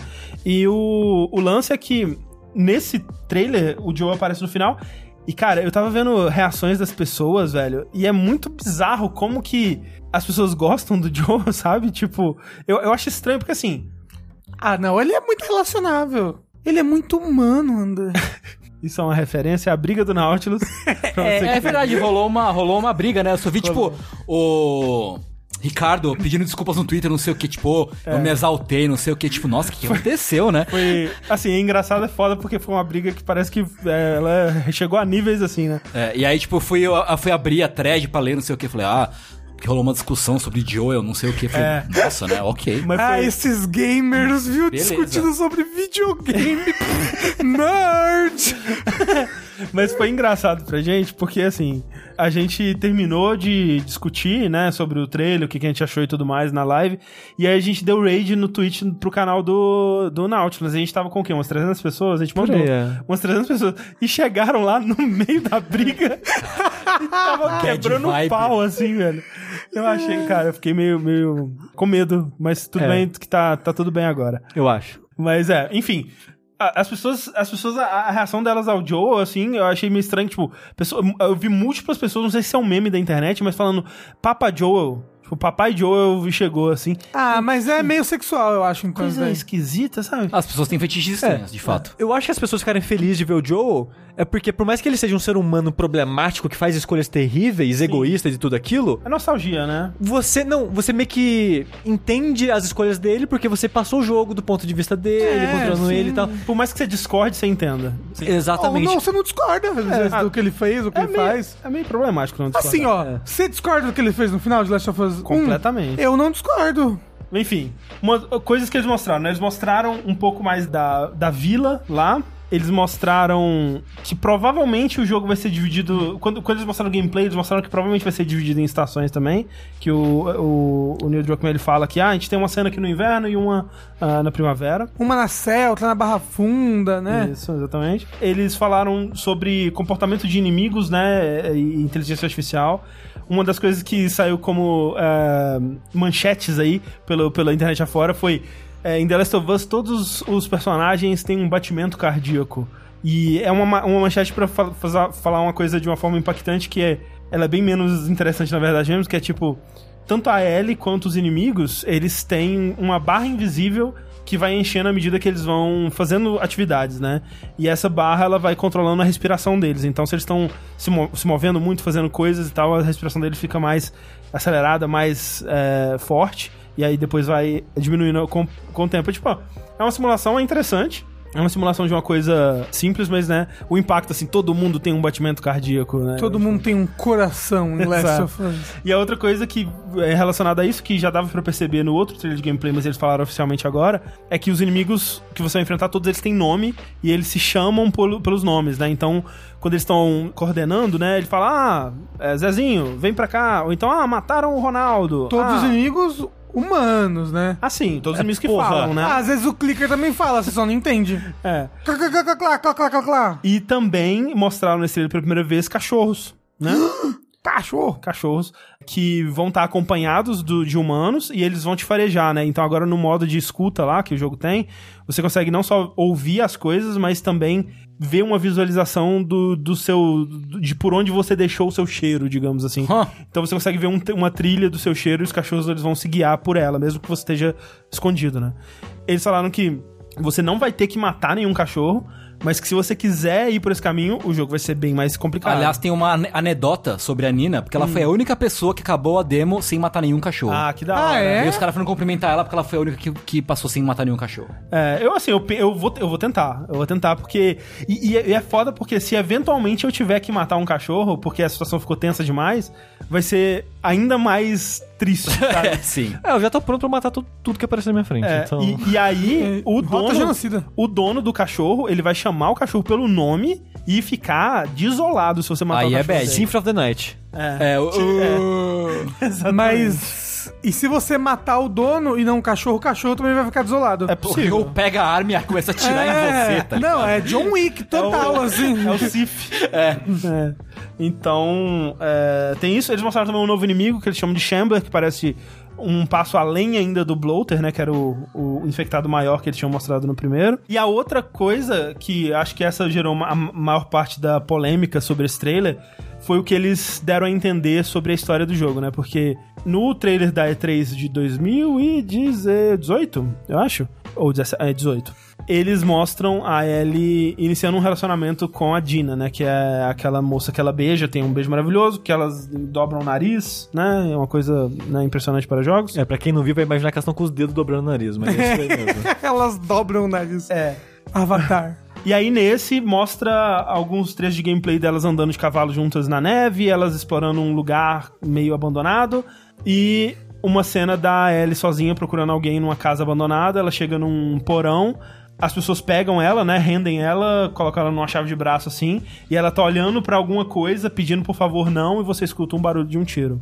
A: E o, o lance é que nesse trailer o Joe aparece no final. E, cara, eu tava vendo reações das pessoas, velho, e é muito bizarro como que as pessoas gostam do (laughs) Joe, sabe? Tipo, eu, eu acho estranho, porque assim,
C: Ah, não. Ele é muito relacionável. Ele é muito
A: (laughs)
C: humano, André.
A: isso é uma referência à briga do Nautilus. Pra você
D: É, é
A: que-
D: verdade, rolou uma, rolou uma briga, né? Eu só vi, tipo, o. Ricardo pedindo desculpas no Twitter, não sei o que, tipo, eu me exaltei, não sei o que, tipo, nossa, (laughs) o que aconteceu, né?
A: Foi, assim, é engraçado, é foda, porque foi uma briga que parece que é, ela chegou a níveis assim, né?
D: É, e aí, tipo, eu fui, eu, eu fui abrir a thread pra ler, não sei o que, falei, ah, porque rolou uma discussão sobre Joel, não sei o que, falei,
A: É.
D: nossa, né?
A: (laughs)
D: Ok.
A: Mas
C: Ah,
A: foi,
C: esses gamers, viu?
D: Beleza.
C: Discutindo sobre videogame. (laughs) Nerd!
A: mas foi engraçado pra gente, porque assim, a gente terminou de discutir, né, sobre o trailer, o que que a gente achou e tudo mais na live, e aí a gente deu raid no Twitch pro canal do, do Nautilus. A gente tava com o quê? Umas 300 pessoas? A gente mandou
B: aí, é.
A: umas 300 pessoas. E chegaram lá no meio da
B: (laughs)
A: briga e tava
D: Bad
A: quebrando o
D: vibe.
A: pau, assim, velho. Eu achei, cara, eu fiquei meio, meio com medo, mas tudo
B: É.
A: bem que tá, tá tudo bem agora.
B: Eu acho.
A: Mas é, enfim. a- As pessoas, as pessoas, a, a reação delas ao Joe, assim, eu achei meio estranho, tipo, pessoa, eu vi múltiplas pessoas, não sei se é um meme da internet, mas falando Papa Joel. Tipo, O papai Joel chegou assim.
C: Ah, mas é meio sexual, eu acho, então.
A: Coisa
C: velho.
A: esquisita, sabe?
D: As pessoas têm fetiches estranhos,
A: É.
D: de fato.
B: Eu acho que as pessoas ficarem felizes de ver o Joel é porque, por mais que ele seja um ser humano problemático, que faz escolhas terríveis, egoísta de tudo aquilo,
A: É nostalgia, né?
B: você não, você meio que entende as escolhas dele porque você passou o jogo do ponto de vista dele, controlando ele e tal.
A: Por mais que você discorde, você entenda. Sim.
C: Ou
D: Exatamente.
C: Oh, não, você não discorda às vezes,
A: Ah,
C: É, do que ele fez, o que
A: É
C: ele
A: meio,
C: faz.
A: é meio problemático não discordar.
C: Assim, ó, você discorda do que ele fez no final de Last of Us
A: É.
C: 1?
A: Completamente.
C: Eu não discordo.
A: Enfim, uma- coisas que eles mostraram, né? Eles mostraram um pouco mais da, da vila lá. Eles mostraram que provavelmente o jogo vai ser dividido. Quando, quando eles mostraram o gameplay, eles mostraram que provavelmente vai ser dividido em estações também. Que o, o, o Neil Druckmann ele fala que ah, a gente tem uma cena aqui no inverno e uma ah, na primavera.
C: Uma na Cel, outra na Barra Funda, né?
A: Isso, exatamente. Eles falaram sobre comportamento de inimigos, né? E inteligência artificial. Uma das coisas que saiu como eh, manchetes aí pelo, pela internet afora foi: eh, em The Last of Us, todos os personagens têm um batimento cardíaco. E é uma, ma- uma manchete pra fa- faza- falar uma coisa de uma forma impactante que é. Ela é bem menos interessante, na verdade, mesmo, que é tipo. Tanto a Ellie quanto os inimigos, eles têm uma barra invisível que vai enchendo à medida que eles vão fazendo atividades, né? E essa barra ela vai controlando a respiração deles. Então, se eles estão se, mo- se movendo muito, fazendo coisas e tal, a respiração deles fica mais acelerada, mais é, forte. E aí depois vai diminuindo com, com o tempo. É, Tipo, ó, é uma simulação é interessante. É uma simulação de uma coisa simples, mas, né? O impacto, assim, todo mundo tem um batimento cardíaco, né?
C: Todo mundo tem um coração em Last
A: Exato.
C: of Us.
A: E a outra coisa que é relacionada a isso, que já dava pra perceber no outro trailer de gameplay, mas eles falaram oficialmente agora, é que os inimigos que você vai enfrentar, todos eles têm nome e eles se chamam pelo- pelos nomes, né? Então, quando eles estão coordenando, né? Ele fala, ah, é, Zezinho, vem pra cá. Ou então, ah, mataram o Ronaldo.
C: Todos
A: ah,
C: os inimigos humanos, né?
A: Assim, todos os inimigos que
B: porra.
A: falam, né?
C: Ah, às vezes o clicker também fala, você só não entende.
A: É.
C: Clá, clá, clá, clá, clá, clá, clá, clá.
A: E também mostraram nesse trailer pela primeira vez cachorros, né?
C: Cachorro.
A: cachorros que vão estar acompanhados do- de humanos e eles vão te farejar, né? Então agora no modo de escuta lá que o jogo tem, você consegue não só ouvir as coisas, mas também ver uma visualização do, do seu do- de por onde você deixou o seu cheiro, digamos assim.
D: Hã.
A: Então você consegue ver um te- uma trilha do seu cheiro e os cachorros eles vão se guiar por ela, mesmo que você esteja escondido, né? Eles falaram que você não vai ter que matar nenhum cachorro, mas que se você quiser ir por esse caminho, o jogo vai ser bem mais complicado.
D: Aliás, tem uma ane- anedota sobre a Nina, porque ela foi a única pessoa que acabou a demo sem matar nenhum cachorro.
A: Hum. ah, que da
C: Ah,
A: hora.
C: é?
D: E os caras foram cumprimentar ela porque ela foi a única que, que passou sem matar nenhum cachorro.
A: É, eu assim, eu, pe- eu, vou, eu vou tentar. Eu vou tentar, porque. E, e é- e é foda, porque se eventualmente eu tiver que matar um cachorro, porque a situação ficou tensa demais, vai ser ainda mais
C: (laughs)
A: triste. sabe?
D: (laughs) sim.
B: É, eu já tô pronto pra matar tu- tudo que aparecer na minha frente.
A: É,
B: então...
A: e, e aí, o
C: É, Rota
A: dono,
C: genocida.
A: o dono do cachorro, ele vai chamar o cachorro pelo nome e ficar desolado se você matar
D: Aí
A: o
D: é
A: cachorro.
D: bad.
A: dele.
B: Symphony of the Night.
D: É, o-
C: Mas. E se você matar o dono e não o cachorro, o cachorro também vai ficar desolado.
A: É
D: o
A: possível.
D: Rio pega a arma e começa a atirar em você, tá ligado?
C: Não, é John Wick total, assim.
A: (laughs) É o Sif. É. Então, é, tem isso. Eles mostraram também um novo inimigo que eles chamam de Chamber, que parece um passo além ainda do Bloater, né? Que era o, o infectado maior que eles tinham mostrado no primeiro. E a outra coisa que acho que essa gerou ma- a maior parte da polêmica sobre esse trailer foi o que eles deram a entender sobre a história do jogo, né? Porque no trailer da E3 de 2018, eu acho, ou 17 é, 18, eles mostram a Ellie iniciando um relacionamento com a Dina, né? Que é aquela moça que ela beija, tem um beijo maravilhoso, que elas dobram o nariz, né? É uma coisa né, impressionante para jogos.
B: É, pra quem não viu, vai imaginar que elas estão com os dedos dobrando o nariz, mas é isso aí mesmo.
C: Elas dobram o nariz.
A: É.
C: Avatar.
A: E aí, nesse, mostra alguns trechos de gameplay delas andando de cavalo juntas na neve, elas explorando um lugar meio abandonado, e uma cena da Ellie sozinha procurando alguém numa casa abandonada, ela chega num porão, as pessoas pegam ela, né, rendem ela, colocam ela numa chave de braço assim, e ela tá olhando pra alguma coisa, pedindo por favor não, e você escuta um barulho de um tiro.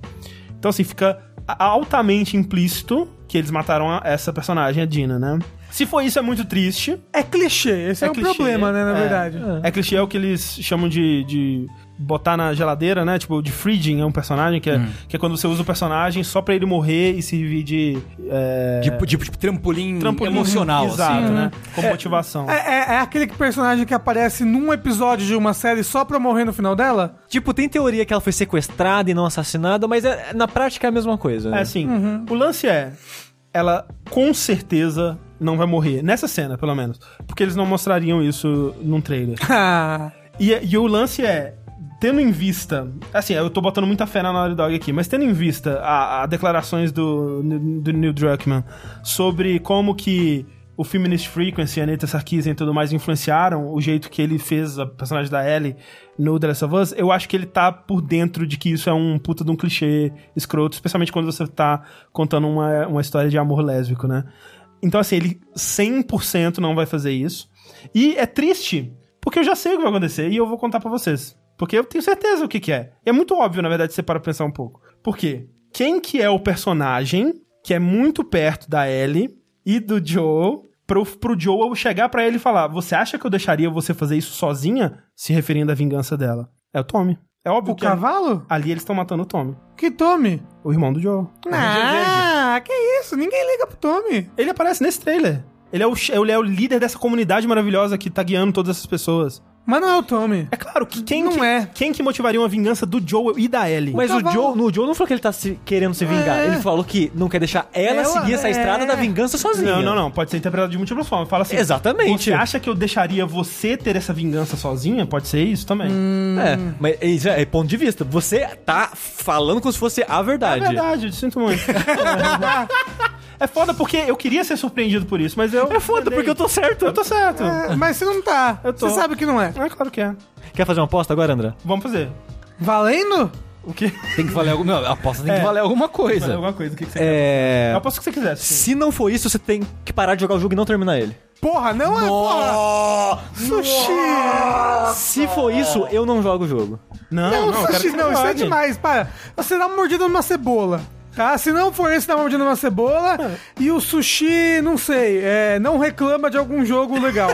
A: Então, assim, fica altamente implícito que eles mataram a- essa personagem, a Dina, né? Se for isso, é muito triste.
C: É clichê, esse é, o
A: clichê,
C: problema, né, na
A: é.
C: verdade.
A: É clichê, é o que eles chamam de, de botar na geladeira, né? Tipo, de freezing é um personagem, que é, que é quando você usa o personagem só pra ele morrer e servir de é,
D: Tipo, tipo, tipo trampolim,
A: trampolim
D: emocional,
A: Exato,
D: assim.
A: né? Com motivação.
C: É, é, é aquele que- personagem que aparece num episódio de uma série só pra morrer no final dela?
B: (laughs)
C: (laughs)
B: Tipo, tem teoria que ela foi sequestrada e não assassinada, mas é- na prática é a mesma
A: É
B: coisa. Né?
A: assim,
C: Uhum.
A: o lance é, ela com certeza não vai morrer. Nessa cena, pelo menos. Porque eles não mostrariam isso num trailer.
C: Ah,
A: E, e o lance é, tendo em vista. Assim, eu tô botando muita fé na Naughty Dog aqui, mas tendo em vista a, a declarações do, do Neil Druckmann sobre como que o Feminist Frequency, a Anita Sarkeesian e tudo mais influenciaram o jeito que ele fez a personagem da Ellie no The Last of Us, eu acho que ele tá por dentro de que isso é um puta de um clichê escroto, especialmente quando você tá contando uma, uma história de amor lésbico, né? Então, assim, ele 100% não vai fazer isso. E é triste, porque eu já sei o que vai acontecer e eu vou contar pra vocês. Porque eu tenho certeza o que, que é. É muito óbvio, na verdade, se você para pra pensar um pouco. Por quê? Quem que é o personagem que é muito perto da Ellie e do Joel pro, pro Joel chegar pra ele e falar você acha que eu deixaria você fazer isso sozinha? Se referindo à vingança dela. É o Tommy. É óbvio
C: o
A: que
C: cavalo?
A: ali eles estão matando o Tommy.
C: Que Tommy?
A: O irmão do Joel.
C: Ah, que isso? Ninguém liga pro Tommy.
A: Ele aparece nesse trailer. Ele é, o, che- ele é o líder dessa comunidade maravilhosa que tá guiando todas essas pessoas.
C: Mas não é o Tommy.
A: É claro que quem
C: Não
A: que,
C: é.
A: quem que motivaria uma vingança do Joel e da Ellie?
B: Mas o
C: Então
B: Joe,
C: vamos-
B: no Joe não falou que ele tá se- querendo se vingar.
C: É.
B: Ele falou que não quer deixar ela,
C: Ela-
B: seguir essa
C: é.
B: estrada da vingança sozinha.
A: não, não, não. Pode ser interpretado de múltiplas formas. Fala assim.
B: Exatamente.
A: Você acha que eu deixaria você ter essa vingança sozinha? Pode ser isso também.
B: É, mas isso é ponto de vista. Você tá falando como se fosse a
A: É
B: verdade.
A: verdade, eu sinto muito. é foda porque eu queria ser surpreendido por isso, mas eu.
B: É foda, porque eu tô certo.
A: Eu tô certo.
C: É, mas você não tá.
A: Eu tô.
C: Você sabe que não é.
A: É claro que é.
B: Quer fazer uma aposta agora, André?
A: Vamos fazer.
C: Valendo?
A: O quê?
D: Tem que valer alguma. Não, aposta tem que
A: É.
D: valer alguma coisa.
A: Alguma coisa, o que, que você quer?
B: É.
A: Eu aposto que você quiser. sim.
B: Se não for isso, você tem que parar de jogar o jogo e não terminar ele.
C: Porra, não é porra. Sushi!
B: Se for isso, eu não jogo o jogo.
A: Não,
C: Não,
A: não, eu quero que
C: sushi
A: você
C: não, isso é
A: jogue.
C: demais, para. Você dá uma mordida numa cebola. Tá? Se não for esse, dá uma mordida numa cebola. E o sushi, não sei, é, não reclama de algum jogo legal.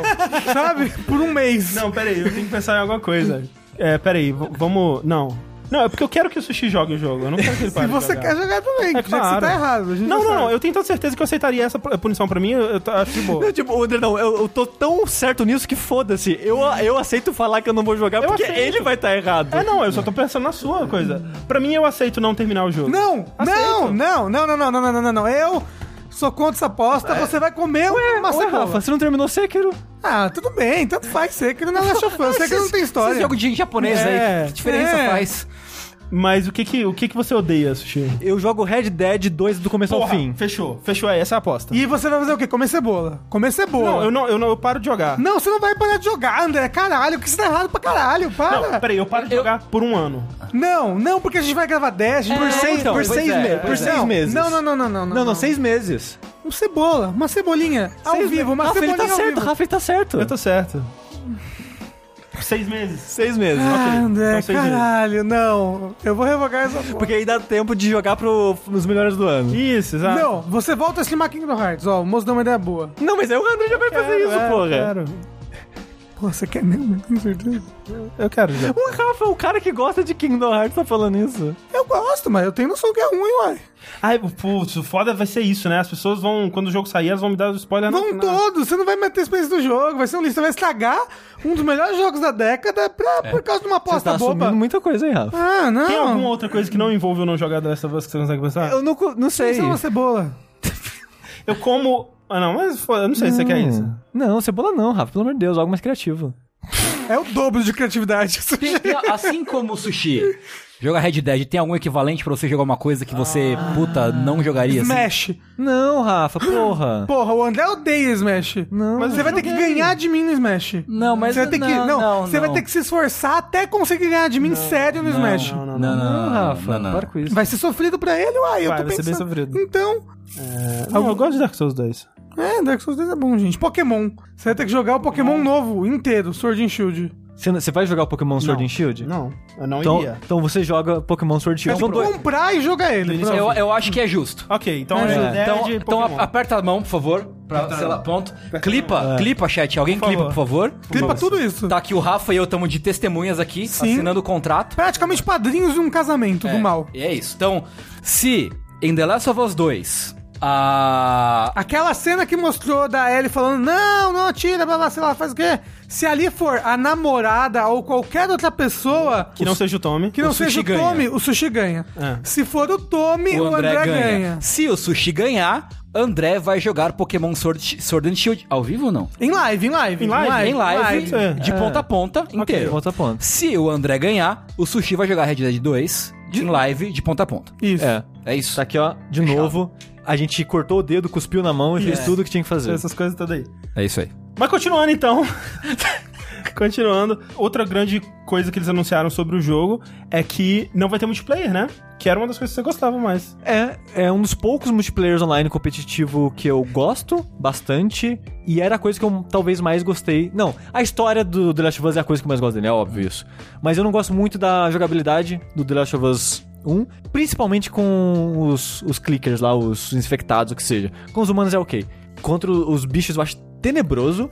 C: sabe? Por um mês.
A: Não, peraí, eu tenho que pensar em alguma coisa. É, peraí, v- vamos. Não. Não, é porque eu quero que o Sushi jogue o jogo. Eu não quero que ele pare
C: (laughs) Se
A: de
C: você
A: jogar.
C: quer jogar também,
A: É
C: que já que você
A: claro.
C: tá errado. a gente
A: Não,
C: já
A: não,
C: sabe.
A: não. Eu tenho tanta certeza que eu aceitaria essa pu- punição pra mim. Eu, eu tô- acho de boa.
B: tipo, André, não, eu, eu tô tão certo nisso que foda-se. Eu, eu aceito falar que eu não vou jogar
A: Eu aceito.
B: vai estar errado.
A: É, não, eu só tô pensando na sua coisa. Pra mim, eu aceito não terminar o jogo.
C: Não,
A: Aceito.
C: não, não, não, não, não, não, não, não, não, não. Eu sou contra essa aposta, você vai comer uma
B: Ué,
C: cebola.
B: Rafa, você não terminou Sekiro?
C: Ah, tudo bem, tanto faz, você que não é Last of Us, você que não tem
D: Esse
C: história.
D: jogo de japonês
B: É,
D: aí, que diferença
C: é.
D: faz?
A: Mas o que que, o que, que você odeia, Sushi?
B: Eu jogo Red Dead 2 do começo ao fim.
A: Fechou, fechou aí, essa é a aposta.
C: E você vai fazer o quê? Comer cebola. Comer cebola.
A: Não, eu não, eu não, eu paro de jogar.
C: Não, você não vai parar de jogar, André. Caralho, que você tá errado pra caralho, para.
A: Não, peraí, eu paro de jogar por um ano.
C: Não, não, porque a gente vai gravar 10, a gente vai-
B: seis-
D: então,
B: por
D: pois
B: seis
D: é,
B: me-
D: pois
B: por
D: é.
B: seis
C: não,
B: meses.
C: Não, não, não, não, não.
B: Não, não, seis meses.
C: Um cebola, uma cebolinha, ao
B: Seis
C: vivo,
B: meses.
C: uma
B: Rafa, ele
C: cebolinha
B: tá
C: ao
B: certo,
C: vivo.
B: Rafa, ele tá certo.
A: Eu tô certo. Seis meses.
B: Seis meses.
C: Ah, André,
A: Então, seis meses.
C: caralho, não. Eu vou revogar essa porra.
B: Porque aí dá tempo de jogar pro, nos melhores do ano.
A: Isso, exato.
C: Não, você volta a streamar Kingdom Hearts. Ó, o moço deu uma ideia boa.
B: Não, mas aí o André já vai fazer
A: Quero,
B: isso,
A: é,
B: porra.
A: Quero.
C: Pô, você quer mesmo? Tenho certeza.
A: Eu quero já.
B: O Rafa, é o cara que gosta de Kingdom Hearts, tá falando isso.
C: Eu gosto, mas eu tenho noção que é ruim, uai.
A: Ai, putz, o foda vai ser isso, né? As pessoas vão, quando o jogo sair, elas vão me dar spoiler na-
C: Vão
A: na...
C: todos, você não vai meter a experiência do jogo, vai ser um lixo, você vai estragar um dos melhores jogos da década pra- por causa de uma
B: Você
C: aposta
B: tá
C: boba.
B: assumindo muita coisa aí, Rafa.
C: Ah, não.
A: Tem alguma outra coisa que não envolve eu não jogar The Last of Us que você consegue pensar? Eu,
B: Eu não, co- não sei.
C: Isso é uma cebola.
A: como... Ah, não, mas foda, eu não sei se você quer isso.
B: Hum. Não, cebola não, Rafa. Pelo amor de Deus, algo mais criativo.
C: É o dobro de criatividade. (laughs)
D: Tem- tem- assim como o sushi. Joga Red Dead, tem algum equivalente pra você jogar uma coisa que você, puta, não jogaria? assim?
C: Smash.
B: Não, Rafa, (gasps) porra.
C: Porra, o André odeia Smash.
B: Não.
C: Mas você vai ter que ganhar de mim no Smash.
D: Não, mas
C: você vai ter que,
D: não, não,
C: você vai
D: não.
C: ter que se esforçar até conseguir ganhar de mim sério no Smash.
A: não,
D: Não,
B: Não,
D: não, não,
B: Rafa,
D: não, não.
B: para com isso.
C: Vai ser sofrido pra ele, uai, eu
A: Vai,
C: tô
A: vai ser
C: pensando.
A: bem sofrido.
C: Então,
B: um
A: Não, eu gosto de Dark Souls 2.
C: é, Dark Souls 2 é bom, gente. Pokémon. Você vai ter que jogar o Pokémon novo, inteiro, Sword and Shield.
B: Você você vai jogar o Pokémon Sword
A: Não.
B: and Shield?
A: Não, eu não
B: Então,
A: iria.
B: então você joga Pokémon Sword and
C: É
B: Shield.
C: tipo comprar e jogar ele.
A: início ao
D: Eu, eu acho que é justo.
A: Ok, então
C: É.
A: essa ideia
D: Então,
A: de
D: então
A: Pokémon.
D: a- aperta a mão, por favor. Pra, sei lá, pronto. Clipa, clipa, chat. Alguém
A: Por
D: clipa, por favor.
C: Clipa Tipo, tudo isso.
D: Tá aqui o Rafa e eu estamos de testemunhas aqui,
C: Sim.
D: assinando o contrato.
C: Praticamente padrinhos de um casamento do mal.
D: E é isso. Então, se em The Last of Us 2 a.
C: Aquela cena que mostrou da Ellie falando, não, não, tira, blá, blá, sei lá, faz o quê? Se ali for a namorada ou qualquer outra pessoa
A: Que não seja o Tommy.
C: que não
D: o
C: seja
D: sushi
C: o
D: ganha.
C: Tommy, o Sushi ganha.
A: É.
C: Se for o Tommy,
D: o André, ganha.
C: ganha.
D: Se o Sushi ganhar, André vai jogar Pokémon Sword, Sword and Shield ao vivo ou não?
C: Em live, em live.
A: Em live,
D: Em live,
A: live.
D: de
B: É.
D: ponta a ponta, inteiro.
B: Ponta a ponta.
D: Se o André ganhar, o Sushi vai jogar Red Dead 2 em live de ponta a ponta.
C: Isso.
B: É.
D: É isso.
B: Tá aqui, ó, de novo. A gente cortou o dedo, cuspiu na mão e fez tudo que tinha que fazer.
A: Essas coisas todas aí.
D: É isso aí.
A: Mas continuando então. (laughs) continuando. Outra grande coisa que eles anunciaram sobre o jogo é que não vai ter multiplayer, né? Que era uma das coisas que você gostava mais.
B: É, é um dos poucos multiplayers online competitivo que eu gosto bastante. E era a coisa que eu talvez mais gostei. Não, a história do The Last of Us é a coisa que eu mais gosto dele, é óbvio isso. Mas eu não gosto muito da jogabilidade do The Last of Us 1, principalmente com os, os clickers lá, os infectados, o que seja. Com os humanos é ok. Contra os bichos eu acho tenebroso.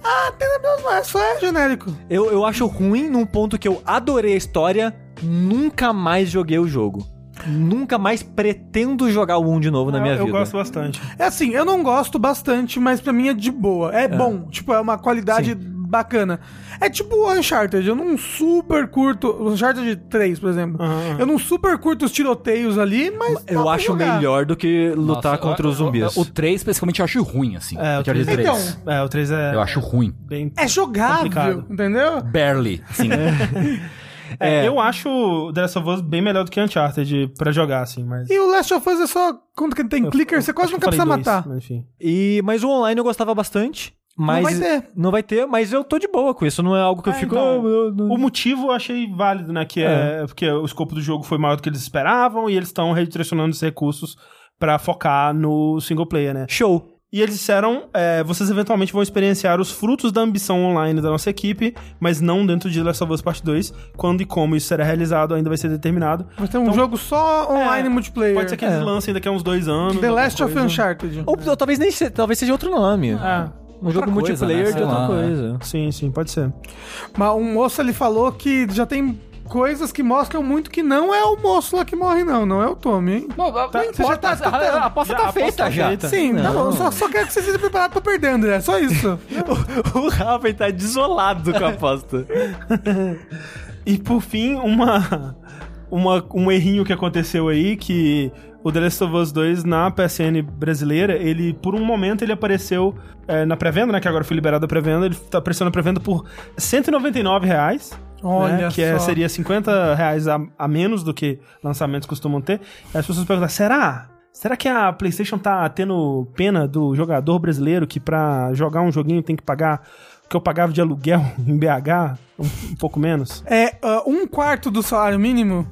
C: Não, é só é genérico.
B: Eu, eu acho ruim num ponto que eu adorei a história, nunca mais joguei o jogo. Nunca mais pretendo jogar o 1 de novo na minha
A: eu, eu
B: vida.
A: gosto bastante.
C: É assim, eu não gosto bastante, mas pra mim é de boa. É, bom, tipo, é uma qualidade bacana. É tipo o Uncharted, eu não super curto. o Uncharted 3, por exemplo.
A: Aham.
C: Eu não super curto os tiroteios ali, mas. dá
B: Eu
C: pra
B: acho
C: jogar.
B: melhor do que lutar
D: Nossa,
B: contra
D: eu-
B: os zumbis.
D: O, o 3, principalmente, eu acho ruim, assim.
A: É, o
D: Red Dead
A: 3.
C: Então,
A: É, o 3 é
D: Eu acho ruim.
A: bem.
C: é jogável,
A: Complicado.
C: entendeu?
D: Barely, assim. sim.
A: É, Eu acho The Last of Us bem melhor do que Uncharted pra jogar, assim, mas.
C: E o Last of Us é só. Quando que tem clicker, você quase
A: Acho
C: nunca
A: que eu
C: precisa
A: falei dois,
C: matar.
A: mas enfim.
B: E, mas o online eu gostava bastante. Mas
C: vai ter.
B: Não vai ter, mas eu tô de boa com isso. Não é algo que eu
A: É,
B: fico.
A: então,
B: "Ah, eu não-"
A: O motivo eu achei válido, né? Que é, porque o escopo do jogo foi maior do que eles esperavam e eles estão redirecionando os recursos pra focar no single player, né?
B: Show.
A: E eles disseram: é, vocês eventualmente vão experienciar os frutos da ambição online da nossa equipe, mas não dentro de The Last of Us Part 2. Quando e como isso será realizado ainda vai ser determinado.
C: Vai ter um jogo só online
A: então É,
C: multiplayer.
A: Pode ser que eles
B: É.
A: lancem daqui a uns dois anos.
C: The
A: alguma
C: Last of
A: coisa.
C: Uncharted.
B: Ou, ou talvez nem se- talvez seja outro nome.
A: É,
B: um jogo
D: Ah, coisa,
B: multiplayer
D: né?
B: de
D: Sei
B: outra
D: lá, né?
B: coisa.
A: sim, sim, pode ser.
C: Mas um moço ele falou que já tem coisas que mostram muito que não é o moço lá que morre, não. Não é o Tommy, hein?
D: Não, não
C: você já tá
D: a- a, a aposta
A: Já, a
D: tá
A: aposta
D: feita
A: tá
D: já.
A: feita.
C: Sim, tá bom. Só, só quero que você seja preparado pra perder, André. É Só
B: (laughs)
C: isso.
B: (laughs) o Rafa tá desolado com a aposta.
A: E por fim, uma, uma, um errinho que aconteceu aí, que o The Last of Us 2 na PSN brasileira, ele, por um momento, ele apareceu é, na pré-venda, né? Que agora foi liberado a pré-venda, ele tá aparecendo na pré-venda por R$ 199 reais.
C: Olha
A: né, que é-
C: só.
A: seria 50 reais a, a menos do que lançamentos costumam ter. E as pessoas perguntam, será? Será que a PlayStation tá tendo pena do jogador brasileiro que pra jogar um joguinho tem que pagar o que eu pagava de aluguel (laughs) em BH? Um, um pouco menos?
C: É ah, um quarto do salário mínimo?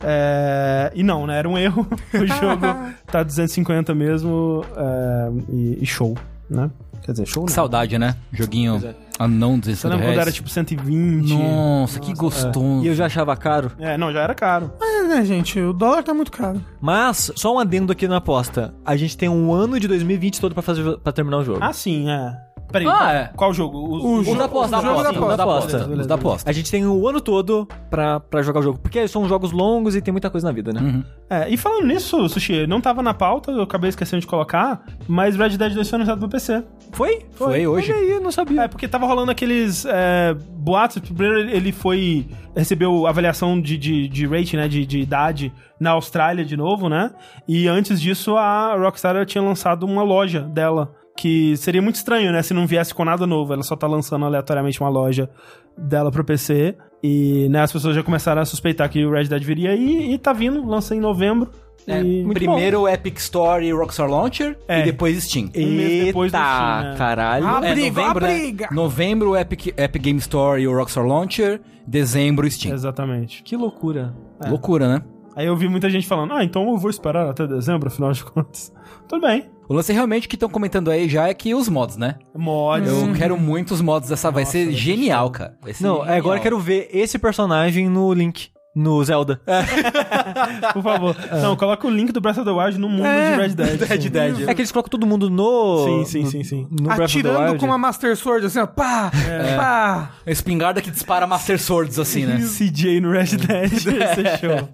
A: É. É, e não, né? Era um erro. (laughs) O jogo tá 250 mesmo é, e, e show, né? Quer dizer, show não.
D: Que saudade, né? Joguinho Unknown 16
A: Você lembra quando
D: reais.
A: era tipo 120?
D: Nossa, que
B: e
D: gostoso.
B: eu já achava caro.
A: É, não, já era caro.
C: É, né, gente? O dólar tá muito caro.
B: Mas, só um adendo aqui na aposta. A gente tem um ano de 2020 todo pra, fazer, pra terminar o jogo.
A: Ah, sim, é. Peraí,
D: Ah,
A: qual,
D: é.
A: qual jogo?
C: O
D: O
C: jogo-
D: da aposta,
C: o
D: da
C: jogo
D: aposta.
C: da
D: sim, o da
B: aposta.
D: aposta.
A: Beleza,
D: o da aposta.
B: A gente tem o ano todo pra, pra jogar o jogo. Porque são jogos longos e tem muita coisa na vida, né?
A: É, e falando nisso, Sushi, não tava na pauta, eu acabei esquecendo de colocar, mas Red Dead 2 foi anunciado pro PC.
B: Foi?
D: Foi hoje.
B: Olha aí, eu não sabia.
A: É, porque tava rolando aqueles é, boatos. Primeiro ele foi. recebeu avaliação de, de, de rating, né? De, de idade na Austrália de novo, né? E antes disso, a Rockstar ela tinha lançado uma loja dela. Que seria muito estranho, né? Se não viesse com nada novo. Ela só tá lançando aleatoriamente uma loja dela pro PC. E né, as pessoas já começaram a suspeitar que o Red Dead viria e, e tá vindo, lança em novembro.
D: É,
A: e...
D: primeiro Epic Store e Rockstar Launcher
A: É.
D: e depois Steam.
A: um mês depois do Steam, né?
B: caralho.
C: Ah,
D: É,
C: briga,
D: novembro,
C: a
D: né?
C: briga.
D: Novembro, Epic, Epic Game Store e o Rockstar Launcher. Dezembro, Steam.
A: Exatamente.
B: Que loucura.
D: Loucura, né?
A: Aí eu vi muita gente falando, ah, então eu vou esperar até dezembro, afinal de contas. (laughs) Tudo bem.
D: O lance realmente que estão comentando aí já é que os mods, né?
A: Mods.
D: Eu quero muitos mods dessa. vai ser genial, cara. Vai ser
B: Não, é, agora eu
D: genial.
B: quero ver esse personagem no Link, no Zelda.
A: (laughs)
B: É,
A: Por favor.
D: Ah.
A: Não, coloca o link do Breath of the Wild no mundo de Red Dead. Red
B: é que eles colocam todo mundo no.
A: Sim, sim, sim, sim.
B: No Breath of the
C: Atirando
B: Wild. É.
C: com uma Master Sword, assim, ó. Pá! Pá!
D: A espingarda que dispara Master Swords, assim, né?
A: CJ no Red Dead.
D: (laughs)
A: Esse é show.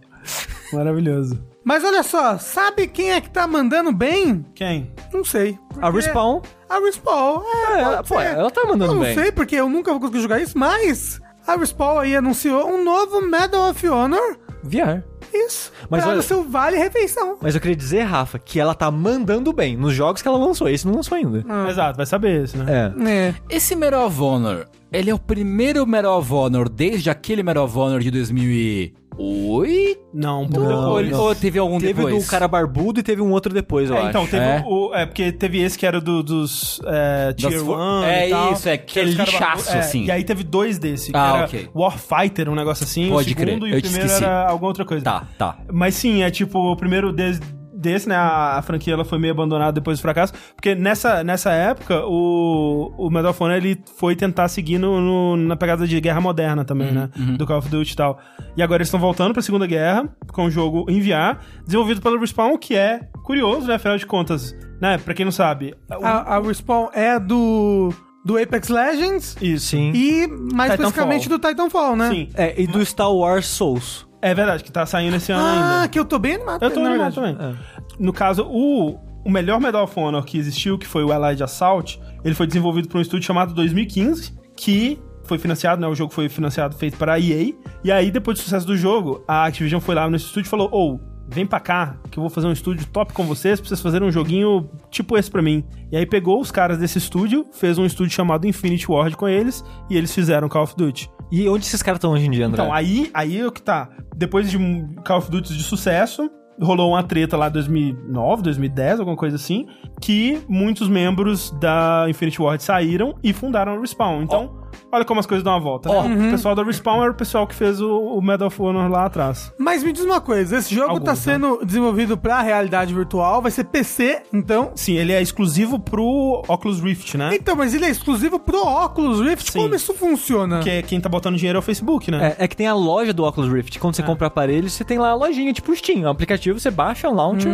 A: Maravilhoso.
C: Mas olha só, sabe quem é que tá mandando bem?
A: Quem?
C: Não sei.
B: A
C: Porque-
B: Respawn.
C: A Respawn. É,
B: É, ela-
C: pode
B: pô,
C: ser.
B: ela tá mandando
C: Eu não
B: bem.
C: sei, porque eu nunca vou conseguir jogar isso, mas a Respawn aí anunciou um novo Medal of Honor.
B: VR.
C: Isso.
B: Mas
C: para
B: olha-
C: o seu vale-refeição.
B: Mas eu queria dizer, Rafa, que ela tá mandando bem nos jogos que ela lançou. Esse não lançou ainda.
A: Exato, vai saber esse, né?
B: É.
C: É.
D: Esse Medal of Honor, ele é o primeiro Medal of Honor desde aquele Medal of Honor de 2008?
A: Não, um pouco
B: Não,
D: ou,
A: depois.
D: ele- ou teve algum
B: Teve o
D: depois?
B: do cara barbudo e teve um outro depois, eu
A: É,
B: acho.
A: então, teve
D: É.
A: o. É, porque teve esse que era do, dos. É, Tier
D: Das for-
A: 1.
D: É
A: e tal,
D: isso, é, que é
A: os caras-
D: lixaço, assim.
A: E aí teve dois desse. Que
D: Ah,
A: era
D: ok.
A: Warfighter, um negócio assim.
D: Pode
A: o segundo
D: crer,
A: e
D: eu
A: o
D: te
A: primeiro
D: esqueci.
A: era alguma outra coisa.
D: Tá, tá.
A: Mas sim, é tipo, o primeiro des- desse, né? A, a franquia ela foi meio abandonada depois do fracasso. Porque nessa, nessa época, o, o Medal of Honor ele foi tentar seguir no, no- na pegada de guerra moderna também, né? Do Call of Duty e tal. E agora eles estão voltando pra Segunda Guerra com o jogo Enviar, desenvolvido pelo Respawn, que é curioso, né? Afinal de contas, né? Pra quem não sabe. o-
C: A, a Respawn é do, do Apex Legends
A: Isso.
B: Sim.
C: e
A: Titanfall.
C: mais especificamente do Titanfall, né?
A: Sim.
B: É, e do Star Wars Souls.
A: assim, É verdade, que tá saindo esse ano ainda.
C: Ah, que eu tô bem animado.
A: Eu tô
C: na
A: animado
C: verdade.
A: também. No caso, o, o melhor Medal of Honor que existiu, que foi o Allied Assault, ele foi desenvolvido por um estúdio chamado 2015, que foi financiado, né? O jogo foi financiado, feito para a EA. E aí, depois do sucesso do jogo, a Activision foi lá nesse estúdio e falou, ou... Vem pra cá, que eu vou fazer um estúdio top com vocês, pra vocês fazerem um joguinho tipo esse pra mim. E aí pegou os caras desse estúdio, fez um estúdio chamado Infinity Ward com eles, e eles fizeram Call of Duty.
B: E onde esses caras estão hoje em dia, André?
A: Então, aí, aí é o que tá. Depois de um Call of Duty de sucesso, rolou uma treta lá em 2009, 2010, alguma coisa assim, que muitos membros da Infinity Ward saíram e fundaram a Respawn. Então, olha como as coisas dão uma volta. né?
D: Ó.
A: O pessoal da Respawn era o pessoal que fez o, o Medal of Honor lá atrás.
C: Mas me diz uma coisa, esse jogo tá
A: Alguns, né?
C: sendo desenvolvido pra realidade virtual, vai ser PC, então...
A: Sim, ele é exclusivo pro Oculus Rift, né?
C: Então, mas ele é exclusivo pro Oculus Rift,
A: Sim.
C: como isso funciona?
A: Porque quem tá botando dinheiro é o Facebook, né?
B: É, é que tem a loja do Oculus Rift. Quando você compra aparelho, você tem lá a lojinha, tipo o Steam. O aplicativo, você baixa o launcher,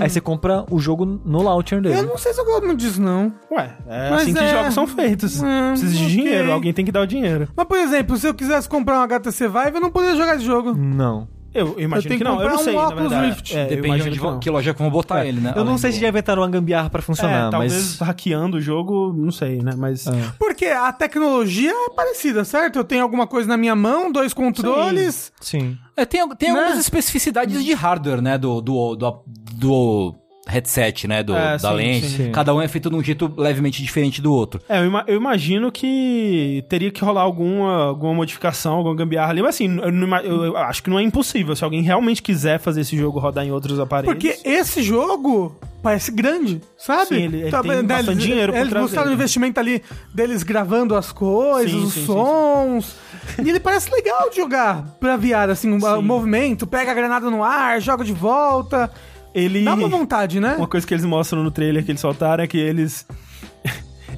B: aí você compra o jogo no launcher dele.
C: Eu não sei se eu gosto muito disso, não.
A: Ué, é
C: Mas
A: assim que
C: é.
A: jogos são feitos.
C: Hum,
A: Precisa de
C: ok.
A: dinheiro, alguém tem que dar o dinheiro.
C: Mas, por exemplo, se eu quisesse comprar um uma HTC Vive, eu não poderia jogar esse jogo.
B: Não.
A: Eu, eu imagino
C: tenho
A: que
C: que
A: não, eu não
C: comprar um
A: sei, na
C: Oculus
A: verdade.
C: Rift.
A: É, eu
D: Depende de
A: imagino
D: onde
A: que
D: vão-
A: não.
D: que loja que vão botar ele, né?
B: É. Eu não
D: Além
B: sei
D: do-
B: se já inventaram uma gambiarra pra funcionar,
A: É,
B: mas...
A: talvez hackeando o jogo, não sei, né? Mas.
C: Porque a tecnologia é parecida, certo? Eu tenho alguma coisa na minha mão, dois controles.
B: Sim.
D: É, tem al- tem
C: Né?
D: algumas especificidades de hardware, né? Do, do, do, do headset, né? Do,
A: É,
D: da
A: sim,
D: lente.
A: sim.
D: Cada um é feito de um jeito levemente diferente do outro.
A: É, eu, ima- eu imagino que teria que rolar alguma, alguma modificação, alguma gambiarra ali, mas assim, eu, não ima- eu- eu acho que não é impossível. Se alguém realmente quiser fazer esse jogo rodar em outros aparelhos.
C: Porque esse jogo parece grande, sabe?
A: Sim, ele- ele tem
C: né,
A: bastante
C: eles,
A: dinheiro por
C: Eles
A: trás
C: mostraram o
A: dele. né?
C: investimento ali deles gravando as coisas,
A: Sim,
C: os
A: sim, sim, (laughs)
C: sons. E ele parece legal de jogar pra VR, assim, um- o movimento, pega a granada no ar, joga de volta.
A: ele.
C: Dá uma vontade, né?
A: Uma coisa que eles mostram no trailer que eles soltaram é que eles. (laughs)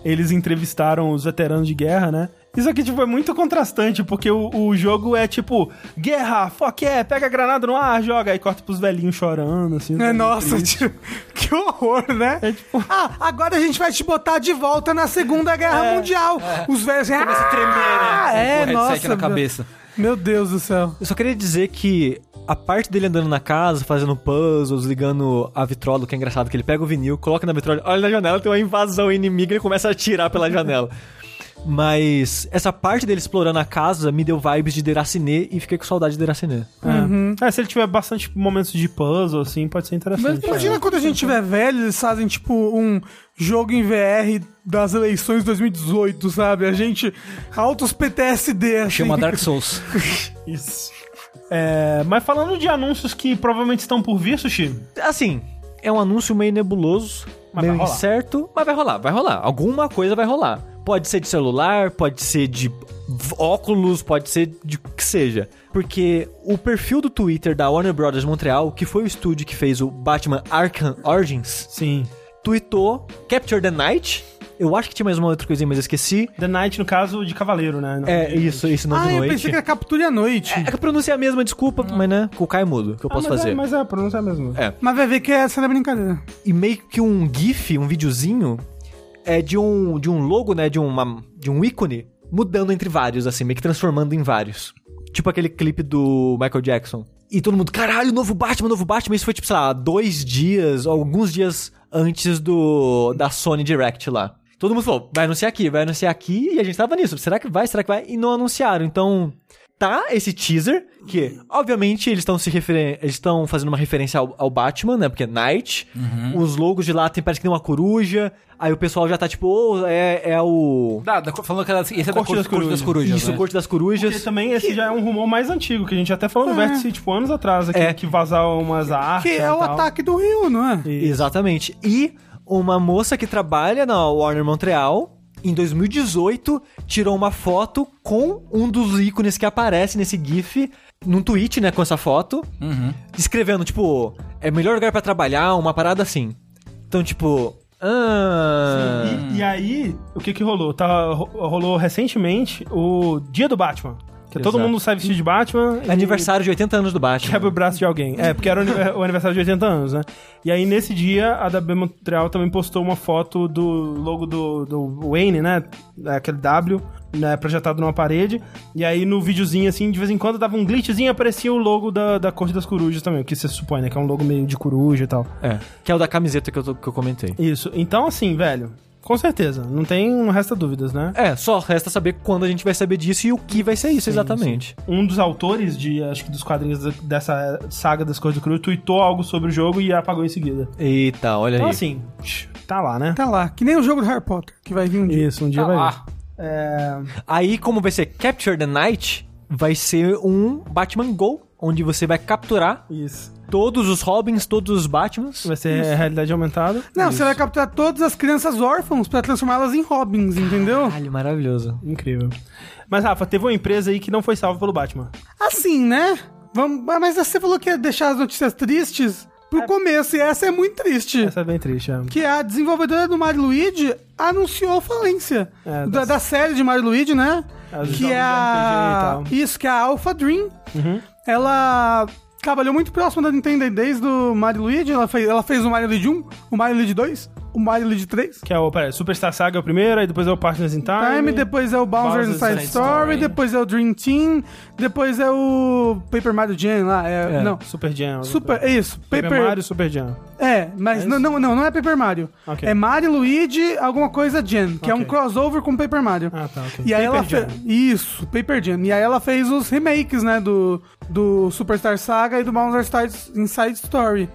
A: eles entrevistaram os veteranos de guerra, né? Isso aqui, tipo, é muito contrastante, porque o, o jogo é tipo, guerra, fuck yeah, pega a granada no ar, joga, aí corta pros velhinhos chorando, assim.
C: É,
A: tá
C: nossa,
A: triste.
C: tio, que horror, né? Ah, agora a gente vai te botar de volta na Segunda Guerra Mundial. Os velhos... Começa a tremer,
D: Com
C: É,
D: Tipo, o
C: nossa.
D: headset na cabeça.
C: Meu Deus do céu.
B: Eu só queria dizer que a parte dele andando na casa, fazendo puzzles, ligando a vitrola, o que é engraçado, que ele pega o vinil, coloca na vitrola, olha na janela, tem uma invasão inimiga, ele começa a atirar pela
D: (laughs)
B: janela. Mas essa parte dele explorando a casa me deu vibes de Deraciné e fiquei com saudade de Deraciné.
A: É. É, se ele tiver bastante momentos de puzzle, assim, pode ser interessante.
C: Imagina quando a gente tiver velho, eles fazem tipo um jogo em VR das eleições 2018, sabe? A gente. Altos PTSD, assim.
D: Chama Dark Souls.
A: Isso. É, mas falando de anúncios que provavelmente estão por vir, Sushi,
B: Assim, é um anúncio meio nebuloso,
A: Mas
B: meio
A: vai rolar.
B: incerto, mas vai rolar, vai rolar. Alguma coisa vai rolar. Pode ser de celular, pode ser de v- óculos, pode ser de que seja. Porque o perfil do Twitter da Warner Brothers Montreal, que foi o estúdio que fez o Batman Arkham Origins,
A: Sim.
B: tweetou Capture the Night. Eu acho que tinha mais uma outra coisinha, mas eu esqueci.
A: The Knight, no caso, de cavaleiro, né? Não,
B: É,
A: de-
B: isso, isso não
C: Ah,
B: de
C: eu
B: noite.
C: pensei que era capture à noite.
B: É que a pronúncia é a mesma, desculpa, mas né, com o Caio mudo, o que eu
A: Hum. Ah,
B: posso
A: mas
B: fazer.
A: É, mas é, a pronúncia é a mesma.
B: É.
C: Mas vai ver que essa não é brincadeira.
B: e meio que um gif, um videozinho é de um de um logo, né, de uma de um ícone mudando entre vários assim, meio que transformando em vários. Tipo aquele clipe do Michael Jackson. E todo mundo, caralho, novo Batman, novo Batman. Isso foi tipo, sei lá, dois dias, ou alguns dias antes do da Sony Direct lá. Todo mundo falou, vai anunciar aqui, vai anunciar aqui, e a gente tava nisso. Será que vai? Será que vai? E não anunciaram. Então, tá esse teaser, que obviamente eles estão se referen eles estão fazendo uma referência ao, ao Batman, né? Porque é Night.
D: Uhum.
B: Os logos de lá tem, parece que tem uma coruja. Aí o pessoal já tá tipo, ô, é, é o.
D: Dá, dá- falando que ela- esse é da
A: Corte
D: corte,
A: das
D: corte das corujas.
B: Isso,
D: né?
B: o Corte das
A: Porque
B: Corujas.
A: também esse já é um rumor mais antigo, que a gente até falou no vértice, tipo, anos atrás,
B: É.
A: aqui, que vazava umas artes.
C: É. Que é
A: tá.
C: o ataque do Rio, não é?
B: Exatamente. E uma moça que trabalha na Warner Montreal, em 2018, tirou uma foto com um dos ícones que aparece nesse GIF, num tweet, né, com essa foto,
D: Uhum.
B: escrevendo, tipo, é melhor lugar pra trabalhar, uma parada assim. Então, tipo. Ah,
A: E, e aí, o que que rolou? Tá, ro- rolou recentemente o Dia do Batman. Que todo
B: Exato. É
A: mundo sai vestido de Batman. e
B: aniversário de 80 anos do Batman.
A: Quebra o braço de alguém. É, porque era o anive- o aniversário de 80 anos, né? E aí, nesse dia, a DB Montreal também postou uma foto do logo do, do Wayne, né? Aquele W, né? Projetado numa parede. E aí, no videozinho, assim, de vez em quando dava um glitchzinho e aparecia o logo da, da Corte das Corujas também. O que você supõe, né? Que é um logo meio de coruja e tal.
B: É, que é o da camiseta que eu, tô- que eu comentei.
A: Isso. Então, assim, velho, com certeza. Não tem, não resta dúvidas, né?
B: É, só resta saber quando a gente vai saber disso e o que vai ser isso exatamente.
A: um dos autores de, acho que dos quadrinhos da- dessa saga das Cores do Cru, tweetou algo sobre o jogo e apagou em seguida.
B: Eita, olha
A: Então,
B: aí.
A: assim, tá lá, né?
C: Tá lá. Que nem o jogo do Harry Potter, que vai vir um dia.
A: Isso, um dia
D: Tá
A: vai
D: lá.
A: vir. É,
B: Aí, como vai ser Capture the Night, vai ser um Batman Go, onde você vai capturar
A: isso.
B: todos os Robins, todos os Batmans.
A: Vai ser realidade aumentada.
C: Não, você vai capturar todas as crianças órfãos pra transformá-las em Robins, entendeu?
B: um Caralho, maravilhoso.
A: Incrível. Mas, Rafa, teve uma empresa aí que não foi salva pelo Batman.
C: Assim, né? Vamos, ah, mas você falou que ia deixar as notícias tristes pro começo, e essa é muito triste.
A: Essa é bem triste, é.
C: Que a desenvolvedora do Mario e Luigi anunciou falência
A: É,
C: da,
A: da-
C: da série de Mario e Luigi, né?
A: As jogos
C: que
A: de
C: é a...
A: RPG e Uhum.
C: Isso, que é a Alpha Dream. Ela trabalhou muito próximo da Nintendo desde o Mario e Luigi. Ela fez, ela fez o Mario e Luigi 1, o Mario e Luigi 2, o Mario e Luigi 3.
A: Que é o, peraí, Superstar Saga é o primeiro, aí depois é o Partners in Time.
C: Time, depois é o Bowser's
A: Bowser's
C: Inside
A: Inside
C: Story,
D: Story.
C: depois é o Dream Team, depois é o Paper Mario Jam lá, é, não.
A: Super Jam.
C: Super, é isso, Paper,
A: Paper Mario, Super Jam.
C: É, mas não, não, não, não é Paper Mario.
A: Ok.
C: É Mario Luigi alguma coisa Jam, que é um
A: Ok.
C: crossover com Paper Mario.
A: Ah, tá, ok.
C: E aí
A: Paper
C: ela fe...
A: Jam.
C: Isso, Paper Jam. E aí ela fez os remakes, né, do, do Superstar Saga e do Bowser Stars Inside Story.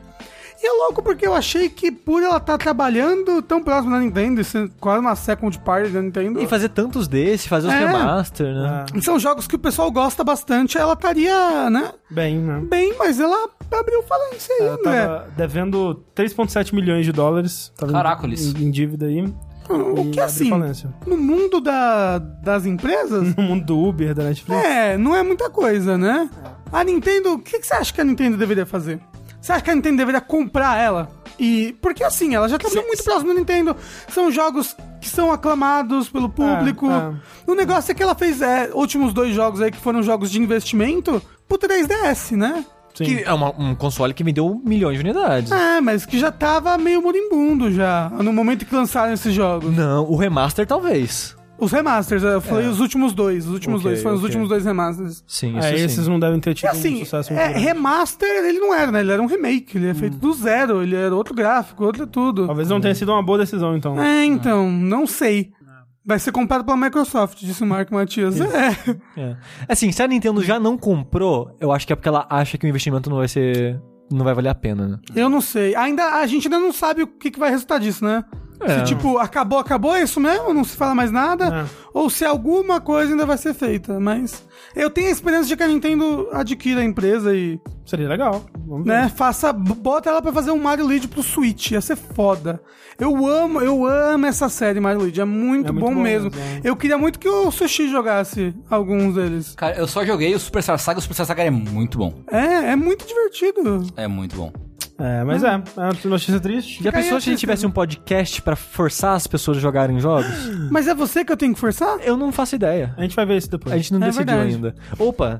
C: E é louco porque eu achei que por ela estar trabalhando tão próximo da Nintendo, e ser quase uma second party da Nintendo...
B: E fazer tantos desses, fazer os
C: É.
B: remaster, né?
A: Ah,
C: São jogos que o pessoal gosta bastante, ela estaria, né,
A: bem, né?
C: bem, mas ela abriu falência aí,
A: Ela
C: né?
A: tava devendo 3,7 milhões de dólares. Tava em-
D: Caracoles.
A: Em, em dívida aí.
C: O
A: E
C: que
A: abriu
C: assim,
A: falência.
C: no mundo da,
A: (laughs)
C: das empresas,
A: No mundo do Uber, da Netflix.
C: é, não é muita coisa, né? A Nintendo, o que, que você acha que a Nintendo deveria fazer? Você acha que a Nintendo deveria comprar ela? E porque assim, ela já trabalhou muito próximo da Nintendo. São jogos que são aclamados pelo público.
A: é.
C: O negócio é que ela fez é, últimos dois jogos aí que foram jogos de investimento pro 3DS, né?
A: Sim.
B: Que é uma- um console que me deu milhões de unidades.
C: É, mas que já tava meio moribundo já, no momento que lançaram esses jogos.
B: Não, o remaster talvez.
C: Os remasters, eu falei os últimos dois, os últimos
B: Ok,
C: dois, foram os
B: ok.
C: últimos dois remasters.
B: Sim,
A: É,
B: isso
A: esses
B: sim.
A: não devem ter
C: E
A: tido um
C: assim,
A: sucesso muito
C: é,
A: grande.
C: remaster ele não era, né? Ele era um remake, ele é feito do zero, ele era outro gráfico, outro é tudo.
A: Talvez não tenha sido uma boa decisão, então.
C: É, então, não sei.
A: É.
C: Vai ser comprado pela Microsoft, disse o Marco Matias. É.
B: É. Assim, se a Nintendo já não comprou, eu acho que é porque ela acha que o investimento não vai ser... Não vai valer a pena, né?
C: Eu não sei. Ainda, a gente ainda não sabe o que, que vai resultar disso, né? Se,
B: É.
C: tipo, acabou, acabou, é isso mesmo? Não se fala mais nada?
A: É.
C: Ou se alguma coisa ainda vai ser feita, mas... Eu tenho a esperança de que a Nintendo adquira a empresa e
A: Seria legal. Vamos ver.
C: Né? Faça, bota ela pra fazer um Mario Luigi pro Switch, ia ser foda. Eu amo, eu amo essa série Mario Luigi, é muito,
A: É muito
C: bom,
A: bom
C: mesmo.
A: mesmo, é.
C: Eu queria muito que o Sushi jogasse alguns deles.
D: Cara, eu só joguei o Super Star Saga, o Super Star Saga é muito bom.
C: É, é muito divertido.
D: É muito bom.
A: É, mas é. É uma notícia triste.
B: Já
C: Fica aí
B: pensou
C: a
B: se a gente
C: tristeza.
B: tivesse um podcast pra forçar as pessoas a jogarem jogos?
C: Mas é você que eu tenho que forçar?
B: Eu não faço ideia.
A: A gente vai ver isso depois.
B: A gente não
C: É
B: decidiu
C: verdade.
B: ainda. Opa!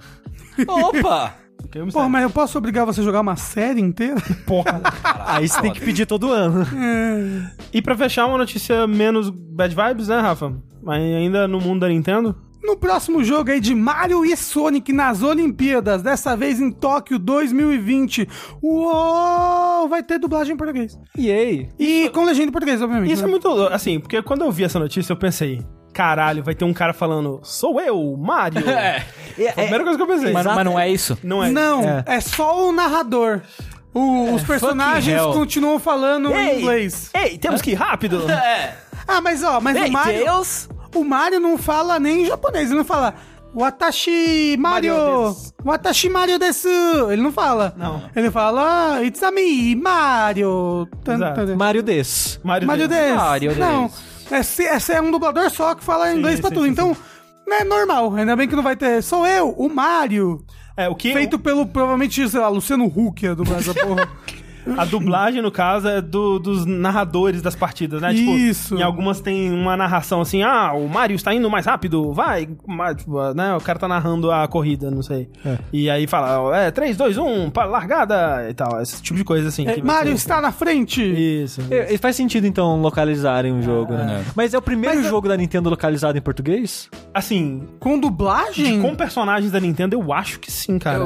D: Opa!
A: Fica aí o mistério.
C: Porra, mas eu posso obrigar você a jogar uma série inteira?
A: Porra.
B: Aí você tem que pedir todo ano.
A: (laughs)
B: (laughs)
A: e pra fechar, uma notícia menos bad vibes, né, Rafa? Mas ainda no mundo da Nintendo.
C: No próximo jogo aí de Mario e Sonic nas Olimpíadas, dessa vez em Tóquio 2020. Uou! Vai ter dublagem em português.
B: E aí?
C: E com legenda em português, obviamente.
A: Isso é
C: né?
A: muito. lou- Assim, porque quando eu vi essa notícia, eu pensei. Caralho, vai ter um cara falando, sou eu, (laughs) Mario.
D: É.
A: Foi a primeira coisa que eu pensei.
D: Mas, mas não é isso.
A: Não é.
C: Não,
B: É.
C: é, só o narrador. O- os personagens
D: hell.
C: continuam falando
A: Ei!
C: em inglês.
A: Ei, temos que ir rápido. (laughs)
D: É.
C: Ah, mas ó, mas o Mario,
D: Deus!
C: o Mario não fala nem em japonês, ele não fala Watashi Mario,
A: Mario desu."
C: Watashi Mario desu. Ele não fala.
A: Não.
C: Ele fala "Ah, It's a me, Mario. Tan-
A: Exato.
C: tan- tan.
B: Mario Des.
A: Mario,
C: Mario
A: Deus.
C: desu.
D: Mario
C: não, esse, esse é um dublador só que fala inglês pra
A: sim,
C: tudo.
A: sim,
C: então, não é normal. Ainda bem que não vai ter. Sou eu, o Mario.
A: É, o que
C: Feito pelo, provavelmente, sei lá, Luciano Huck, é dublado essa porra.
A: a dublagem, no caso, é do- dos narradores das partidas, né?
C: Isso.
A: Tipo, em algumas tem uma narração assim, ah, o Mario está indo mais rápido, vai. Mas, tipo, né? O cara tá narrando a corrida, não sei.
C: É.
A: E aí fala, é, 3, 2, 1, pa- largada e tal. Esse tipo de coisa assim.
C: É,
A: que vai
C: Mario
A: ter-
C: está na frente.
A: Isso.
B: É, é, Faz sentido, então, localizarem o jogo, né?
D: É.
B: Mas é o primeiro
C: Mas eu-
B: jogo da Nintendo localizado em português?
A: Assim,
C: Com dublagem?
A: com personagens da Nintendo, eu acho que sim, cara.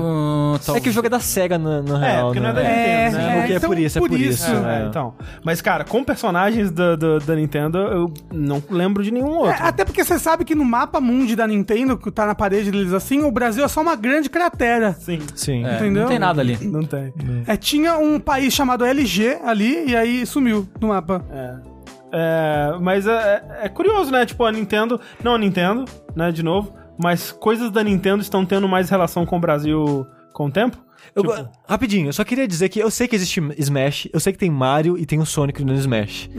D: Então,
B: É que o jogo é da SEGA, na, na
A: É,
B: real,
A: porque não é da
B: né?
C: É,
A: Nintendo,
B: É,
A: né?
B: porque é
C: então,
B: por isso, é por,
C: por
B: isso.
C: isso.
A: É,
B: é.
A: então. Mas, cara, com personagens da, da, da Nintendo, eu não lembro de nenhum outro.
C: É, até porque você sabe que no mapa mundi da Nintendo, que tá na parede deles assim, o Brasil é só uma grande cratera.
A: Sim,
B: Sim.
D: É,
C: Entendeu?
D: Não tem nada ali.
A: não tem.
C: É, tinha um país chamado LG ali e aí sumiu do mapa.
A: É. É, mas é, é curioso, né? Tipo, a Nintendo. Não a Nintendo, né? De novo. Mas coisas da Nintendo estão tendo mais relação com o Brasil com o tempo.
B: Eu-
A: Tipo,
B: rapidinho, eu só queria dizer que eu sei que existe Smash, eu sei que tem Mario e tem o Sonic no Smash.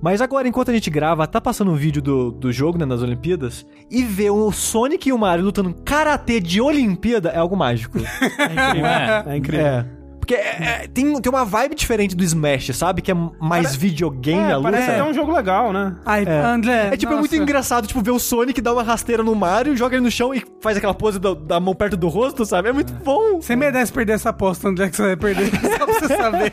B: Mas agora, enquanto a gente grava, tá passando um vídeo do, do jogo, né, nas Olimpíadas, e ver o Sonic e o Mario lutando karatê de Olimpíada é algo mágico.
D: Não é?
A: é incrível.
B: é. Porque é- é- tem, tem uma vibe diferente do Smash, sabe? Que é mais videogame a
A: É,
B: luta.
A: parece até um jogo legal, né?
C: (laughs) Ai, André.
B: É tipo, é muito
C: nossa.
B: engraçado, tipo, ver o Sonic dar uma rasteira no Mario, joga ele no chão e faz aquela pose da, da mão perto do rosto, sabe? É muito bom.
C: Você merece perder essa aposta, André, que você vai perder. (laughs) Só pra você saber.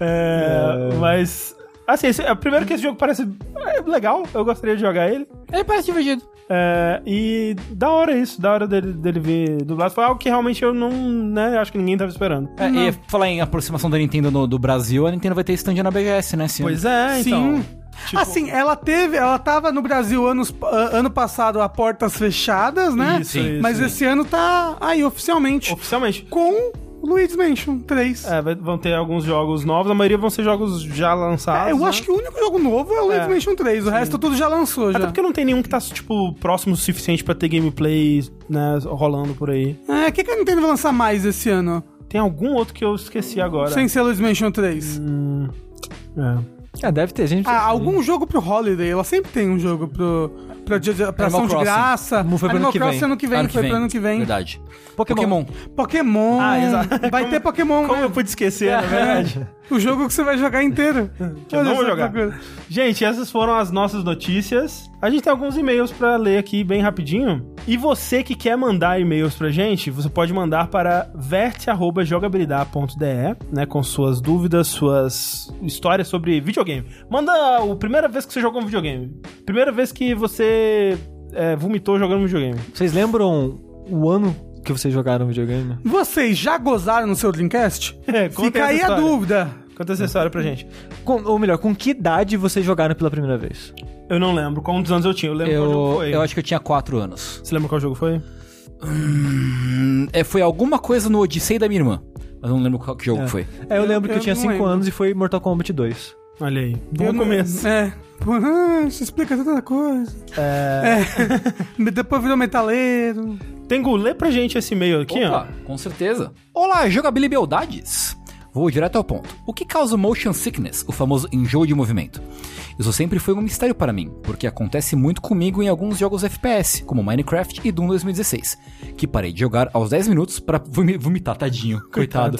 A: É, Mas. Assim, esse, é, primeiro que esse jogo parece é, legal, eu gostaria de jogar ele.
D: Ele parece divertido.
A: É, e da hora isso, da hora dele, dele vir dublado. Foi algo que realmente eu não, né, acho que ninguém tava esperando.
D: É, e falar em aproximação da Nintendo no- do Brasil, a Nintendo vai ter stand na BGS, né? esse ano.
A: Pois é, então.
C: Sim. Assim, ela teve, ela tava no Brasil anos, a- ano passado a portas fechadas, né?
A: Isso,
D: Sim.
A: isso.
C: Mas esse ano tá aí oficialmente
A: Oficialmente.
C: com Luigi's Mansion 3.
A: É, vai- vão ter alguns jogos novos, a maioria vão ser jogos já lançados.
C: É, eu
A: né?
C: acho que o único jogo novo é o Luigi's
A: É.
C: Mansion 3, o resto tudo já lançou
A: Até
C: já.
A: porque não tem nenhum que tá, tipo, próximo o suficiente pra ter gameplay, né, rolando por aí.
C: É, o que, que a Nintendo vai lançar mais esse ano?
A: Tem algum outro que eu esqueci agora.
C: Sem ser Luigi's Mansion 3.
A: É.
B: Ah, deve ter gente.
C: Ah, algum jogo pro Holiday, ela sempre tem um jogo pro, pra, dia de- pra
D: Animal
C: ação de
D: Crossing.
C: graça.
B: Não foi pro
C: Animal
B: ano que vem.
C: Crossing ano que vem,
D: Ano
C: foi pro ano que vem.
D: Verdade.
B: Pokémon.
D: Pokémon.
C: Pokémon.
A: Ah, exato.
C: Vai
A: Como-
C: ter Pokémon,
A: Como
C: né?
A: eu pude esquecer,
C: (laughs)
A: na verdade.
C: O jogo que você vai
A: (laughs)
C: jogar inteiro.
A: Que eu não
C: Olha
A: vou
C: só
A: jogar.
C: que coisa.
A: Gente, essas foram as nossas notícias. A gente tem alguns e-mails pra ler aqui bem rapidinho. E você que quer mandar e-mails pra gente, você pode mandar para verte@jogabilidade.de, né, com suas dúvidas, suas histórias sobre videogame. Manda a primeira vez que você jogou um videogame. Primeira vez que você é, vomitou jogando um videogame.
B: Vocês lembram o ano que vocês jogaram videogame?
C: Vocês já gozaram no seu Dreamcast?
A: É, (laughs) (laughs) conta
C: Fica
A: essa
C: aí a
A: história.
C: dúvida.
A: Conta essa história pra gente.
B: Com- ou melhor, com que idade vocês jogaram pela primeira vez?
A: Eu não lembro quantos anos eu tinha. Eu lembro qual jogo
D: Eu,
A: foi.
D: eu acho que eu tinha 4 anos.
A: Você lembra qual jogo foi?
D: Hum, é, foi alguma coisa no Odissei da minha irmã. Mas eu não lembro qual que jogo foi.
B: É, eu lembro que eu
C: eu
B: tinha
C: não
B: 5
C: lembro.
B: anos e foi Mortal Kombat 2.
A: Olha aí. Bom
C: Eu não-
A: começo.
C: É. Pô, (laughs) ah, isso explica tanta coisa. É. Depois virou É. metaleiro.
A: Tengu, lê pra gente esse e-mail aqui,
D: Opa, com certeza. Olá, jogabilidades! Vou direto ao ponto. O que causa motion sickness, o famoso enjoo de movimento? Isso sempre foi um mistério para mim, porque acontece muito comigo em alguns jogos FPS, como Minecraft e Doom 2016, que parei de jogar aos 10 minutos para vomitar, tadinho, coitado.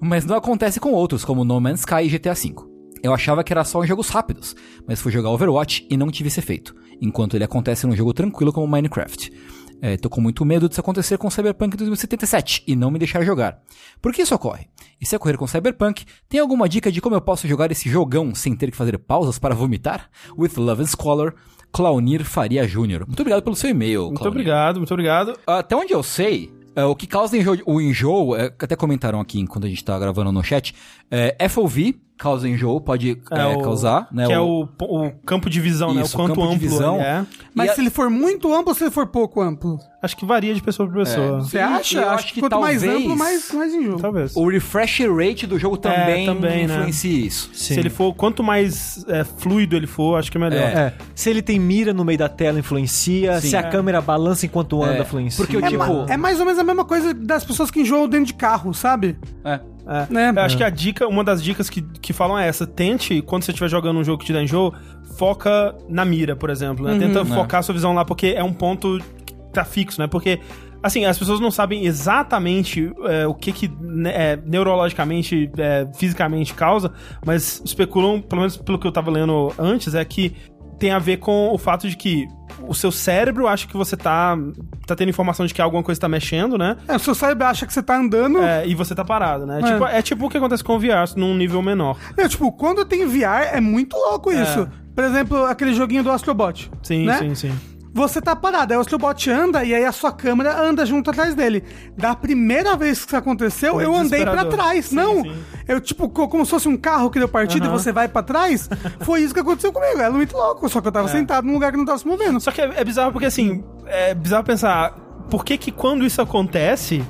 D: Mas não acontece com outros, como No Man's Sky e GTA V. Eu achava que era só em jogos rápidos, mas fui jogar Overwatch e não tive esse efeito, enquanto ele acontece num jogo tranquilo como Minecraft. É, tô com muito medo disso acontecer com Cyberpunk 2077 e não me deixar jogar. Por que isso ocorre? E se ocorrer com Cyberpunk, tem alguma dica de como eu posso jogar esse jogão sem ter que fazer pausas para vomitar? With Love and Scholar, Claunir Faria Jr. Muito obrigado pelo seu e-mail,
A: ó. Muito
D: Claunir.
A: obrigado, muito obrigado.
D: Até onde eu sei, é, o que causa enjoo- o enjoo, é, até comentaram aqui enquanto a gente tá gravando no chat, é, FOV causa enjoo, pode é,
A: o-
D: causar, né?
A: Que é o, o campo de visão, né? O
D: Isso,
A: quanto
D: campo de
A: amplo.
D: visão.
A: ele é.
C: Mas
D: E a-
C: se ele for muito amplo ou se ele for pouco amplo?
A: Acho que varia de pessoa pra pessoa.
C: Você
D: E-
C: acha?
D: e eu
C: acho,
D: acho
C: que,
D: que
C: quanto mais
D: talvez-
C: amplo, mais, mais enjoo.
A: Talvez.
D: É. o refresh rate do jogo também,
A: É, também, né?
D: influencia isso.
A: Se ele for, quanto mais é, fluido ele for, acho que é melhor.
B: É. Se ele tem mira no meio da tela, influencia.
D: Sim.
B: se a
D: É.
B: câmera balança enquanto anda,
D: É.
B: influencia.
D: Porque o
C: É,
D: tipo-
C: ma- é mais ou menos a mesma coisa das pessoas que enjoam dentro de carro, sabe?
D: É.
A: É.
C: Né?
A: Eu acho que a dica, uma das dicas que, que falam é essa: tente, quando você estiver jogando um jogo que te dá enjoo, foca na mira, por exemplo. Né? Tenta focar a sua visão lá, porque é um ponto que tá fixo, né? Porque. Assim, as pessoas não sabem exatamente é, o que que né, é, neurologicamente, é, fisicamente causa, mas especulam, pelo menos pelo que eu tava lendo antes, é que tem a ver com o fato de que o seu cérebro acha que você tá, tá tendo informação de que alguma coisa tá mexendo, né?
C: É, o seu cérebro acha que você tá andando. É.
A: É, e você tá parado, né? É.
C: É.
A: Tipo, é tipo o que acontece com o VR, num nível menor.
C: tipo, quando tem VR, é muito louco isso. Por exemplo, aquele joguinho do Astrobot.
A: Sim,
C: né?
A: sim, sim.
C: Você tá parado, aí o Astrobot anda e aí a sua câmera anda junto atrás dele. Da primeira vez que isso aconteceu,
A: Foi
C: eu andei pra
A: desesperador.
C: trás.
A: Sim,
C: não,
A: sim.
C: eu tipo, co- como se fosse um carro que deu partida
A: Aham.
C: e você vai
A: (laughs)
C: pra trás. Foi isso que aconteceu comigo. Era muito louco, só que eu
A: É.
C: tava sentado num lugar que não tava se movendo.
A: Só que é, é bizarro porque, assim, é bizarro pensar por que que quando isso acontece,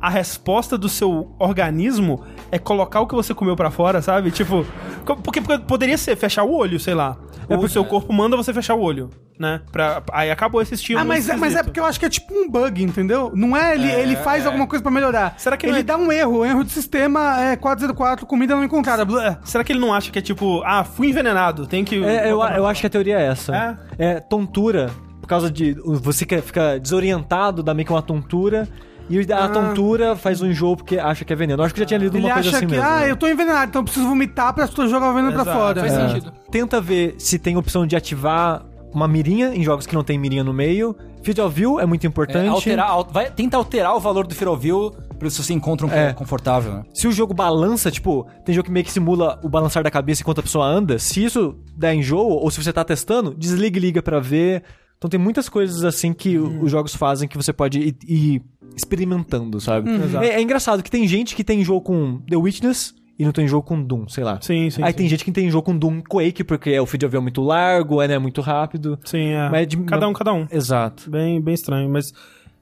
A: a resposta do seu organismo é colocar o que você comeu pra fora, sabe? Tipo, co- porque, porque poderia ser fechar o olho, sei lá. o seu corpo manda você fechar o olho, né? Pra, aí acabou esse estímulo
C: Ah, mas é, mas é
A: esquisito.
C: porque eu acho que é tipo um bug, entendeu? Não é ele, ele faz alguma coisa pra melhorar.
A: Será que não
C: ele
A: é-
C: dá um erro, um erro de sistema é 404, comida não encontrada. blá.
A: Será que ele não acha que é tipo, ah, fui envenenado, tem que...
B: É, eu, eu acho que a teoria é essa. É, tontura. Por causa de. Você que fica desorientado, dá meio que uma tontura. E a tontura faz um enjoo porque acha que é veneno. Eu acho que eu já tinha lido
C: Ah. Ele
B: uma coisa
C: acha
B: assim
C: que,
B: mesmo.
C: ah, eu tô envenenado, então eu preciso vomitar pra pessoas jogar o veneno pra
A: Exato,
C: fora.
D: Faz
C: É.
D: sentido.
B: Tenta ver se tem opção de ativar uma mirinha em jogos que não tem mirinha no meio. Field of view é muito
A: Então
D: É,
B: importante.
D: alterar, al- vai, tenta alterar o valor do Firovil pra isso se encontra um
B: É.
D: confortável. né?
B: Se o jogo balança, tipo, tem jogo que meio que simula o balançar da cabeça enquanto a pessoa anda. Se isso der enjoo, ou se você tá testando, desliga e liga pra ver. Então tem muitas coisas assim que
A: Uhum.
B: o- os jogos fazem que você pode ir, ir experimentando, sabe?
A: Uhum.
B: É, é engraçado que tem gente que tem jogo com The Witness e não tem jogo com Doom, sei lá.
A: Sim, sim,
B: Aí
A: sim.
B: tem gente que tem jogo com Doom Quake porque é o feed of view é muito largo, é né, muito rápido.
A: Sim, é.
B: Mas de-
A: Cada um, cada um.
B: Exato.
A: Bem, bem estranho, mas.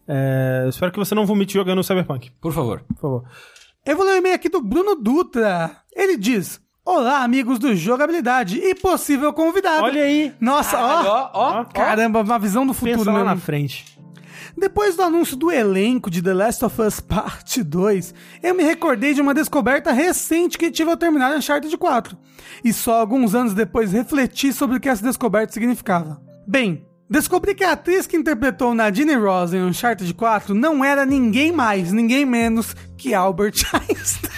A: é, espero que você não vomite jogando Cyberpunk,
D: Por favor.
A: por favor.
C: Eu vou ler o e-mail aqui do Bruno Dutra. Ele diz: Olá, amigos do Jogabilidade e possível convidado.
A: Olha aí!
C: Nossa,
A: Tá.
C: ó,
D: ó,
C: Caramba, uma visão do futuro
A: Pensa lá
C: mesmo.
A: na frente.
C: Depois do anúncio do elenco de The Last of Us Parte 2, eu me recordei de uma descoberta recente que tive ao terminar Uncharted 4. E só alguns anos depois refleti sobre o que essa descoberta significava. Bem, descobri que a atriz que interpretou Nadine Ross em Uncharted 4 não era ninguém mais, ninguém menos que Albert (laughs) Einstein.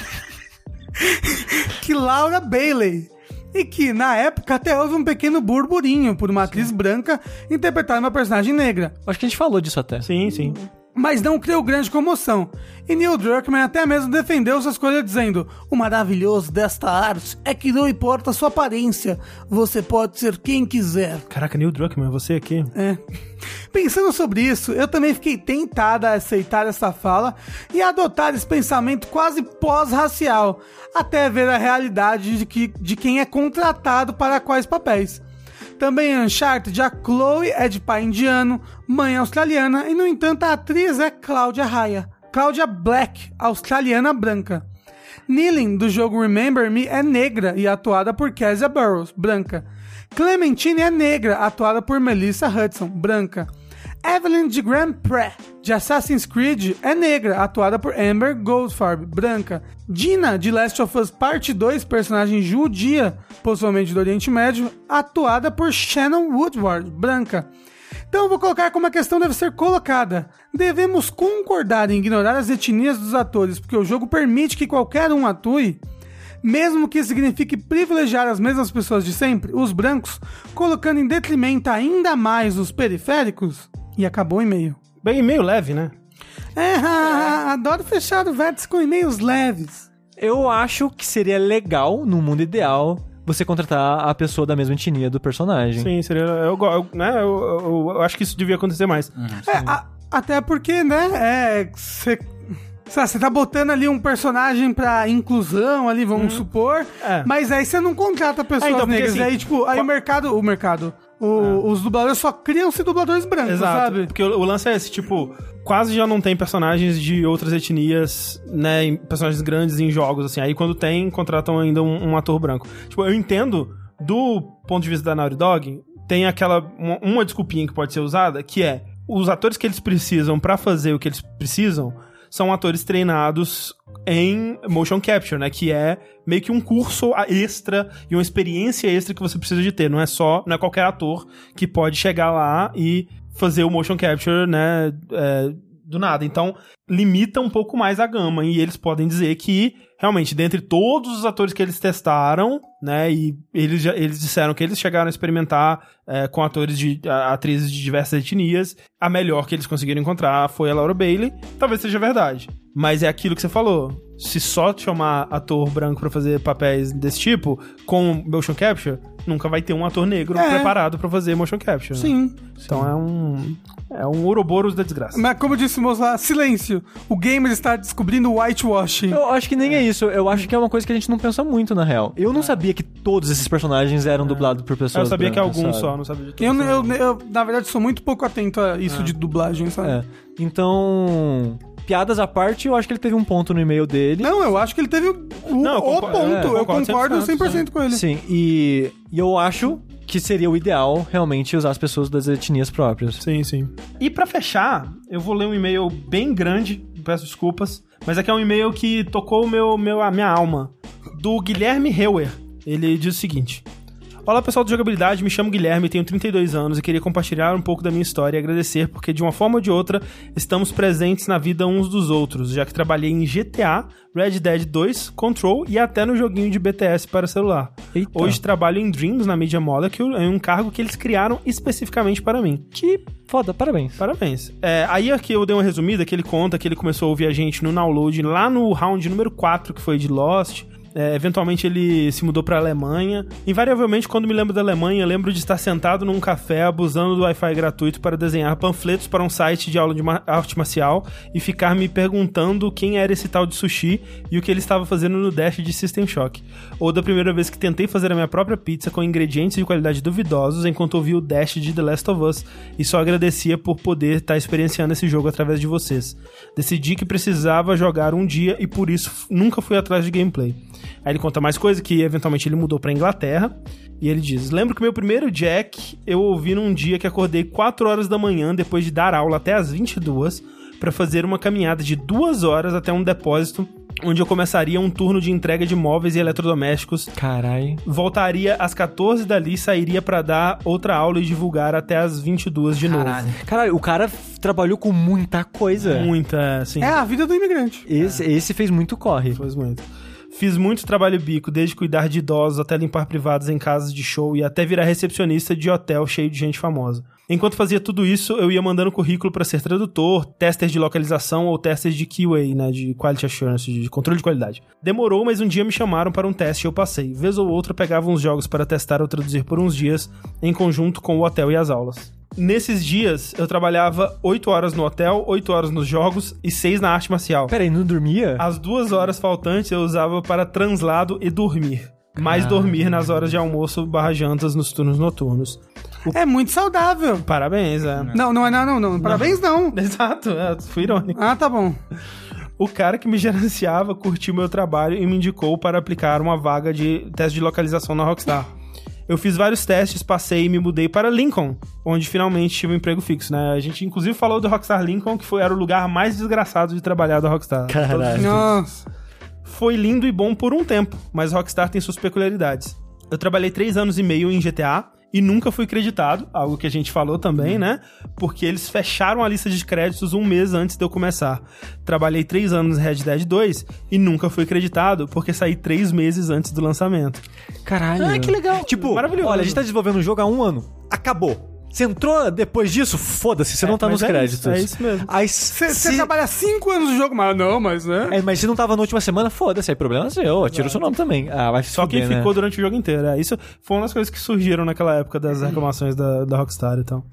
C: que Laura Bailey. E que, na época, até houve um pequeno burburinho por uma atriz branca interpretar uma personagem negra
B: Acho que a gente falou disso até.
A: Sim, sim.
C: mas não criou grande comoção. E Neil Druckmann até mesmo defendeu sua escolha dizendo: "O maravilhoso desta arte é que não importa a sua aparência, você pode ser quem quiser".
A: Caraca, Neil Druckmann, você aqui.
C: É. Pensando sobre isso, eu também fiquei tentada a aceitar essa fala e a adotar esse pensamento quase pós-racial, até ver a realidade de, que, de quem é contratado para quais papéis. Também em Uncharted, a Chloe é de pai indiano, mãe australiana e, no entanto, a atriz é Cláudia Raia. Cláudia Black, australiana branca. Neeling, do jogo Remember Me, é negra e atuada por Kezia Burrows, branca. Clementine é negra, atuada por Melissa Hudson, branca. Evelyn de Grand Pré, de Assassin's Creed, é negra, atuada por Amber Goldfarb, branca. Dina, de Last of Us Parte 2, personagem judia, possivelmente do Oriente Médio, atuada por Shannon Woodward, branca. Então vou colocar como a questão deve ser colocada. Devemos concordar em ignorar as etnias dos atores, porque o jogo permite que qualquer um atue, mesmo que signifique privilegiar as mesmas pessoas de sempre, os brancos, colocando em detrimento ainda mais os periféricos? E acabou o e-mail.
A: Bem meio leve, né?
C: É, (laughs) adoro fechar o vértice com e-mails leves.
B: Eu acho que seria legal, no mundo ideal, você contratar a pessoa da mesma etnia do personagem.
A: Sim, seria. Eu, go- eu- né, eu, eu- eu acho que isso devia acontecer mais.
C: É, a- até porque, né, é... Você tá botando ali um personagem pra inclusão ali, vamos supor,
A: É.
C: mas aí você não contrata pessoas
A: É, então, porque
C: negras.
A: assim, É.
C: aí, tipo, aí o mercado... O mercado... o- Os dubladores só criam-se dubladores brancos,
A: Exato.
C: sabe?
A: Porque o, o lance é esse, tipo, quase já não tem personagens de outras etnias, né? em- Personagens grandes em jogos, assim. Aí quando tem, contratam ainda um, um ator branco. Tipo, eu entendo, do ponto de vista da Naughty Dog, tem aquela. Uma, uma desculpinha que pode ser usada, que é os atores que eles precisam pra fazer o que eles precisam são atores treinados em motion capture, né, que é meio que um curso a- extra e uma experiência extra que você precisa de ter, não é só, não é qualquer ator que pode chegar lá e fazer o motion capture, né, é, do nada. Então, limita um pouco mais a gama e eles podem dizer que realmente dentre todos os atores que eles testaram, né, e eles já, eles disseram que eles chegaram a experimentar é, com atores de a- atrizes de diversas etnias, a melhor que eles conseguiram encontrar foi a Laura Bailey. Talvez seja verdade, mas é aquilo que você falou. Se só te chamar ator branco pra fazer papéis desse tipo com motion capture, nunca vai ter um ator negro
C: É.
A: preparado pra fazer motion capture. né?
C: Sim.
A: Então é um é um ouroboros da desgraça.
C: Mas como disse o moço lá, silêncio. O gamer está descobrindo o whitewashing.
B: Eu acho que nem é isso. Eu acho que é uma coisa que a gente não pensa muito, na real. Eu não sabia que todos esses personagens eram dublados por pessoas.
A: É. Eu sabia que
B: brancas,
A: alguns
B: sabe?
A: só, não sabia de todos.
C: Eu, eu, eu, na verdade, sou muito pouco atento a isso de dublagem, sabe?
B: É. Então, piadas à parte, eu acho que ele teve um ponto no e-mail dele.
C: Não, eu acho que ele teve o,
A: Não, eu
C: o
A: concordo, é,
C: ponto. eu
A: concordo
C: concordo 100%,
A: 100%,
C: com ele.
B: Sim, e, e eu acho que seria o ideal realmente usar as pessoas das etnias próprias.
A: Sim, sim. E pra fechar, eu vou ler um e-mail bem grande, peço desculpas, mas é que é um e-mail que tocou o meu, meu, a minha alma, do Guilherme Heuer. Ele diz o seguinte: Olá pessoal do Jogabilidade, me chamo Guilherme, tenho 32 anos e queria compartilhar um pouco da minha história e agradecer porque de uma forma ou de outra estamos presentes na vida uns dos outros, já que trabalhei em GTA, Red Dead 2, Control e até no joguinho de BTS para celular.
B: Eita.
A: Hoje trabalho em Dreams na Media Molecule, em um cargo que eles criaram especificamente para mim.
B: Que foda, parabéns.
A: Parabéns. É, aí aqui eu dei uma resumida que ele conta que ele começou a ouvir a gente no download lá no round número 4, que foi de Lost. É, eventualmente ele se mudou pra Alemanha. Invariavelmente, quando me lembro da Alemanha, lembro de estar sentado num café abusando do Wi-Fi gratuito para desenhar panfletos para um site de aula de ma- arte marcial e ficar me perguntando quem era esse tal de sushi e o que ele estava fazendo no Dash de System Shock. Ou da primeira vez que tentei fazer a minha própria pizza com ingredientes de qualidade duvidosos enquanto ouvi o Dash de The Last of Us e só agradecia por poder estar experienciando esse jogo através de vocês. Decidi que precisava jogar um dia e por isso f- nunca fui atrás de gameplay. Aí ele conta mais coisa que eventualmente ele mudou pra Inglaterra e ele diz: "Lembro que meu primeiro Jack eu ouvi num dia que acordei 4 horas da manhã depois de dar aula até as 22 para fazer uma caminhada de duas horas até um depósito onde eu começaria um turno de entrega de móveis e eletrodomésticos
B: Carai.
A: voltaria às 14 dali, sairia pra dar outra aula e divulgar até às 22 de novo.
B: Caralho, o cara trabalhou com muita coisa.
A: Muita, assim.
C: É a vida do imigrante.
B: Esse, esse fez muito corre.
A: Faz muito. Fiz muito trabalho bico, desde cuidar de idosos até limpar privados em casas de show e até virar recepcionista de hotel cheio de gente famosa. Enquanto fazia tudo isso, eu ia mandando currículo pra ser tradutor, tester de localização ou tester de QA, né, de quality assurance, de controle de qualidade. Demorou, mas um dia me chamaram para um teste e eu passei. Vez ou outra pegava uns jogos para testar ou traduzir por uns dias, em conjunto com o hotel e as aulas. Nesses dias, eu trabalhava 8 horas no hotel, 8 horas nos jogos e 6 na arte marcial.
B: Peraí, não dormia?
A: As duas horas faltantes eu usava para translado e dormir. Mais dormir nas horas de almoço barra jantas nos turnos noturnos.
C: É muito saudável.
A: Parabéns, é.
C: Não, não é não, não, não. Parabéns, não.
A: (laughs) Exato, é, fui irônico.
C: Ah, tá bom.
A: O cara que me gerenciava curtiu meu trabalho e me indicou para aplicar uma vaga de teste de localização na Rockstar. Eu fiz vários testes, passei e me mudei para Lincoln, onde finalmente tive um emprego fixo, né? A gente inclusive falou do Rockstar Lincoln, que foi, era o lugar mais desgraçado de trabalhar da Rockstar.
B: Caralho.
C: Nossa.
A: Foi lindo e bom por um tempo, mas Rockstar tem suas peculiaridades. Eu trabalhei três anos e meio em GTA e nunca fui creditado, algo que a gente falou também, né? Porque eles fecharam a lista de créditos um mês antes de eu começar. Trabalhei três anos em Red Dead 2 e nunca fui creditado, porque saí três meses antes do lançamento.
B: Caralho. Ah, que legal. Tipo,
A: Maravilhoso.
B: olha, a gente tá desenvolvendo um jogo há um ano. Acabou. Você entrou depois disso? Foda-se, você não tá
A: mas
B: nos
A: é
B: créditos.
A: isso, é isso mesmo.
B: Aí,
C: Você
B: se...
C: trabalha cinco anos no jogo, mas não, mas né?
B: É, mas se não tava na última semana, foda-se, aí problema é seu, atira o seu nome também. Ah, vai se
A: Só quem
B: fuder, né?
A: ficou durante o jogo inteiro. É, isso foi uma das coisas que surgiram naquela época das
B: Uhum.
A: reclamações da, da Rockstar e tal.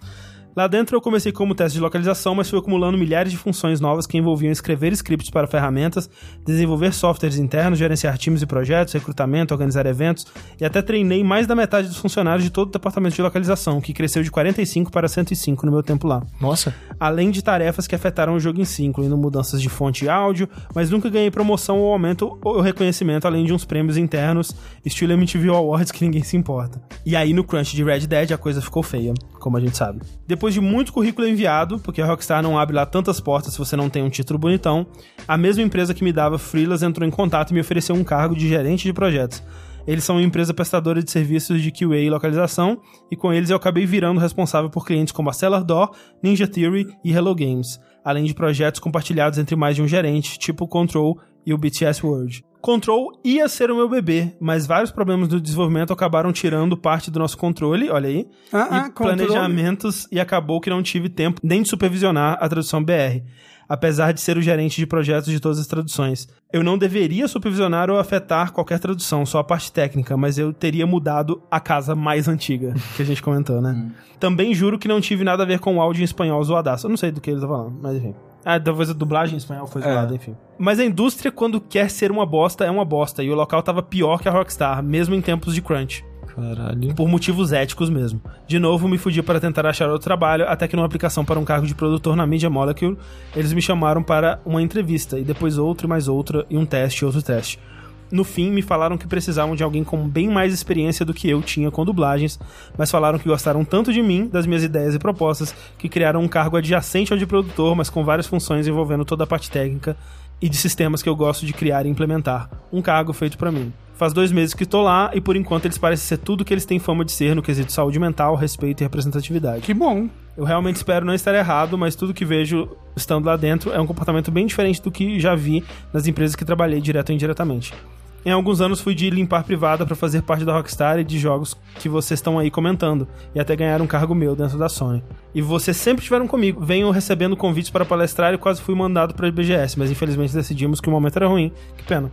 A: Lá dentro eu comecei como teste de localização, mas fui acumulando milhares de funções novas que envolviam escrever scripts para ferramentas, desenvolver softwares internos, gerenciar times e projetos, recrutamento, organizar eventos e até treinei mais da metade dos funcionários de todo o departamento de localização, que cresceu de 45 para 105 no meu tempo lá
B: Nossa.
A: além de tarefas que afetaram o jogo em si, incluindo mudanças de fonte e áudio, mas nunca ganhei promoção ou aumento ou reconhecimento, além de uns prêmios internos, estilo MTV Awards que ninguém se importa. E aí no crunch de Red Dead a coisa ficou feia, como a gente sabe. Depois de muito currículo enviado, porque a Rockstar não abre lá tantas portas se você não tem um título bonitão, a mesma empresa que me dava freelas entrou em contato e me ofereceu um cargo de gerente de projetos. Eles são uma empresa prestadora de serviços de QA e localização, e com eles eu acabei virando responsável por clientes como a Cellar Door, Ninja Theory e Hello Games, além de projetos compartilhados entre mais de um gerente, tipo Control e o BTS World. Control ia ser o meu bebê, mas vários problemas do desenvolvimento acabaram tirando parte do nosso controle, olha aí,
C: Ah, ah,
A: e
C: controle.
A: planejamentos, e acabou que não tive tempo nem de supervisionar a tradução BR, apesar de ser o gerente de projetos de todas as traduções. Eu não deveria supervisionar ou afetar qualquer tradução, só a parte técnica, mas eu teria mudado a casa mais antiga, que a gente comentou, né? Também juro que não tive nada a ver com o áudio em espanhol zoadaço. Eu não sei do que ele tá falando, mas enfim. Ah, talvez a dublagem em espanhol foi zoada, enfim. Mas a indústria, quando quer ser uma bosta, é uma bosta, e o local tava pior que a Rockstar, mesmo em tempos de crunch.
B: Caralho.
A: Por motivos éticos mesmo. De novo, me fudi para tentar achar outro trabalho, até que numa aplicação para um cargo de produtor na Media Molecule, eles me chamaram para uma entrevista, e depois outra, e mais outra, e um teste, e outro teste. No fim, me falaram que precisavam de alguém com bem mais experiência do que eu tinha com dublagens, mas falaram que gostaram tanto de mim, das minhas ideias e propostas, que criaram um cargo adjacente ao de produtor, mas com várias funções envolvendo toda a parte técnica e de sistemas que eu gosto de criar e implementar. Um cargo feito pra mim. Faz dois meses que tô lá e por enquanto eles parecem ser tudo que eles têm fama de ser no quesito saúde mental, respeito e representatividade.
C: Que bom.
A: Eu realmente espero não estar errado, mas tudo que vejo estando lá dentro é um comportamento bem diferente do que já vi nas empresas que trabalhei direto ou indiretamente. Em alguns anos fui de limpar privada pra fazer parte da Rockstar e de jogos que vocês estão aí comentando, e até ganhar um cargo meu dentro da Sony. E vocês sempre estiveram comigo, venho recebendo convites para palestrar e quase fui mandado pra BGS, mas infelizmente decidimos que o momento era ruim. Que pena.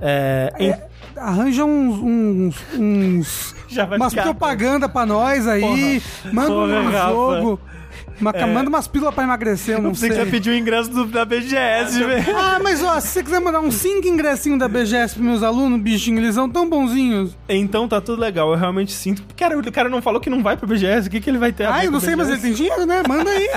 A: É, em-
C: Arranja uns. uns, uns
A: Já vai
C: umas
A: ficar.
C: propaganda pra nós aí. Manda
A: Porra,
C: um
A: Rafa. É.
C: jogo. Uma- Manda umas pílulas pra emagrecer, eu não, sei.
B: pedir o ingresso do- da BGS,
A: É,
B: velho.
C: Ah, mas ó, se você quiser mandar uns cinco ingressinhos da BGS pros meus alunos, bichinho, eles são tão bonzinhos.
A: Então tá tudo legal, eu realmente sinto. Cara, o cara não falou que não vai pra BGS, o que, que ele vai ter a ver
C: Ah, eu
A: com
C: não sei, mas
A: BGS?
C: ele tem dinheiro, né? Manda aí.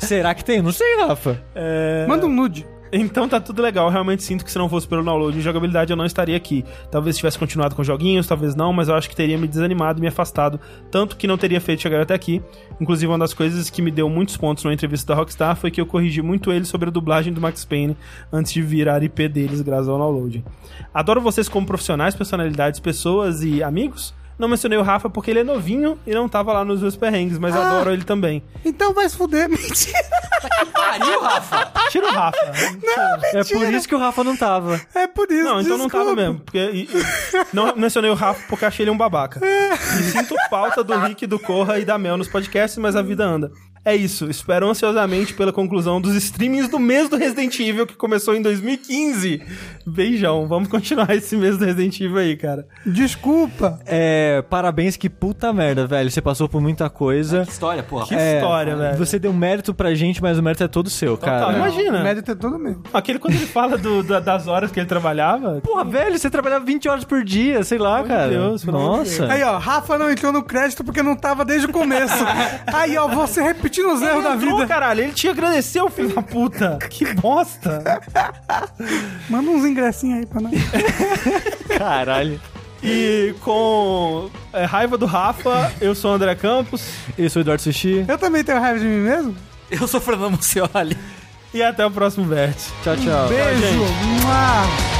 B: Será que tem? Não sei, Rafa.
A: (laughs) É,
C: Manda um nude.
A: Então tá tudo legal, eu realmente sinto que se não fosse pelo download e jogabilidade eu não estaria aqui. Talvez tivesse continuado com joguinhos, talvez não, mas eu acho que teria me desanimado e me afastado, tanto que não teria feito chegar até aqui. Inclusive, uma das coisas que me deu muitos pontos na entrevista da Rockstar foi que eu corrigi muito ele sobre a dublagem do Max Payne antes de virar IP deles graças ao download. Adoro vocês como profissionais, personalidades, pessoas e amigos. Não mencionei o Rafa porque ele é novinho e não tava lá nos meus perrengues, mas adoro ele também.
C: Então vai se fuder. (laughs) Mentira.
D: Pariu, Rafa!
A: Tira o Rafa.
B: É por isso que o Rafa não tava.
C: É por isso.
A: Não, então não
C: desculpa.
A: tava mesmo. Porque, e- e- não mencionei o Rafa porque achei ele um babaca. E sinto falta do Rick, do Corra e da Mel nos podcasts, mas a vida anda. É isso, espero ansiosamente pela conclusão dos streamings do mês do Resident Evil que começou em 2015. Beijão, vamos continuar esse mês do Resident Evil aí, cara.
C: Desculpa.
B: É, parabéns, que puta merda, velho. Você passou por muita coisa.
D: Que história, porra.
A: Que
B: É,
A: história, velho.
B: Você deu mérito pra gente, mas o mérito é todo seu, cara.
A: tá, Imagina.
C: O mérito é todo meu.
A: Aquele quando ele fala do- da- das horas que ele trabalhava.
B: Porra, velho, você trabalhava 20 horas por dia, sei lá,
A: de
B: cara.
A: Deus, pelo amor de
B: Nossa.
C: Aí, ó, Rafa não entrou no crédito porque não tava desde
A: (laughs)
C: o começo. Aí, ó, você repetindo os erros da
A: Entrou,
C: vida.
A: caralho, ele te agradeceu, filho da puta. Que bosta.
C: Manda uns ingressinhos aí pra nós.
B: Caralho.
A: E com é, raiva do Rafa, eu sou o André Campos.
B: Eu sou o Eduardo Sushi.
C: Eu também tenho raiva de mim mesmo?
D: Eu sou o Fernando Mucioli.
A: E até o próximo Vert.
B: Tchau, tchau.
C: Beijo.
A: gente.
C: Mua.